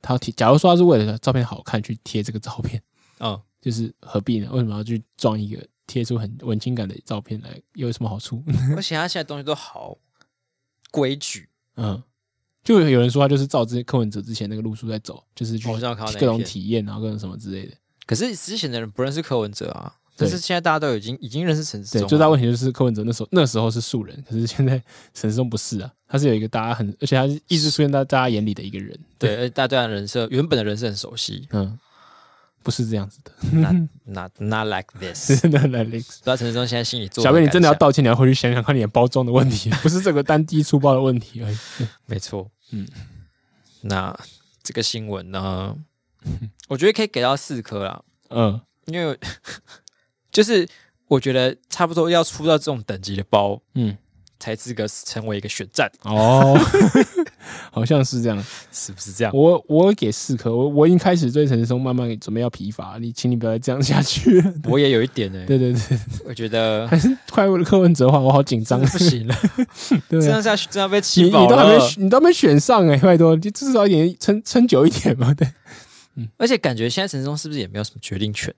[SPEAKER 2] 他要贴，假如说他是为了照片好看去贴这个照片，
[SPEAKER 1] 嗯，
[SPEAKER 2] 就是何必呢？为什么要去装一个贴出很文青感的照片来？有什么好处？
[SPEAKER 1] 而且他现在东西都好规矩，
[SPEAKER 2] 嗯，就有人说他就是照之柯文哲之前那个路数在走，就是去
[SPEAKER 1] 哦我好像有看到那一
[SPEAKER 2] 各种
[SPEAKER 1] 篇
[SPEAKER 2] 体验，然后各种什么之类的。
[SPEAKER 1] 可是之前的人不认识柯文哲啊，
[SPEAKER 2] 对
[SPEAKER 1] 但是现在大家都已经已经认识陈志
[SPEAKER 2] 对，
[SPEAKER 1] 忠了，
[SPEAKER 2] 最大问题就是柯文哲那时候那时候是素人，可是现在沈世忠不是啊，他是有一个大家很，而且他是一直出现在大家眼里的一个人。
[SPEAKER 1] 对，，而且大家对他的人设原本的人设很熟 悉
[SPEAKER 2] 嗯，不是这样子的。
[SPEAKER 1] ，not not like this。
[SPEAKER 2] 真的很难 Alex
[SPEAKER 1] 不知道陈志忠现在心里做
[SPEAKER 2] 小
[SPEAKER 1] 何
[SPEAKER 2] 贝，你
[SPEAKER 1] 感
[SPEAKER 2] 真的要
[SPEAKER 1] 想
[SPEAKER 2] 道歉，你要回去想想看你的包装的 问题，不是这个单一粗暴的问题而已。
[SPEAKER 1] 没错，嗯
[SPEAKER 2] 嗯，
[SPEAKER 1] 那这个新闻呢， 我觉得可以给到四颗啦，
[SPEAKER 2] 嗯，
[SPEAKER 1] 因为 就是我觉得差不多要出到这种等级的包，
[SPEAKER 2] 嗯，
[SPEAKER 1] 才资格成为一个选战，
[SPEAKER 2] 哦， 好像是这样。
[SPEAKER 1] 是不是这样？
[SPEAKER 2] 我我给四颗，我我已经开始对陈世忠慢慢准备要疲乏，你请你不要再这样下去。
[SPEAKER 1] 我也有一点呢、欸
[SPEAKER 2] 对对对，
[SPEAKER 1] 我觉得
[SPEAKER 2] 还是快问柯文哲的话，我好紧
[SPEAKER 1] 真
[SPEAKER 2] 张
[SPEAKER 1] 的。不行了，这
[SPEAKER 2] 对啊
[SPEAKER 1] 样，下去真的要被
[SPEAKER 2] 你
[SPEAKER 1] 气
[SPEAKER 2] 你
[SPEAKER 1] 爆
[SPEAKER 2] 都还没
[SPEAKER 1] 了。
[SPEAKER 2] 选你都还没选上哎、拜托，你至少一点撑撑久一点嘛。对，
[SPEAKER 1] 而且感觉现在陈志忠是不是也没有什么决定权？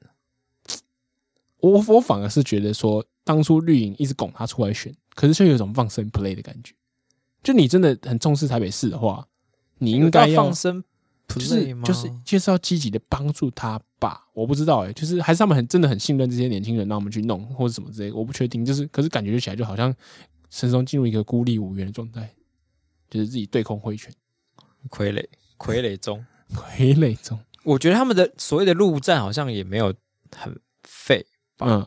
[SPEAKER 2] 我我反而是觉得说，当初绿营一直拱他出来选，可是却有一种放生 play 的感觉。就你真的很重视台北市的话，你应该
[SPEAKER 1] 有
[SPEAKER 2] 要
[SPEAKER 1] 到放生
[SPEAKER 2] 就
[SPEAKER 1] play
[SPEAKER 2] 是
[SPEAKER 1] 吗，
[SPEAKER 2] 就是就是要积极的帮助他吧。我不知道哎、就是还是他们很真的很信任这些年轻人，让我们去弄或者什么之类的，我不确定。就是可是感觉就起来就好像神松进入一个孤立无援的状态，就是自己对空挥拳，
[SPEAKER 1] 傀儡傀儡中。
[SPEAKER 2] 傀儡中。
[SPEAKER 1] 我觉得他们的所谓的陆战好像也没有很废，
[SPEAKER 2] 嗯，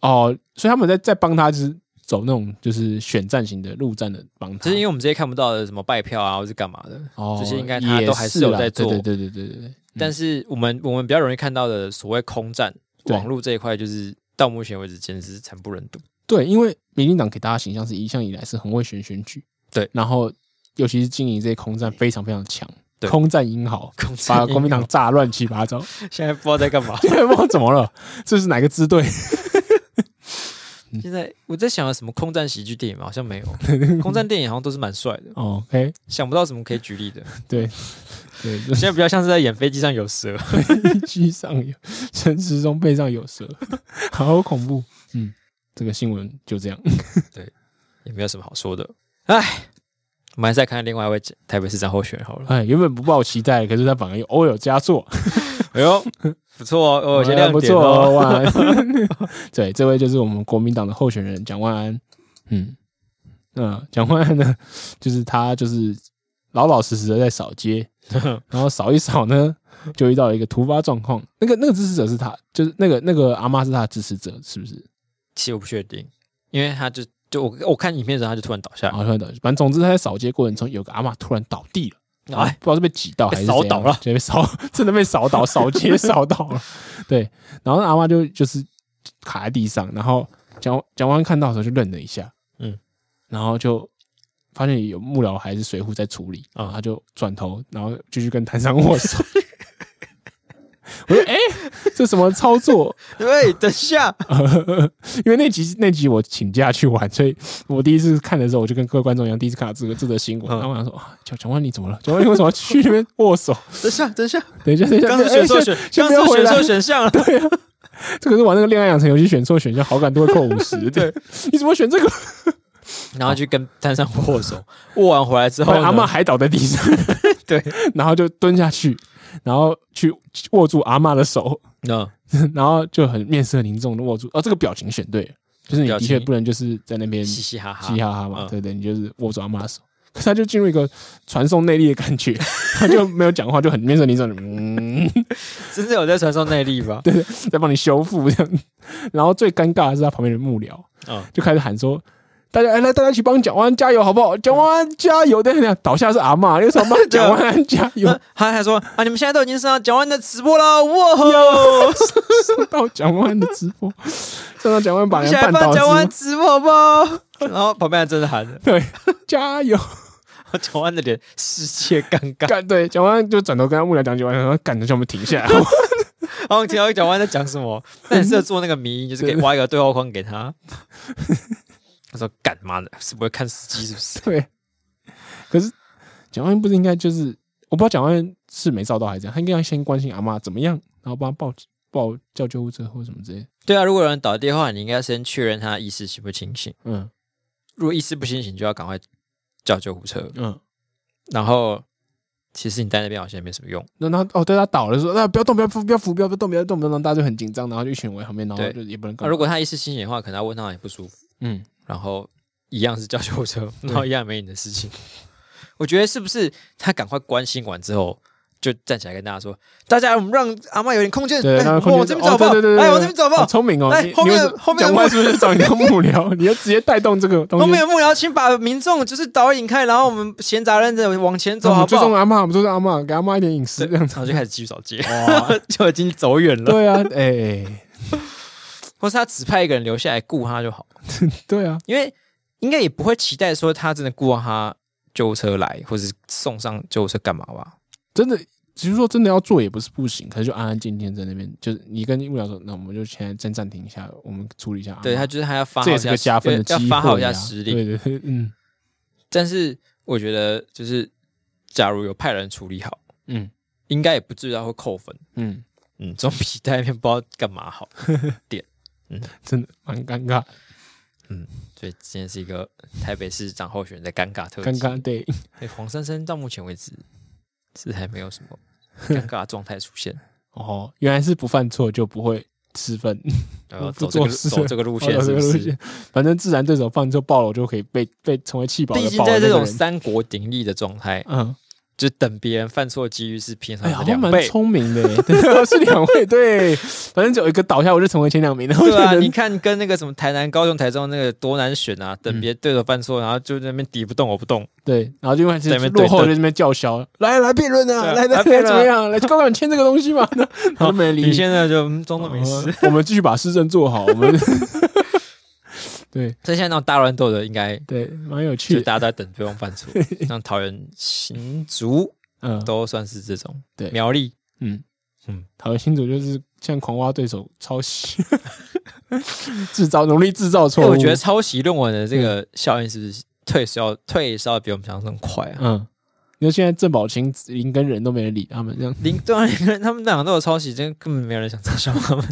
[SPEAKER 2] 哦，所以他们在在帮他就是走那种就是选战型的陆战的帮他，
[SPEAKER 1] 就是因为我们这些看不到的什么拜票啊，或是干嘛的，
[SPEAKER 2] 哦，
[SPEAKER 1] 这些应该他都还
[SPEAKER 2] 是
[SPEAKER 1] 是有
[SPEAKER 2] 啦
[SPEAKER 1] 在做
[SPEAKER 2] 对对对对对对对。
[SPEAKER 1] 但
[SPEAKER 2] 是
[SPEAKER 1] 是我们我们比较容易看到的所谓空战，
[SPEAKER 2] 对
[SPEAKER 1] 网络这一块，就是到目前为止简直是惨不忍睹。
[SPEAKER 2] 对，因为民进党给大家形象是一向以来是很会选选举，
[SPEAKER 1] 对
[SPEAKER 2] 然后尤其是经营这些空战非常非常强，
[SPEAKER 1] 对
[SPEAKER 2] 空战 英豪。
[SPEAKER 1] 空
[SPEAKER 2] 把
[SPEAKER 1] 战，
[SPEAKER 2] 国民党炸乱七八糟，。
[SPEAKER 1] 现在不知道在干嘛
[SPEAKER 2] 现在不知道怎么了，这是哪个支队？ 嗯
[SPEAKER 1] 现在我在想有什么空战喜剧电影吗？好像没 有，空战电影好像都是蛮帅的，
[SPEAKER 2] 哦，OK，
[SPEAKER 1] 想不到什么可以举例的。
[SPEAKER 2] 对对，这
[SPEAKER 1] 现在比较像是在演飞机上有蛇，
[SPEAKER 2] 飞机上有陈时中背上有蛇， 好恐怖。嗯，这个新闻就这样。
[SPEAKER 1] 也没有什么好说的。唉，我们还是再看看另外一位台北市长候选人好了。
[SPEAKER 2] 哎，原本不抱期待，可是他反而又偶有加速，
[SPEAKER 1] 哎呦，不错哦，哦有些
[SPEAKER 2] 哎
[SPEAKER 1] 亮
[SPEAKER 2] 不
[SPEAKER 1] 点
[SPEAKER 2] 错
[SPEAKER 1] 哦。
[SPEAKER 2] 哦，万安。对，这位就是我们国民党的候选人蒋万安。嗯，嗯，蒋万安呢，就是他就是老老实实的在扫街，然后扫一扫呢，就遇到了一个突发状况。那个那个支持者是他，就是那个那个阿妈是他的支持者，是不是？
[SPEAKER 1] 其实我不确定，因为他就就我我看影片的时候，他就突然倒下
[SPEAKER 2] 然
[SPEAKER 1] 来，
[SPEAKER 2] 后突然倒地，反正总之他在扫街过程中，有个阿嬷突然倒地了。
[SPEAKER 1] 哎、
[SPEAKER 2] 不知道是被挤到
[SPEAKER 1] 被
[SPEAKER 2] 还是
[SPEAKER 1] 扫
[SPEAKER 2] 怎样
[SPEAKER 1] 倒了
[SPEAKER 2] 直接被扫，真的被扫倒，扫 街扫倒了。对，然后那阿妈就就是卡在地上，然后蒋蒋万安看到的时候就愣了一下，
[SPEAKER 1] 嗯，
[SPEAKER 2] 然后就发现有幕僚还是水户在处理，
[SPEAKER 1] 啊
[SPEAKER 2] 啊，他就转头，然后继续跟谭商握手。 我说：“哎、这什么操作？
[SPEAKER 1] 对，等一下，
[SPEAKER 2] 因为那集那集我请假去玩，所以我第一次看的时候，我就跟各位观众一样，第一次看到这个这则新闻，
[SPEAKER 1] 嗯
[SPEAKER 2] 然后我想说：啊，蒋蒋万安你怎么了？蒋万安你为什么要去那边握手？
[SPEAKER 1] 等一下，等一下，
[SPEAKER 2] 等一下，等一下，
[SPEAKER 1] 刚才
[SPEAKER 2] 哎
[SPEAKER 1] 选错
[SPEAKER 2] 先
[SPEAKER 1] 选，
[SPEAKER 2] 先
[SPEAKER 1] 刚
[SPEAKER 2] 不要
[SPEAKER 1] 才
[SPEAKER 2] 回
[SPEAKER 1] 选
[SPEAKER 2] 来
[SPEAKER 1] 错。选项了，
[SPEAKER 2] 对啊，这个是玩那个恋爱养成游戏，选错选项，好感度会扣 五十。对， 你怎么选这个？
[SPEAKER 1] 然后去跟摊上握手， 握完回来之后
[SPEAKER 2] 后来
[SPEAKER 1] 呢，
[SPEAKER 2] 阿嬷还倒在地上，
[SPEAKER 1] 对，
[SPEAKER 2] 然后就蹲下去，然后去握住阿嬷的手，
[SPEAKER 1] 嗯，
[SPEAKER 2] 然后就很面色凝重的握住。哦，这个表情选对了，就是你
[SPEAKER 1] 表
[SPEAKER 2] 的
[SPEAKER 1] 情
[SPEAKER 2] 确不能就是在那边
[SPEAKER 1] 嘻
[SPEAKER 2] 嘻
[SPEAKER 1] 嘻哈哈，
[SPEAKER 2] 嘻哈哈嘛，
[SPEAKER 1] 嗯
[SPEAKER 2] 对对，你就是握住阿嬷的手。 可是他就进入一个传送内力的感觉， 他就没有讲话，就很面色凝重地，嗯，
[SPEAKER 1] 真的有在传送内力吧？对，
[SPEAKER 2] 在帮你修复这样。然后最尴尬的是他旁边的幕僚，
[SPEAKER 1] 嗯，
[SPEAKER 2] 就开始喊说：“大家哎来，大家一起帮蒋万安加油，好不好？蒋万安加油！”等一下倒下是阿嬷，为什 么帮
[SPEAKER 1] 啊
[SPEAKER 2] 蒋万安加油？
[SPEAKER 1] 他还说啊，你们现在都已经上到蒋万的直播了，哇 吼！
[SPEAKER 2] 上到蒋万安的直播，上到蒋万安把人
[SPEAKER 1] 现在
[SPEAKER 2] 绊倒
[SPEAKER 1] 帮
[SPEAKER 2] 的直
[SPEAKER 1] 蒋万
[SPEAKER 2] 播，
[SPEAKER 1] 直播好不好？ 然后旁边还真的喊，
[SPEAKER 2] 对，加油！
[SPEAKER 1] 蒋万的脸世界尴 尬，
[SPEAKER 2] 干对，蒋万安就转头跟他幕僚讲几句话，然后赶着叫我们停下来。好吗
[SPEAKER 1] 然后听到蒋万在讲什么，那很适合做那个迷，就是给挖一个对话框给他。他说：“干妈的，是不会看司机是不是
[SPEAKER 2] 对，可是蒋万安不是应该就是我不知道蒋万安是没照到还是怎样，他应该要先关心阿嬷怎么样，然后帮他报报叫救护车或什么之类的。？”
[SPEAKER 1] 对啊，如果有人倒地的话，你应该先确认他意识清不清醒。
[SPEAKER 2] 嗯
[SPEAKER 1] 如果意识不清醒，就要赶快叫救护车。
[SPEAKER 2] 嗯。
[SPEAKER 1] 然后，其实你在那边好像也没什么用。
[SPEAKER 2] 那他哦，对他倒了，说那不要动，不要扶，不要扶，不要动，不要动，不要动，大家就很紧张，然后就一群人围旁边，然后
[SPEAKER 1] 对
[SPEAKER 2] 就也不能
[SPEAKER 1] 那、
[SPEAKER 2] 干嘛。
[SPEAKER 1] 如果他意识清醒的话，可能他问他也不舒服，
[SPEAKER 2] 嗯，
[SPEAKER 1] 然后一样是叫救护 车，然后一样没你的事情。我觉得是不是他赶快关心完之后，就站起来跟大家说：“大家，我们让阿妈有点空间，
[SPEAKER 2] 对，
[SPEAKER 1] 哎
[SPEAKER 2] 然后空
[SPEAKER 1] 往
[SPEAKER 2] 间
[SPEAKER 1] 我这边走
[SPEAKER 2] 哦
[SPEAKER 1] 吧，
[SPEAKER 2] 对对对对，
[SPEAKER 1] 哎，往这
[SPEAKER 2] 对
[SPEAKER 1] 边走
[SPEAKER 2] 好
[SPEAKER 1] 吧。
[SPEAKER 2] 聪明哦，
[SPEAKER 1] 来
[SPEAKER 2] 你
[SPEAKER 1] 后面
[SPEAKER 2] 你为什么
[SPEAKER 1] 后面
[SPEAKER 2] 讲
[SPEAKER 1] 的
[SPEAKER 2] 话
[SPEAKER 1] 幕
[SPEAKER 2] 是不是找你当幕僚？ 你就直接带动这个东西。
[SPEAKER 1] 后面的幕僚，请把民众就是导引开，然后我们闲杂人等往前走，
[SPEAKER 2] 哦我
[SPEAKER 1] 好
[SPEAKER 2] 们
[SPEAKER 1] 不
[SPEAKER 2] 尊重
[SPEAKER 1] 好？”
[SPEAKER 2] 阿妈，我们尊重阿妈，给阿妈一点隐私
[SPEAKER 1] 对
[SPEAKER 2] 这样
[SPEAKER 1] 然
[SPEAKER 2] 子。
[SPEAKER 1] 后就开始继续找 街，
[SPEAKER 2] 哇，
[SPEAKER 1] 就已经走远了。
[SPEAKER 2] 对啊，哎，
[SPEAKER 1] 或是他只派一个人留下来顾他就好，
[SPEAKER 2] 对啊，
[SPEAKER 1] 因为应该也不会期待说他真的顾到他救护车来，或是送上救护车干嘛吧？
[SPEAKER 2] 真的，只是说真的要做也不是不行，可是就安安静静在那边，就是你跟幕僚说，那我们就现在先暂停一下，我们处理一下阿嬷。
[SPEAKER 1] 对他就是他要发
[SPEAKER 2] 这
[SPEAKER 1] 号
[SPEAKER 2] 也
[SPEAKER 1] 一
[SPEAKER 2] 是
[SPEAKER 1] 下
[SPEAKER 2] 个加分的机
[SPEAKER 1] 要
[SPEAKER 2] 会
[SPEAKER 1] 发
[SPEAKER 2] 啊
[SPEAKER 1] 号一下实力。
[SPEAKER 2] 对对对，嗯
[SPEAKER 1] 但是我觉得就是，假如有派人处理好，
[SPEAKER 2] 嗯
[SPEAKER 1] 应该也不至于到会扣分。
[SPEAKER 2] 嗯。
[SPEAKER 1] 嗯，总比在那边不知道干嘛 好。
[SPEAKER 2] 真的蛮尴尬，
[SPEAKER 1] 所以今天是一个台北市长候选人的尴尬特辑
[SPEAKER 2] 尴。尬对，
[SPEAKER 1] 对黄珊珊到目前为止是还没有什么尴尬的状态出 现。
[SPEAKER 2] 哦，原来是不犯错就不会失分，
[SPEAKER 1] 呃，
[SPEAKER 2] 不
[SPEAKER 1] 走这个
[SPEAKER 2] 做事
[SPEAKER 1] 走这个路
[SPEAKER 2] 哦
[SPEAKER 1] 线
[SPEAKER 2] 这
[SPEAKER 1] 是
[SPEAKER 2] 个
[SPEAKER 1] 不
[SPEAKER 2] 路
[SPEAKER 1] 是
[SPEAKER 2] 线？反正自然对手犯错爆了，我就可以被被成为气宝的
[SPEAKER 1] 毕
[SPEAKER 2] 爆
[SPEAKER 1] 竟在
[SPEAKER 2] 了那
[SPEAKER 1] 这
[SPEAKER 2] 个
[SPEAKER 1] 种
[SPEAKER 2] 人。
[SPEAKER 1] 三国鼎立的状态，
[SPEAKER 2] 嗯，
[SPEAKER 1] 就等别人犯错的几率是平常
[SPEAKER 2] 哎，
[SPEAKER 1] 人的
[SPEAKER 2] 好
[SPEAKER 1] 两
[SPEAKER 2] 像蛮
[SPEAKER 1] 倍。
[SPEAKER 2] 聪明的耶， 对，哦是两位，对，反正只有一个倒下，我就成为前两名的，
[SPEAKER 1] 对啊，
[SPEAKER 2] 我就
[SPEAKER 1] 你
[SPEAKER 2] 能
[SPEAKER 1] 看跟那个什么台南、高雄、台中那个多难选
[SPEAKER 2] 嗯
[SPEAKER 1] 啊！等别对手犯错，然后就在那边敌不动我不动，
[SPEAKER 2] 对，然后就因为
[SPEAKER 1] 在那边
[SPEAKER 2] 落后
[SPEAKER 1] 对
[SPEAKER 2] 就在那边叫嚣，来来辩论啊，
[SPEAKER 1] 对
[SPEAKER 2] 来来
[SPEAKER 1] 来
[SPEAKER 2] 来
[SPEAKER 1] 辩
[SPEAKER 2] 怎
[SPEAKER 1] 论啊
[SPEAKER 2] 么样，来告诉你签这个东西 嘛，然后都没人理
[SPEAKER 1] 你
[SPEAKER 2] 你，
[SPEAKER 1] 现在就嗯装作没事。
[SPEAKER 2] 哦我们继续把市政做好，我们 对
[SPEAKER 1] 所以现在那种大乱斗的，应该
[SPEAKER 2] 对，蛮有趣
[SPEAKER 1] 就
[SPEAKER 2] 的，
[SPEAKER 1] 大家都在等对方犯错，像桃园、新竹
[SPEAKER 2] 嗯，
[SPEAKER 1] 都算是这种，
[SPEAKER 2] 对
[SPEAKER 1] 苗栗
[SPEAKER 2] 嗯嗯
[SPEAKER 1] 嗯，
[SPEAKER 2] 讨厌新主就是像狂挖对手抄袭， 制造容易制造
[SPEAKER 1] 所以
[SPEAKER 2] 错误。
[SPEAKER 1] 哎我觉得抄袭论文的这个效应是不是退烧退烧比我们想象中快啊？
[SPEAKER 2] 嗯，你说现在郑宝清林跟人都没人理他们，这样
[SPEAKER 1] 林对啊，林根他们两个都有抄袭，真的根本没有人想嘲笑他们，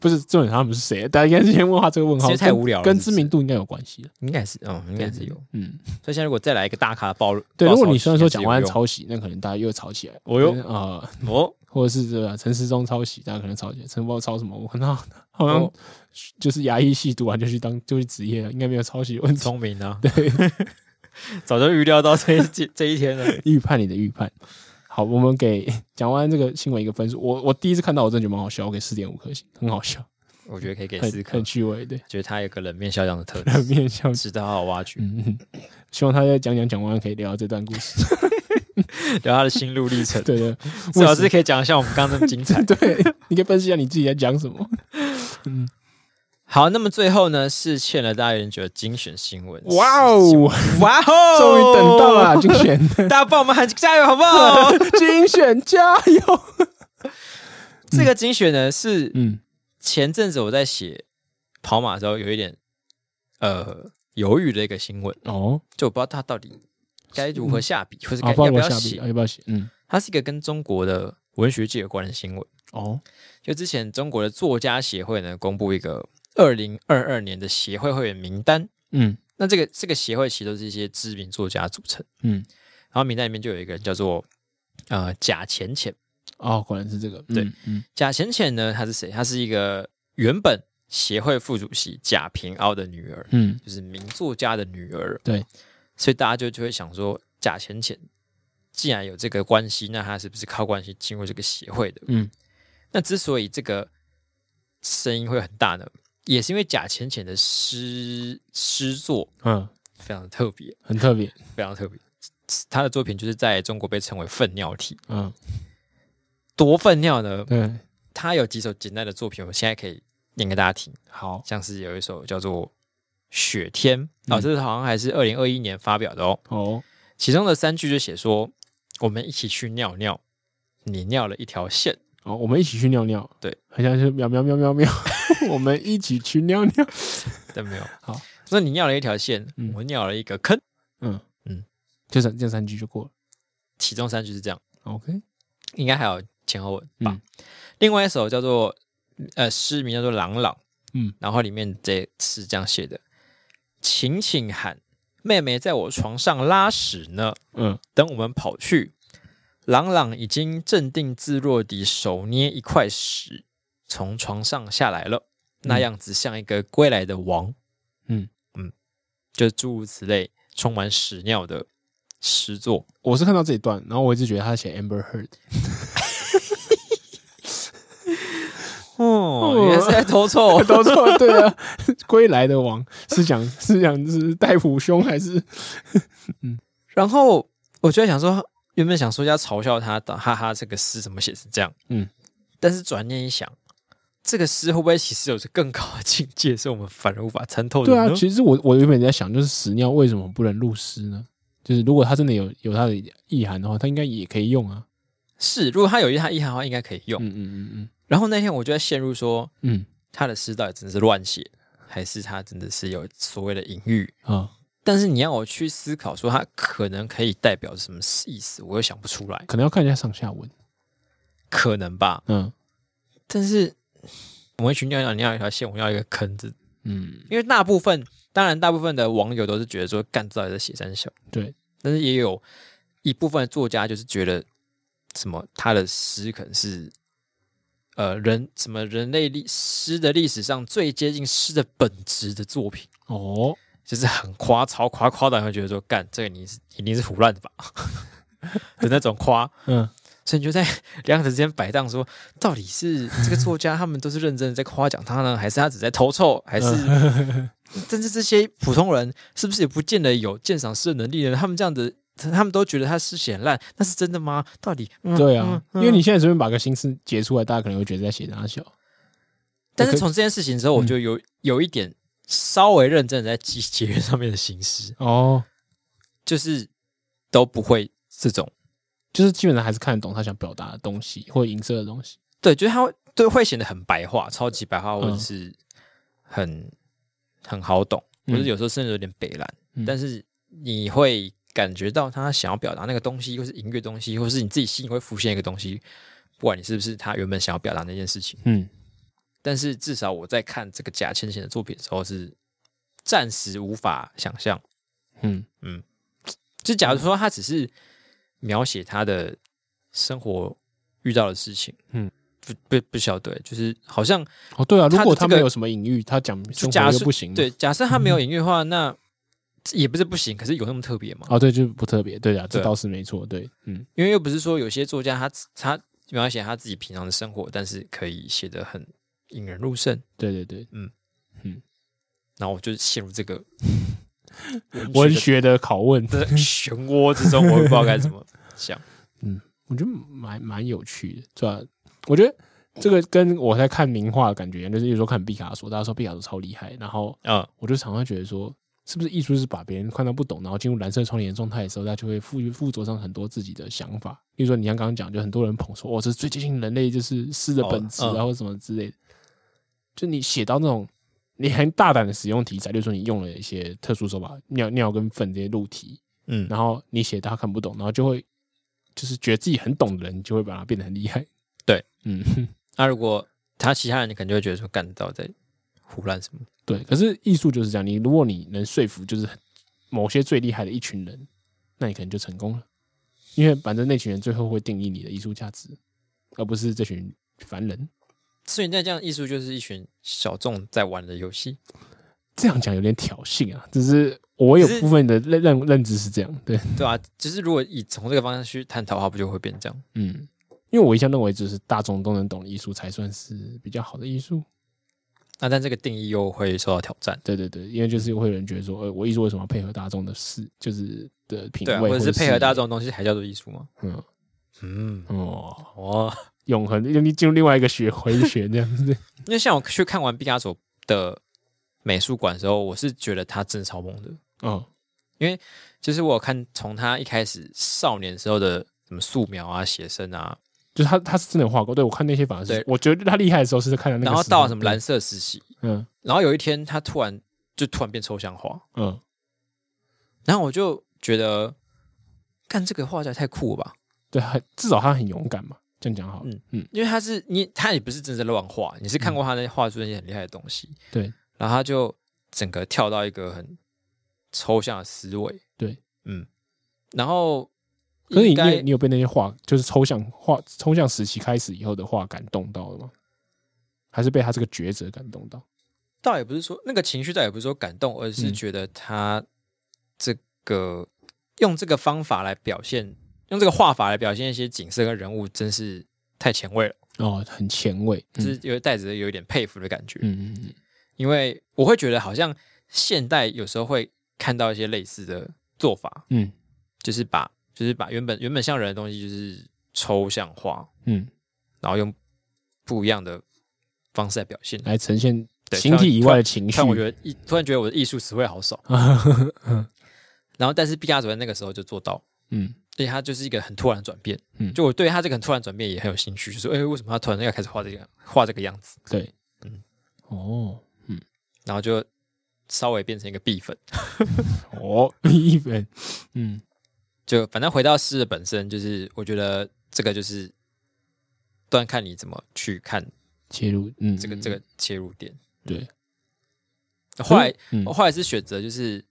[SPEAKER 2] 不是重点，他们是谁？大家应该是先问他这个问
[SPEAKER 1] 其
[SPEAKER 2] 号，
[SPEAKER 1] 实太无聊了，
[SPEAKER 2] 跟
[SPEAKER 1] 是不
[SPEAKER 2] 知
[SPEAKER 1] 是
[SPEAKER 2] 名度应该有关系的，
[SPEAKER 1] 应该是，嗯，应该是有。
[SPEAKER 2] 嗯，
[SPEAKER 1] 所以现在如果再来一个大咖的暴露，
[SPEAKER 2] 对。
[SPEAKER 1] 暴
[SPEAKER 2] 如果
[SPEAKER 1] 躁
[SPEAKER 2] 你
[SPEAKER 1] 期
[SPEAKER 2] 虽然说
[SPEAKER 1] 应该
[SPEAKER 2] 蒋
[SPEAKER 1] 是
[SPEAKER 2] 万安
[SPEAKER 1] 有
[SPEAKER 2] 抄袭，那可能大家又吵起来。
[SPEAKER 1] 哦哟
[SPEAKER 2] 跟呃，
[SPEAKER 1] 用哦，
[SPEAKER 2] 或者是这个陈时中抄袭，大家可能吵起来。陈波抄什么？我 看他好像
[SPEAKER 1] 哦
[SPEAKER 2] 就是牙医系读完就去当就去职业了，应该没有抄袭问题。
[SPEAKER 1] 聪明啊，对， 早就预料到这一 这这一天了。
[SPEAKER 2] 预判你的预判。好，我们给讲完这个新闻一个分数，我我第一次看到我真的觉得蛮好笑，我给四点五颗星，很好笑。
[SPEAKER 1] 我觉得可以给思
[SPEAKER 2] 很
[SPEAKER 1] 考
[SPEAKER 2] 很，趣味，对，
[SPEAKER 1] 觉得他有个冷面笑匠的特
[SPEAKER 2] 冷
[SPEAKER 1] 质，
[SPEAKER 2] 面笑，
[SPEAKER 1] 值得好好挖掘，
[SPEAKER 2] 嗯，嗯希望他在讲讲讲完可以聊到这段故事，
[SPEAKER 1] 聊他的心路历程，
[SPEAKER 2] 对对，
[SPEAKER 1] 至少
[SPEAKER 2] 为什
[SPEAKER 1] 是可以讲得像我们刚刚那么精彩。
[SPEAKER 2] 对， 你可以分析一下你自己在讲什么。
[SPEAKER 1] 好，那么最后呢是欠了大家人觉得精选新闻，
[SPEAKER 2] 哇，哦，
[SPEAKER 1] 哇哦，
[SPEAKER 2] 终于等到了，啊精选，
[SPEAKER 1] 大家帮我们喊加油好不 好？
[SPEAKER 2] 精选，加油！
[SPEAKER 1] 这个精选呢是
[SPEAKER 2] 嗯，
[SPEAKER 1] 前阵子我在写跑马的时候有一点呃犹豫的一个新闻，
[SPEAKER 2] 哦，
[SPEAKER 1] 就我不知道它到底该如何下笔，或是该
[SPEAKER 2] 啊，
[SPEAKER 1] 要
[SPEAKER 2] 不知道
[SPEAKER 1] 不
[SPEAKER 2] 我
[SPEAKER 1] 要
[SPEAKER 2] 下笔，
[SPEAKER 1] 写。
[SPEAKER 2] 啊要不要写？嗯，
[SPEAKER 1] 它是一个跟中国的文学界有关的新闻。
[SPEAKER 2] 哦，
[SPEAKER 1] 就之前中国的作家协会呢，公布一个二零二二年的协会会员名单。
[SPEAKER 2] 嗯
[SPEAKER 1] 那这个这个协会其实都是一些知名作家组成，
[SPEAKER 2] 嗯，
[SPEAKER 1] 然后名单里面就有一个人叫做呃贾浅浅。
[SPEAKER 2] 哦，果然是这个，嗯
[SPEAKER 1] 对，
[SPEAKER 2] 嗯，
[SPEAKER 1] 贾浅浅呢，她是谁？她是一个原本协会副主席贾平凹的女儿，
[SPEAKER 2] 嗯，
[SPEAKER 1] 就是名作家的女儿。
[SPEAKER 2] 对，
[SPEAKER 1] 所以大家就就会想说，贾浅浅既然有这个关系，那她是不是靠关系进入这个协会的？
[SPEAKER 2] 嗯，
[SPEAKER 1] 那之所以这个声音会很大呢，也是因为贾浅浅的诗诗作
[SPEAKER 2] 嗯，
[SPEAKER 1] 非常特别，
[SPEAKER 2] 很特别，
[SPEAKER 1] 非常特别。她的作品就是在中国被称为粪尿体，
[SPEAKER 2] 嗯，
[SPEAKER 1] 多粪尿呢？
[SPEAKER 2] 对，
[SPEAKER 1] 她有几首简单的作品，我现在可以念给大家听。
[SPEAKER 2] 好，
[SPEAKER 1] 像是有一首叫做《雪天》啊、这是好像还是二零二一年发表的哦。
[SPEAKER 2] 哦，
[SPEAKER 1] 其中的三句就写说：“我们一起去尿尿，你尿了一条线。
[SPEAKER 2] 哦，我们一起去尿尿，
[SPEAKER 1] 对，
[SPEAKER 2] 很像是喵喵喵喵 喵，我们一起去尿尿，”
[SPEAKER 1] 但没有
[SPEAKER 2] 好，
[SPEAKER 1] 说你尿了一条线，
[SPEAKER 2] 嗯
[SPEAKER 1] 我尿了一个坑。
[SPEAKER 2] 嗯嗯
[SPEAKER 1] 嗯，
[SPEAKER 2] 就这这三句就过了
[SPEAKER 1] 其中三句是这样，
[SPEAKER 2] ，OK，
[SPEAKER 1] 应该还有前后文吧。
[SPEAKER 2] 嗯
[SPEAKER 1] 另外一首叫做呃诗名叫做《朗朗》，
[SPEAKER 2] 嗯，
[SPEAKER 1] 然后里面这是这样写的：“晴晴喊妹妹在我床上拉屎呢。”
[SPEAKER 2] 嗯，
[SPEAKER 1] 等我们跑去，朗朗已经镇定自若地手捏一块石，从床上下来了，那样子像一个归来的王。
[SPEAKER 2] 嗯
[SPEAKER 1] 嗯，就诸如此类充满屎尿的诗作。
[SPEAKER 2] 我是看到这一段，然后我一直觉得他写 Amber Heard，。
[SPEAKER 1] 哦，原来是在偷臭
[SPEAKER 2] 都错，对啊，归来的王是讲是讲是戴虎兄还是
[SPEAKER 1] 然后我就在想说，原本想说要嘲笑他，哈哈，这个诗怎么写成这样？
[SPEAKER 2] 嗯，
[SPEAKER 1] 但是转念一想。这个诗会不会其实有着更高的境界，是我们反而无法参透的
[SPEAKER 2] 对
[SPEAKER 1] 呢？
[SPEAKER 2] 啊，其实我我原本在想，就是屎尿为什么不能入诗呢？就是如果它真的有有它的意涵的话，它应该也可以用啊。
[SPEAKER 1] 是，如果他有一他意涵的话，应该可以用。
[SPEAKER 2] 嗯嗯嗯
[SPEAKER 1] 然后那天我就在陷入说，
[SPEAKER 2] 嗯
[SPEAKER 1] 他的诗到底真的是乱写，还是他真的是有所谓的隐喻？
[SPEAKER 2] 嗯啊，
[SPEAKER 1] 但是你要我去思考说他可能可以代表什么意思，我又想不出来，
[SPEAKER 2] 可能要看一下上下文。
[SPEAKER 1] 可能吧。
[SPEAKER 2] 嗯
[SPEAKER 1] 但是我们去尿尿，尿一条线，我尿一个坑子，
[SPEAKER 2] 嗯，
[SPEAKER 1] 因为大部分，当然大部分的网友都是觉得说干这到底在写三小，
[SPEAKER 2] 对，
[SPEAKER 1] 但是也有一部分的作家就是觉得什么他的诗可能是。呃，人什么人类历诗的历史上最接近诗的本质的作品，
[SPEAKER 2] 哦，
[SPEAKER 1] 就是很夸超夸夸到你会觉得说，干这个你是一定是胡乱的吧 的那种夸，
[SPEAKER 2] 嗯，
[SPEAKER 1] 所以你就在 两者之间摆荡说，到底是这个作家他们都是认真的在夸奖他呢，还是他只在偷臭，还是？
[SPEAKER 2] 嗯
[SPEAKER 1] 但是这些普通人是不是也不见得有鉴赏诗的能力呢？他们这样子，他们都觉得他诗写很烂，那是真的吗？到底？嗯、
[SPEAKER 2] 对啊
[SPEAKER 1] 嗯，
[SPEAKER 2] 因为你现在随便把个心思截出来，大家可能会觉得在写大小。
[SPEAKER 1] 但是从这件事情之
[SPEAKER 2] 嗯
[SPEAKER 1] 后，我就有有一点稍微认真的在记节约上面的形式，
[SPEAKER 2] 哦，
[SPEAKER 1] 就是都不会这种。
[SPEAKER 2] 就是基本上还是看得懂他想表达的东西或影射的东西。
[SPEAKER 1] 对，就是它会对会显得很白话，超级白话，或者
[SPEAKER 2] 嗯
[SPEAKER 1] 是很、很好懂，或
[SPEAKER 2] 嗯
[SPEAKER 1] 者有时候甚至有点北蓝，
[SPEAKER 2] 嗯
[SPEAKER 1] 但是你会感觉到他想要表达那个东西，或是音乐东西，或是你自己心里会浮现一个东西，不管你是不是他原本想要表达那件事情，
[SPEAKER 2] 嗯，
[SPEAKER 1] 但是至少我在看这个贾千贤的作品的时候是暂时无法想象。
[SPEAKER 2] 嗯
[SPEAKER 1] 就假如说他只是描写他的生活遇到的事情，
[SPEAKER 2] 嗯
[SPEAKER 1] 嗯，不不不晓得，就是好像
[SPEAKER 2] 哦，对啊，如
[SPEAKER 1] 他
[SPEAKER 2] 果
[SPEAKER 1] 的
[SPEAKER 2] 他
[SPEAKER 1] 这
[SPEAKER 2] 没
[SPEAKER 1] 个
[SPEAKER 2] 有什么隐喻，他讲
[SPEAKER 1] 就
[SPEAKER 2] 生
[SPEAKER 1] 假
[SPEAKER 2] 活
[SPEAKER 1] 设
[SPEAKER 2] 又不行。嗯
[SPEAKER 1] 对，，假设他没有隐喻的话，那也不是不行，可是有那么特别吗？
[SPEAKER 2] 哦，对，就是不特别。对啊，这
[SPEAKER 1] 对啊
[SPEAKER 2] 倒是没错。对，嗯
[SPEAKER 1] 因为又不是说有些作家他他描写他自己平常的生活，但是可以写得很引人入胜。
[SPEAKER 2] 对对对，
[SPEAKER 1] 然后我就陷入这 个
[SPEAKER 2] 文
[SPEAKER 1] 的
[SPEAKER 2] 学的拷问，
[SPEAKER 1] 的漩涡之中，我也不知道该怎么想。
[SPEAKER 2] 我觉得蛮蛮有趣的，对吧、我觉得这个跟我在看名画的感觉一样，就是有时候看毕卡索，大家说毕卡索超厉害，然后
[SPEAKER 1] 嗯，
[SPEAKER 2] 我就常常觉得说，是不是艺术是把别人看到不懂，然后进入蓝色窗帘状态的时候，他就会附附着上很多自己的想法。例如说，你像刚刚讲，就很多人捧说，哦，这是最接近人类就是诗的本质
[SPEAKER 1] 哦嗯
[SPEAKER 2] 啊，或什么之类的。就你写到那种，你很大胆的使用题材，例如说你用了一些特殊手法，尿尿跟粪这些露题，
[SPEAKER 1] 嗯
[SPEAKER 2] 然后你写他看不懂，然后就会就是觉得自己很懂的人，就会把它变得很厉害。
[SPEAKER 1] 对，
[SPEAKER 2] 嗯，
[SPEAKER 1] 那、如果他其他人，你可能就会觉得说，干到底在胡乱什么？
[SPEAKER 2] 对。可是艺术就是这样，你如果你能说服就是某些最厉害的一群人，那你可能就成功了，因为反正那群人最后会定义你的艺术价值，而不是这群凡人。
[SPEAKER 1] 所以那这样艺术就是一群小众在玩的游戏。
[SPEAKER 2] 这样讲有点挑衅啊，只是我有
[SPEAKER 1] 可是
[SPEAKER 2] 部分的认认认知是这样，对，
[SPEAKER 1] 对啊，就是如果以从这个方向去探讨的话，不就会变这样？
[SPEAKER 2] 嗯。因为我一向认为，就是大众都能懂的艺术才算是比较好的艺术。
[SPEAKER 1] 那但这个定义又会受到挑战，
[SPEAKER 2] 对对对，因为就是会有人觉得说，呃，我艺术为什么要配合大众的事，就是的品
[SPEAKER 1] 对、
[SPEAKER 2] 味，
[SPEAKER 1] 啊，或者是配合大
[SPEAKER 2] 众，
[SPEAKER 1] 众的东西才叫做艺术吗？
[SPEAKER 2] 嗯，
[SPEAKER 1] 嗯，
[SPEAKER 2] 哦，
[SPEAKER 1] 哦，
[SPEAKER 2] 永恒，因为你进入另外一个学回学这样子，
[SPEAKER 1] 因为像我去看完毕加索的美术馆的时候，我是觉得他真的超猛的。
[SPEAKER 2] 哦，
[SPEAKER 1] 就是我有看从他一开始少年时候的什么素描啊、写生啊，
[SPEAKER 2] 就是他他是真的画过，对我看那些反而是
[SPEAKER 1] 对，
[SPEAKER 2] 我觉得他厉害的时候是看到那个时候，
[SPEAKER 1] 然后到了什么蓝
[SPEAKER 2] 蓝，
[SPEAKER 1] 色时期，
[SPEAKER 2] 嗯
[SPEAKER 1] 然后有一天他突然就突然变抽象画，
[SPEAKER 2] 嗯，
[SPEAKER 1] 然后我就觉得，看这个画家太酷了吧，
[SPEAKER 2] 对，很至少他很勇敢嘛，这样讲好了，
[SPEAKER 1] 嗯
[SPEAKER 2] 嗯，
[SPEAKER 1] 因为他是你，他也不是真的在乱画，你是看过他那画出那些很厉害的东西，
[SPEAKER 2] 对，
[SPEAKER 1] 然后他就整个跳到一个很抽象的思维，
[SPEAKER 2] 对，
[SPEAKER 1] 嗯，然后
[SPEAKER 2] 可是你
[SPEAKER 1] 应
[SPEAKER 2] 你
[SPEAKER 1] 该
[SPEAKER 2] 有你有被那些画，就是抽象画抽象时期开始以后的画感动到了吗？还是被他这个抉择感动到？
[SPEAKER 1] 倒也不是说那个情绪，倒也不是说感动，而是
[SPEAKER 2] 嗯
[SPEAKER 1] 觉得他这个、用这个方法来表现，用这个画法来表现一些景色跟人物，真是太前卫了，
[SPEAKER 2] 哦，很前卫，
[SPEAKER 1] 就
[SPEAKER 2] 嗯
[SPEAKER 1] 是有带着有一点佩服的感觉。
[SPEAKER 2] 嗯嗯嗯，
[SPEAKER 1] 因为我会觉得好像现代有时候会看到一些类似的做法，
[SPEAKER 2] 嗯
[SPEAKER 1] 就是把就是把原本原本像人的东西就是抽象化，
[SPEAKER 2] 嗯。
[SPEAKER 1] 然后用不一样的方式来表现。
[SPEAKER 2] 来呈现
[SPEAKER 1] 对
[SPEAKER 2] 形体以外的情绪。
[SPEAKER 1] 看，我觉得艺突然觉得我的艺术词汇好少。然后，但是毕加索在那个时候就做到，
[SPEAKER 2] 嗯，
[SPEAKER 1] 所以他就是一个很突然的转变。
[SPEAKER 2] 嗯
[SPEAKER 1] 就我对他这个很突然的转变也很有兴趣，就是哎、为什么他突然要开始画这个画这个样子？
[SPEAKER 2] 对，
[SPEAKER 1] 嗯
[SPEAKER 2] 哦
[SPEAKER 1] 然后就稍微变成一个 B 粉。
[SPEAKER 2] 哦， 一本，嗯
[SPEAKER 1] 就反正回到诗的本身，就是我觉得这个就是端看你怎么去看
[SPEAKER 2] 切入，嗯，
[SPEAKER 1] 这个这个切入点。
[SPEAKER 2] 对，
[SPEAKER 1] 后来
[SPEAKER 2] 嗯
[SPEAKER 1] 我后来是选择就是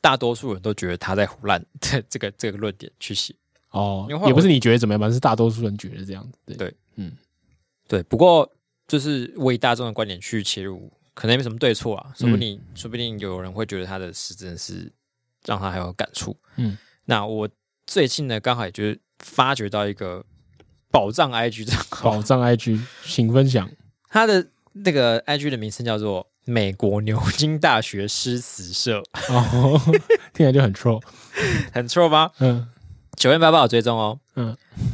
[SPEAKER 1] 大多数人都觉得他在胡乱 这这个这个论点去写。
[SPEAKER 2] 哦
[SPEAKER 1] 因为后，来
[SPEAKER 2] 也不是你觉得怎么样，反正是大多数人觉得这样子。对
[SPEAKER 1] 对对，不过就是为大众的观点去切入，可能也没什么对错啊。
[SPEAKER 2] 嗯
[SPEAKER 1] 说不定、说不定有人会觉得他的诗真的是让他很有感触。
[SPEAKER 2] 嗯，
[SPEAKER 1] 那我最近呢，刚好也就是发掘到一个宝藏 IG 账号，
[SPEAKER 2] 宝藏 IG，请分享。
[SPEAKER 1] 他的那个 IG 的名称叫做美国牛津大学诗词社，
[SPEAKER 2] 哦， 听起来就很 troll。
[SPEAKER 1] 很错吧？
[SPEAKER 2] 嗯
[SPEAKER 1] 九万八八有追踪哦。
[SPEAKER 2] 嗯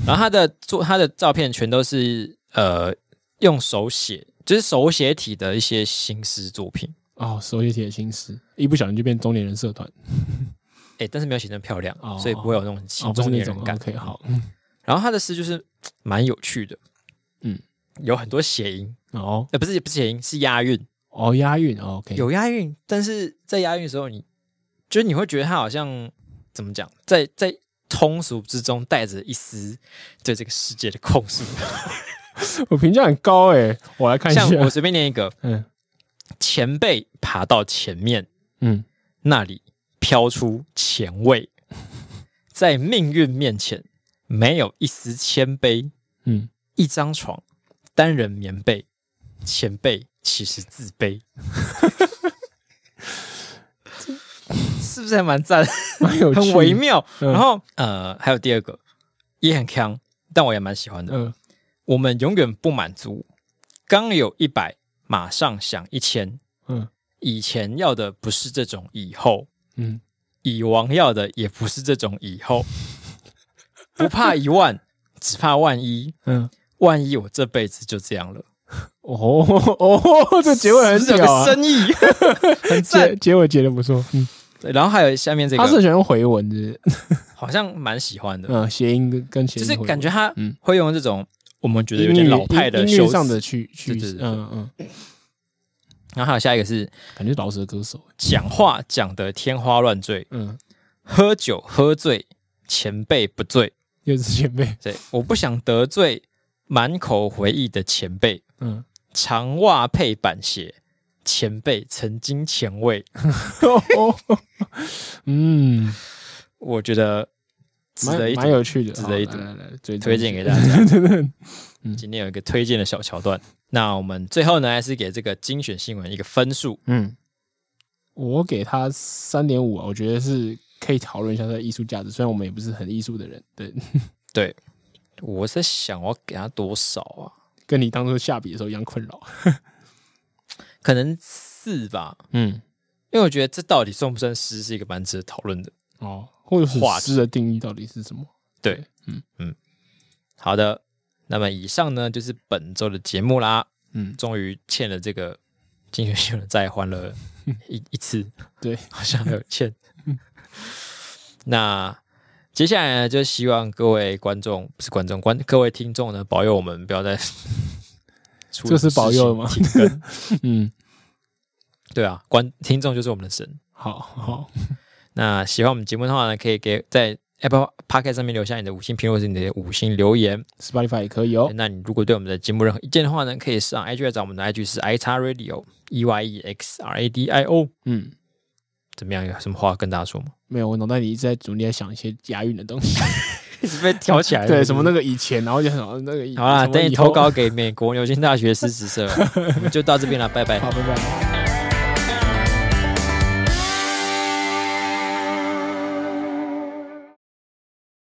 [SPEAKER 1] 然后他的做他的照片全都是呃用手写，就是手写体的一些新诗作品。
[SPEAKER 2] 哦，手写写的心思，一不小心就变中年人社团，
[SPEAKER 1] 哎，但是没有写得那么漂亮，
[SPEAKER 2] 哦
[SPEAKER 1] 所以不会有那种
[SPEAKER 2] 哦，
[SPEAKER 1] 心
[SPEAKER 2] 不是
[SPEAKER 1] 中
[SPEAKER 2] 那
[SPEAKER 1] 年
[SPEAKER 2] 种
[SPEAKER 1] 人感。
[SPEAKER 2] OK 好，嗯
[SPEAKER 1] 然后他的诗就是嘖蛮有趣的，
[SPEAKER 2] 嗯，
[SPEAKER 1] 有很多谐音，
[SPEAKER 2] 哦
[SPEAKER 1] 呃，不是不是谐音，是押韵，
[SPEAKER 2] 哦，押韵哦，OK，
[SPEAKER 1] 有押韵，但是在押韵的时候你，就是你会觉得他好像怎么讲，在在通俗之中带着一丝对这个世界的控 诉。
[SPEAKER 2] 我评价很高诶，我来看一下
[SPEAKER 1] 像，我随便念一个，
[SPEAKER 2] 哎嗯
[SPEAKER 1] 前辈爬到前面
[SPEAKER 2] 嗯，
[SPEAKER 1] 那里飘出前卫，在命运面前没有一丝谦卑，
[SPEAKER 2] 嗯，
[SPEAKER 1] 一张床，单人棉被，前辈其实自卑。 是不是还蛮赞？
[SPEAKER 2] 蛮有趣，
[SPEAKER 1] 很微，妙。
[SPEAKER 2] 嗯
[SPEAKER 1] 然后呃，还有第二个也很强，但我也蛮喜欢的。
[SPEAKER 2] 嗯
[SPEAKER 1] 我们永远不满足，刚有一百马上想一千。
[SPEAKER 2] 嗯
[SPEAKER 1] 以前要的不是这种以后，
[SPEAKER 2] 嗯，
[SPEAKER 1] 以往要的也不是这种以后。 不怕一万，只怕万一。
[SPEAKER 2] 嗯，
[SPEAKER 1] 万一我这辈子就这样了，
[SPEAKER 2] 哦哦，这结尾很
[SPEAKER 1] 是不是有
[SPEAKER 2] 屌啊
[SPEAKER 1] 个，深 意，很
[SPEAKER 2] 结
[SPEAKER 1] 赞。
[SPEAKER 2] 结尾结的不错，嗯，
[SPEAKER 1] 对然后还有下面这
[SPEAKER 2] 他是
[SPEAKER 1] 个，
[SPEAKER 2] 很喜欢用回文的，
[SPEAKER 1] 好像蛮喜欢的，
[SPEAKER 2] 嗯，谐音跟跟谐
[SPEAKER 1] 就
[SPEAKER 2] 音
[SPEAKER 1] 是
[SPEAKER 2] 回文，
[SPEAKER 1] 感觉他
[SPEAKER 2] 嗯
[SPEAKER 1] 会用这种我们觉得有
[SPEAKER 2] 音
[SPEAKER 1] 点
[SPEAKER 2] 律
[SPEAKER 1] 老派的
[SPEAKER 2] 音音
[SPEAKER 1] 修
[SPEAKER 2] 乐
[SPEAKER 1] 辞
[SPEAKER 2] 上。的曲曲
[SPEAKER 1] 对对
[SPEAKER 2] 子，
[SPEAKER 1] 对
[SPEAKER 2] 嗯嗯，
[SPEAKER 1] 然后还有下一个是
[SPEAKER 2] 感觉老舌歌手，
[SPEAKER 1] 讲话讲得天花乱坠，
[SPEAKER 2] 嗯，
[SPEAKER 1] 喝酒喝醉，前辈不醉。
[SPEAKER 2] 又是前辈，
[SPEAKER 1] 对，我不想得罪满口回忆的前辈。
[SPEAKER 2] 嗯，
[SPEAKER 1] 长袜配板鞋，前辈曾经前卫，
[SPEAKER 2] 嗯，
[SPEAKER 1] 我觉得值
[SPEAKER 2] 蛮
[SPEAKER 1] 得一
[SPEAKER 2] 蛮
[SPEAKER 1] 读。
[SPEAKER 2] 有趣的，
[SPEAKER 1] 值得一
[SPEAKER 2] 好
[SPEAKER 1] 读
[SPEAKER 2] 来来来追
[SPEAKER 1] 推荐给大家。今天有一个推荐的小桥段。那我们最后呢，还是给这个精选新闻一个分数。
[SPEAKER 2] 嗯，我给他三点五啊，我觉得是可以讨论一下它的艺术价值，虽然我们也不是很艺术的人，对，
[SPEAKER 1] 对，我在想我要给他多少啊？
[SPEAKER 2] 跟你当初下笔的时候一样困扰。
[SPEAKER 1] 可能四吧，
[SPEAKER 2] 嗯，
[SPEAKER 1] 因为我觉得这到底算不算诗，是一个蛮值得讨论的。
[SPEAKER 2] 哦，或者是
[SPEAKER 1] 画
[SPEAKER 2] 诗的定义到底是什么？
[SPEAKER 1] 对，
[SPEAKER 2] 嗯
[SPEAKER 1] 嗯，好的。那么以上呢，就是本周的节目啦。
[SPEAKER 2] 嗯，
[SPEAKER 1] 终于欠了这个金选秀的债还了一一次，
[SPEAKER 2] 对，
[SPEAKER 1] 好像还有欠。那接下来呢，就希望各位观众不是观众观各位听众呢，保佑我们不要 再出
[SPEAKER 2] 这是保佑
[SPEAKER 1] 了
[SPEAKER 2] 吗
[SPEAKER 1] 停更，
[SPEAKER 2] 嗯，
[SPEAKER 1] 对啊，观听众就是我们的神。
[SPEAKER 2] 好好，
[SPEAKER 1] 那喜欢我们节目的话呢，可以给在 Apple Podcast 上面留下你的五星评论或者你的五星留言。
[SPEAKER 2] ，Spotify 也可以哦。
[SPEAKER 1] 那你如果对我们的节目任何意见的话呢，可以上 IG 来找我们的 IG 是 i x radio e y e x r a d i o。
[SPEAKER 2] 嗯，
[SPEAKER 1] 怎么样？有什么话跟大家说 吗？
[SPEAKER 2] 没有，我脑袋里一直在努力在想一些押韵的东 西，
[SPEAKER 1] 一直被挑起来
[SPEAKER 2] 对，什么那个以前，然后就很好那个以
[SPEAKER 1] 好啦，
[SPEAKER 2] 什么
[SPEAKER 1] 等你
[SPEAKER 2] 以后
[SPEAKER 1] 投稿，给美国牛津大学狮子社，我们就到这边了，拜拜
[SPEAKER 2] 好，。拜拜。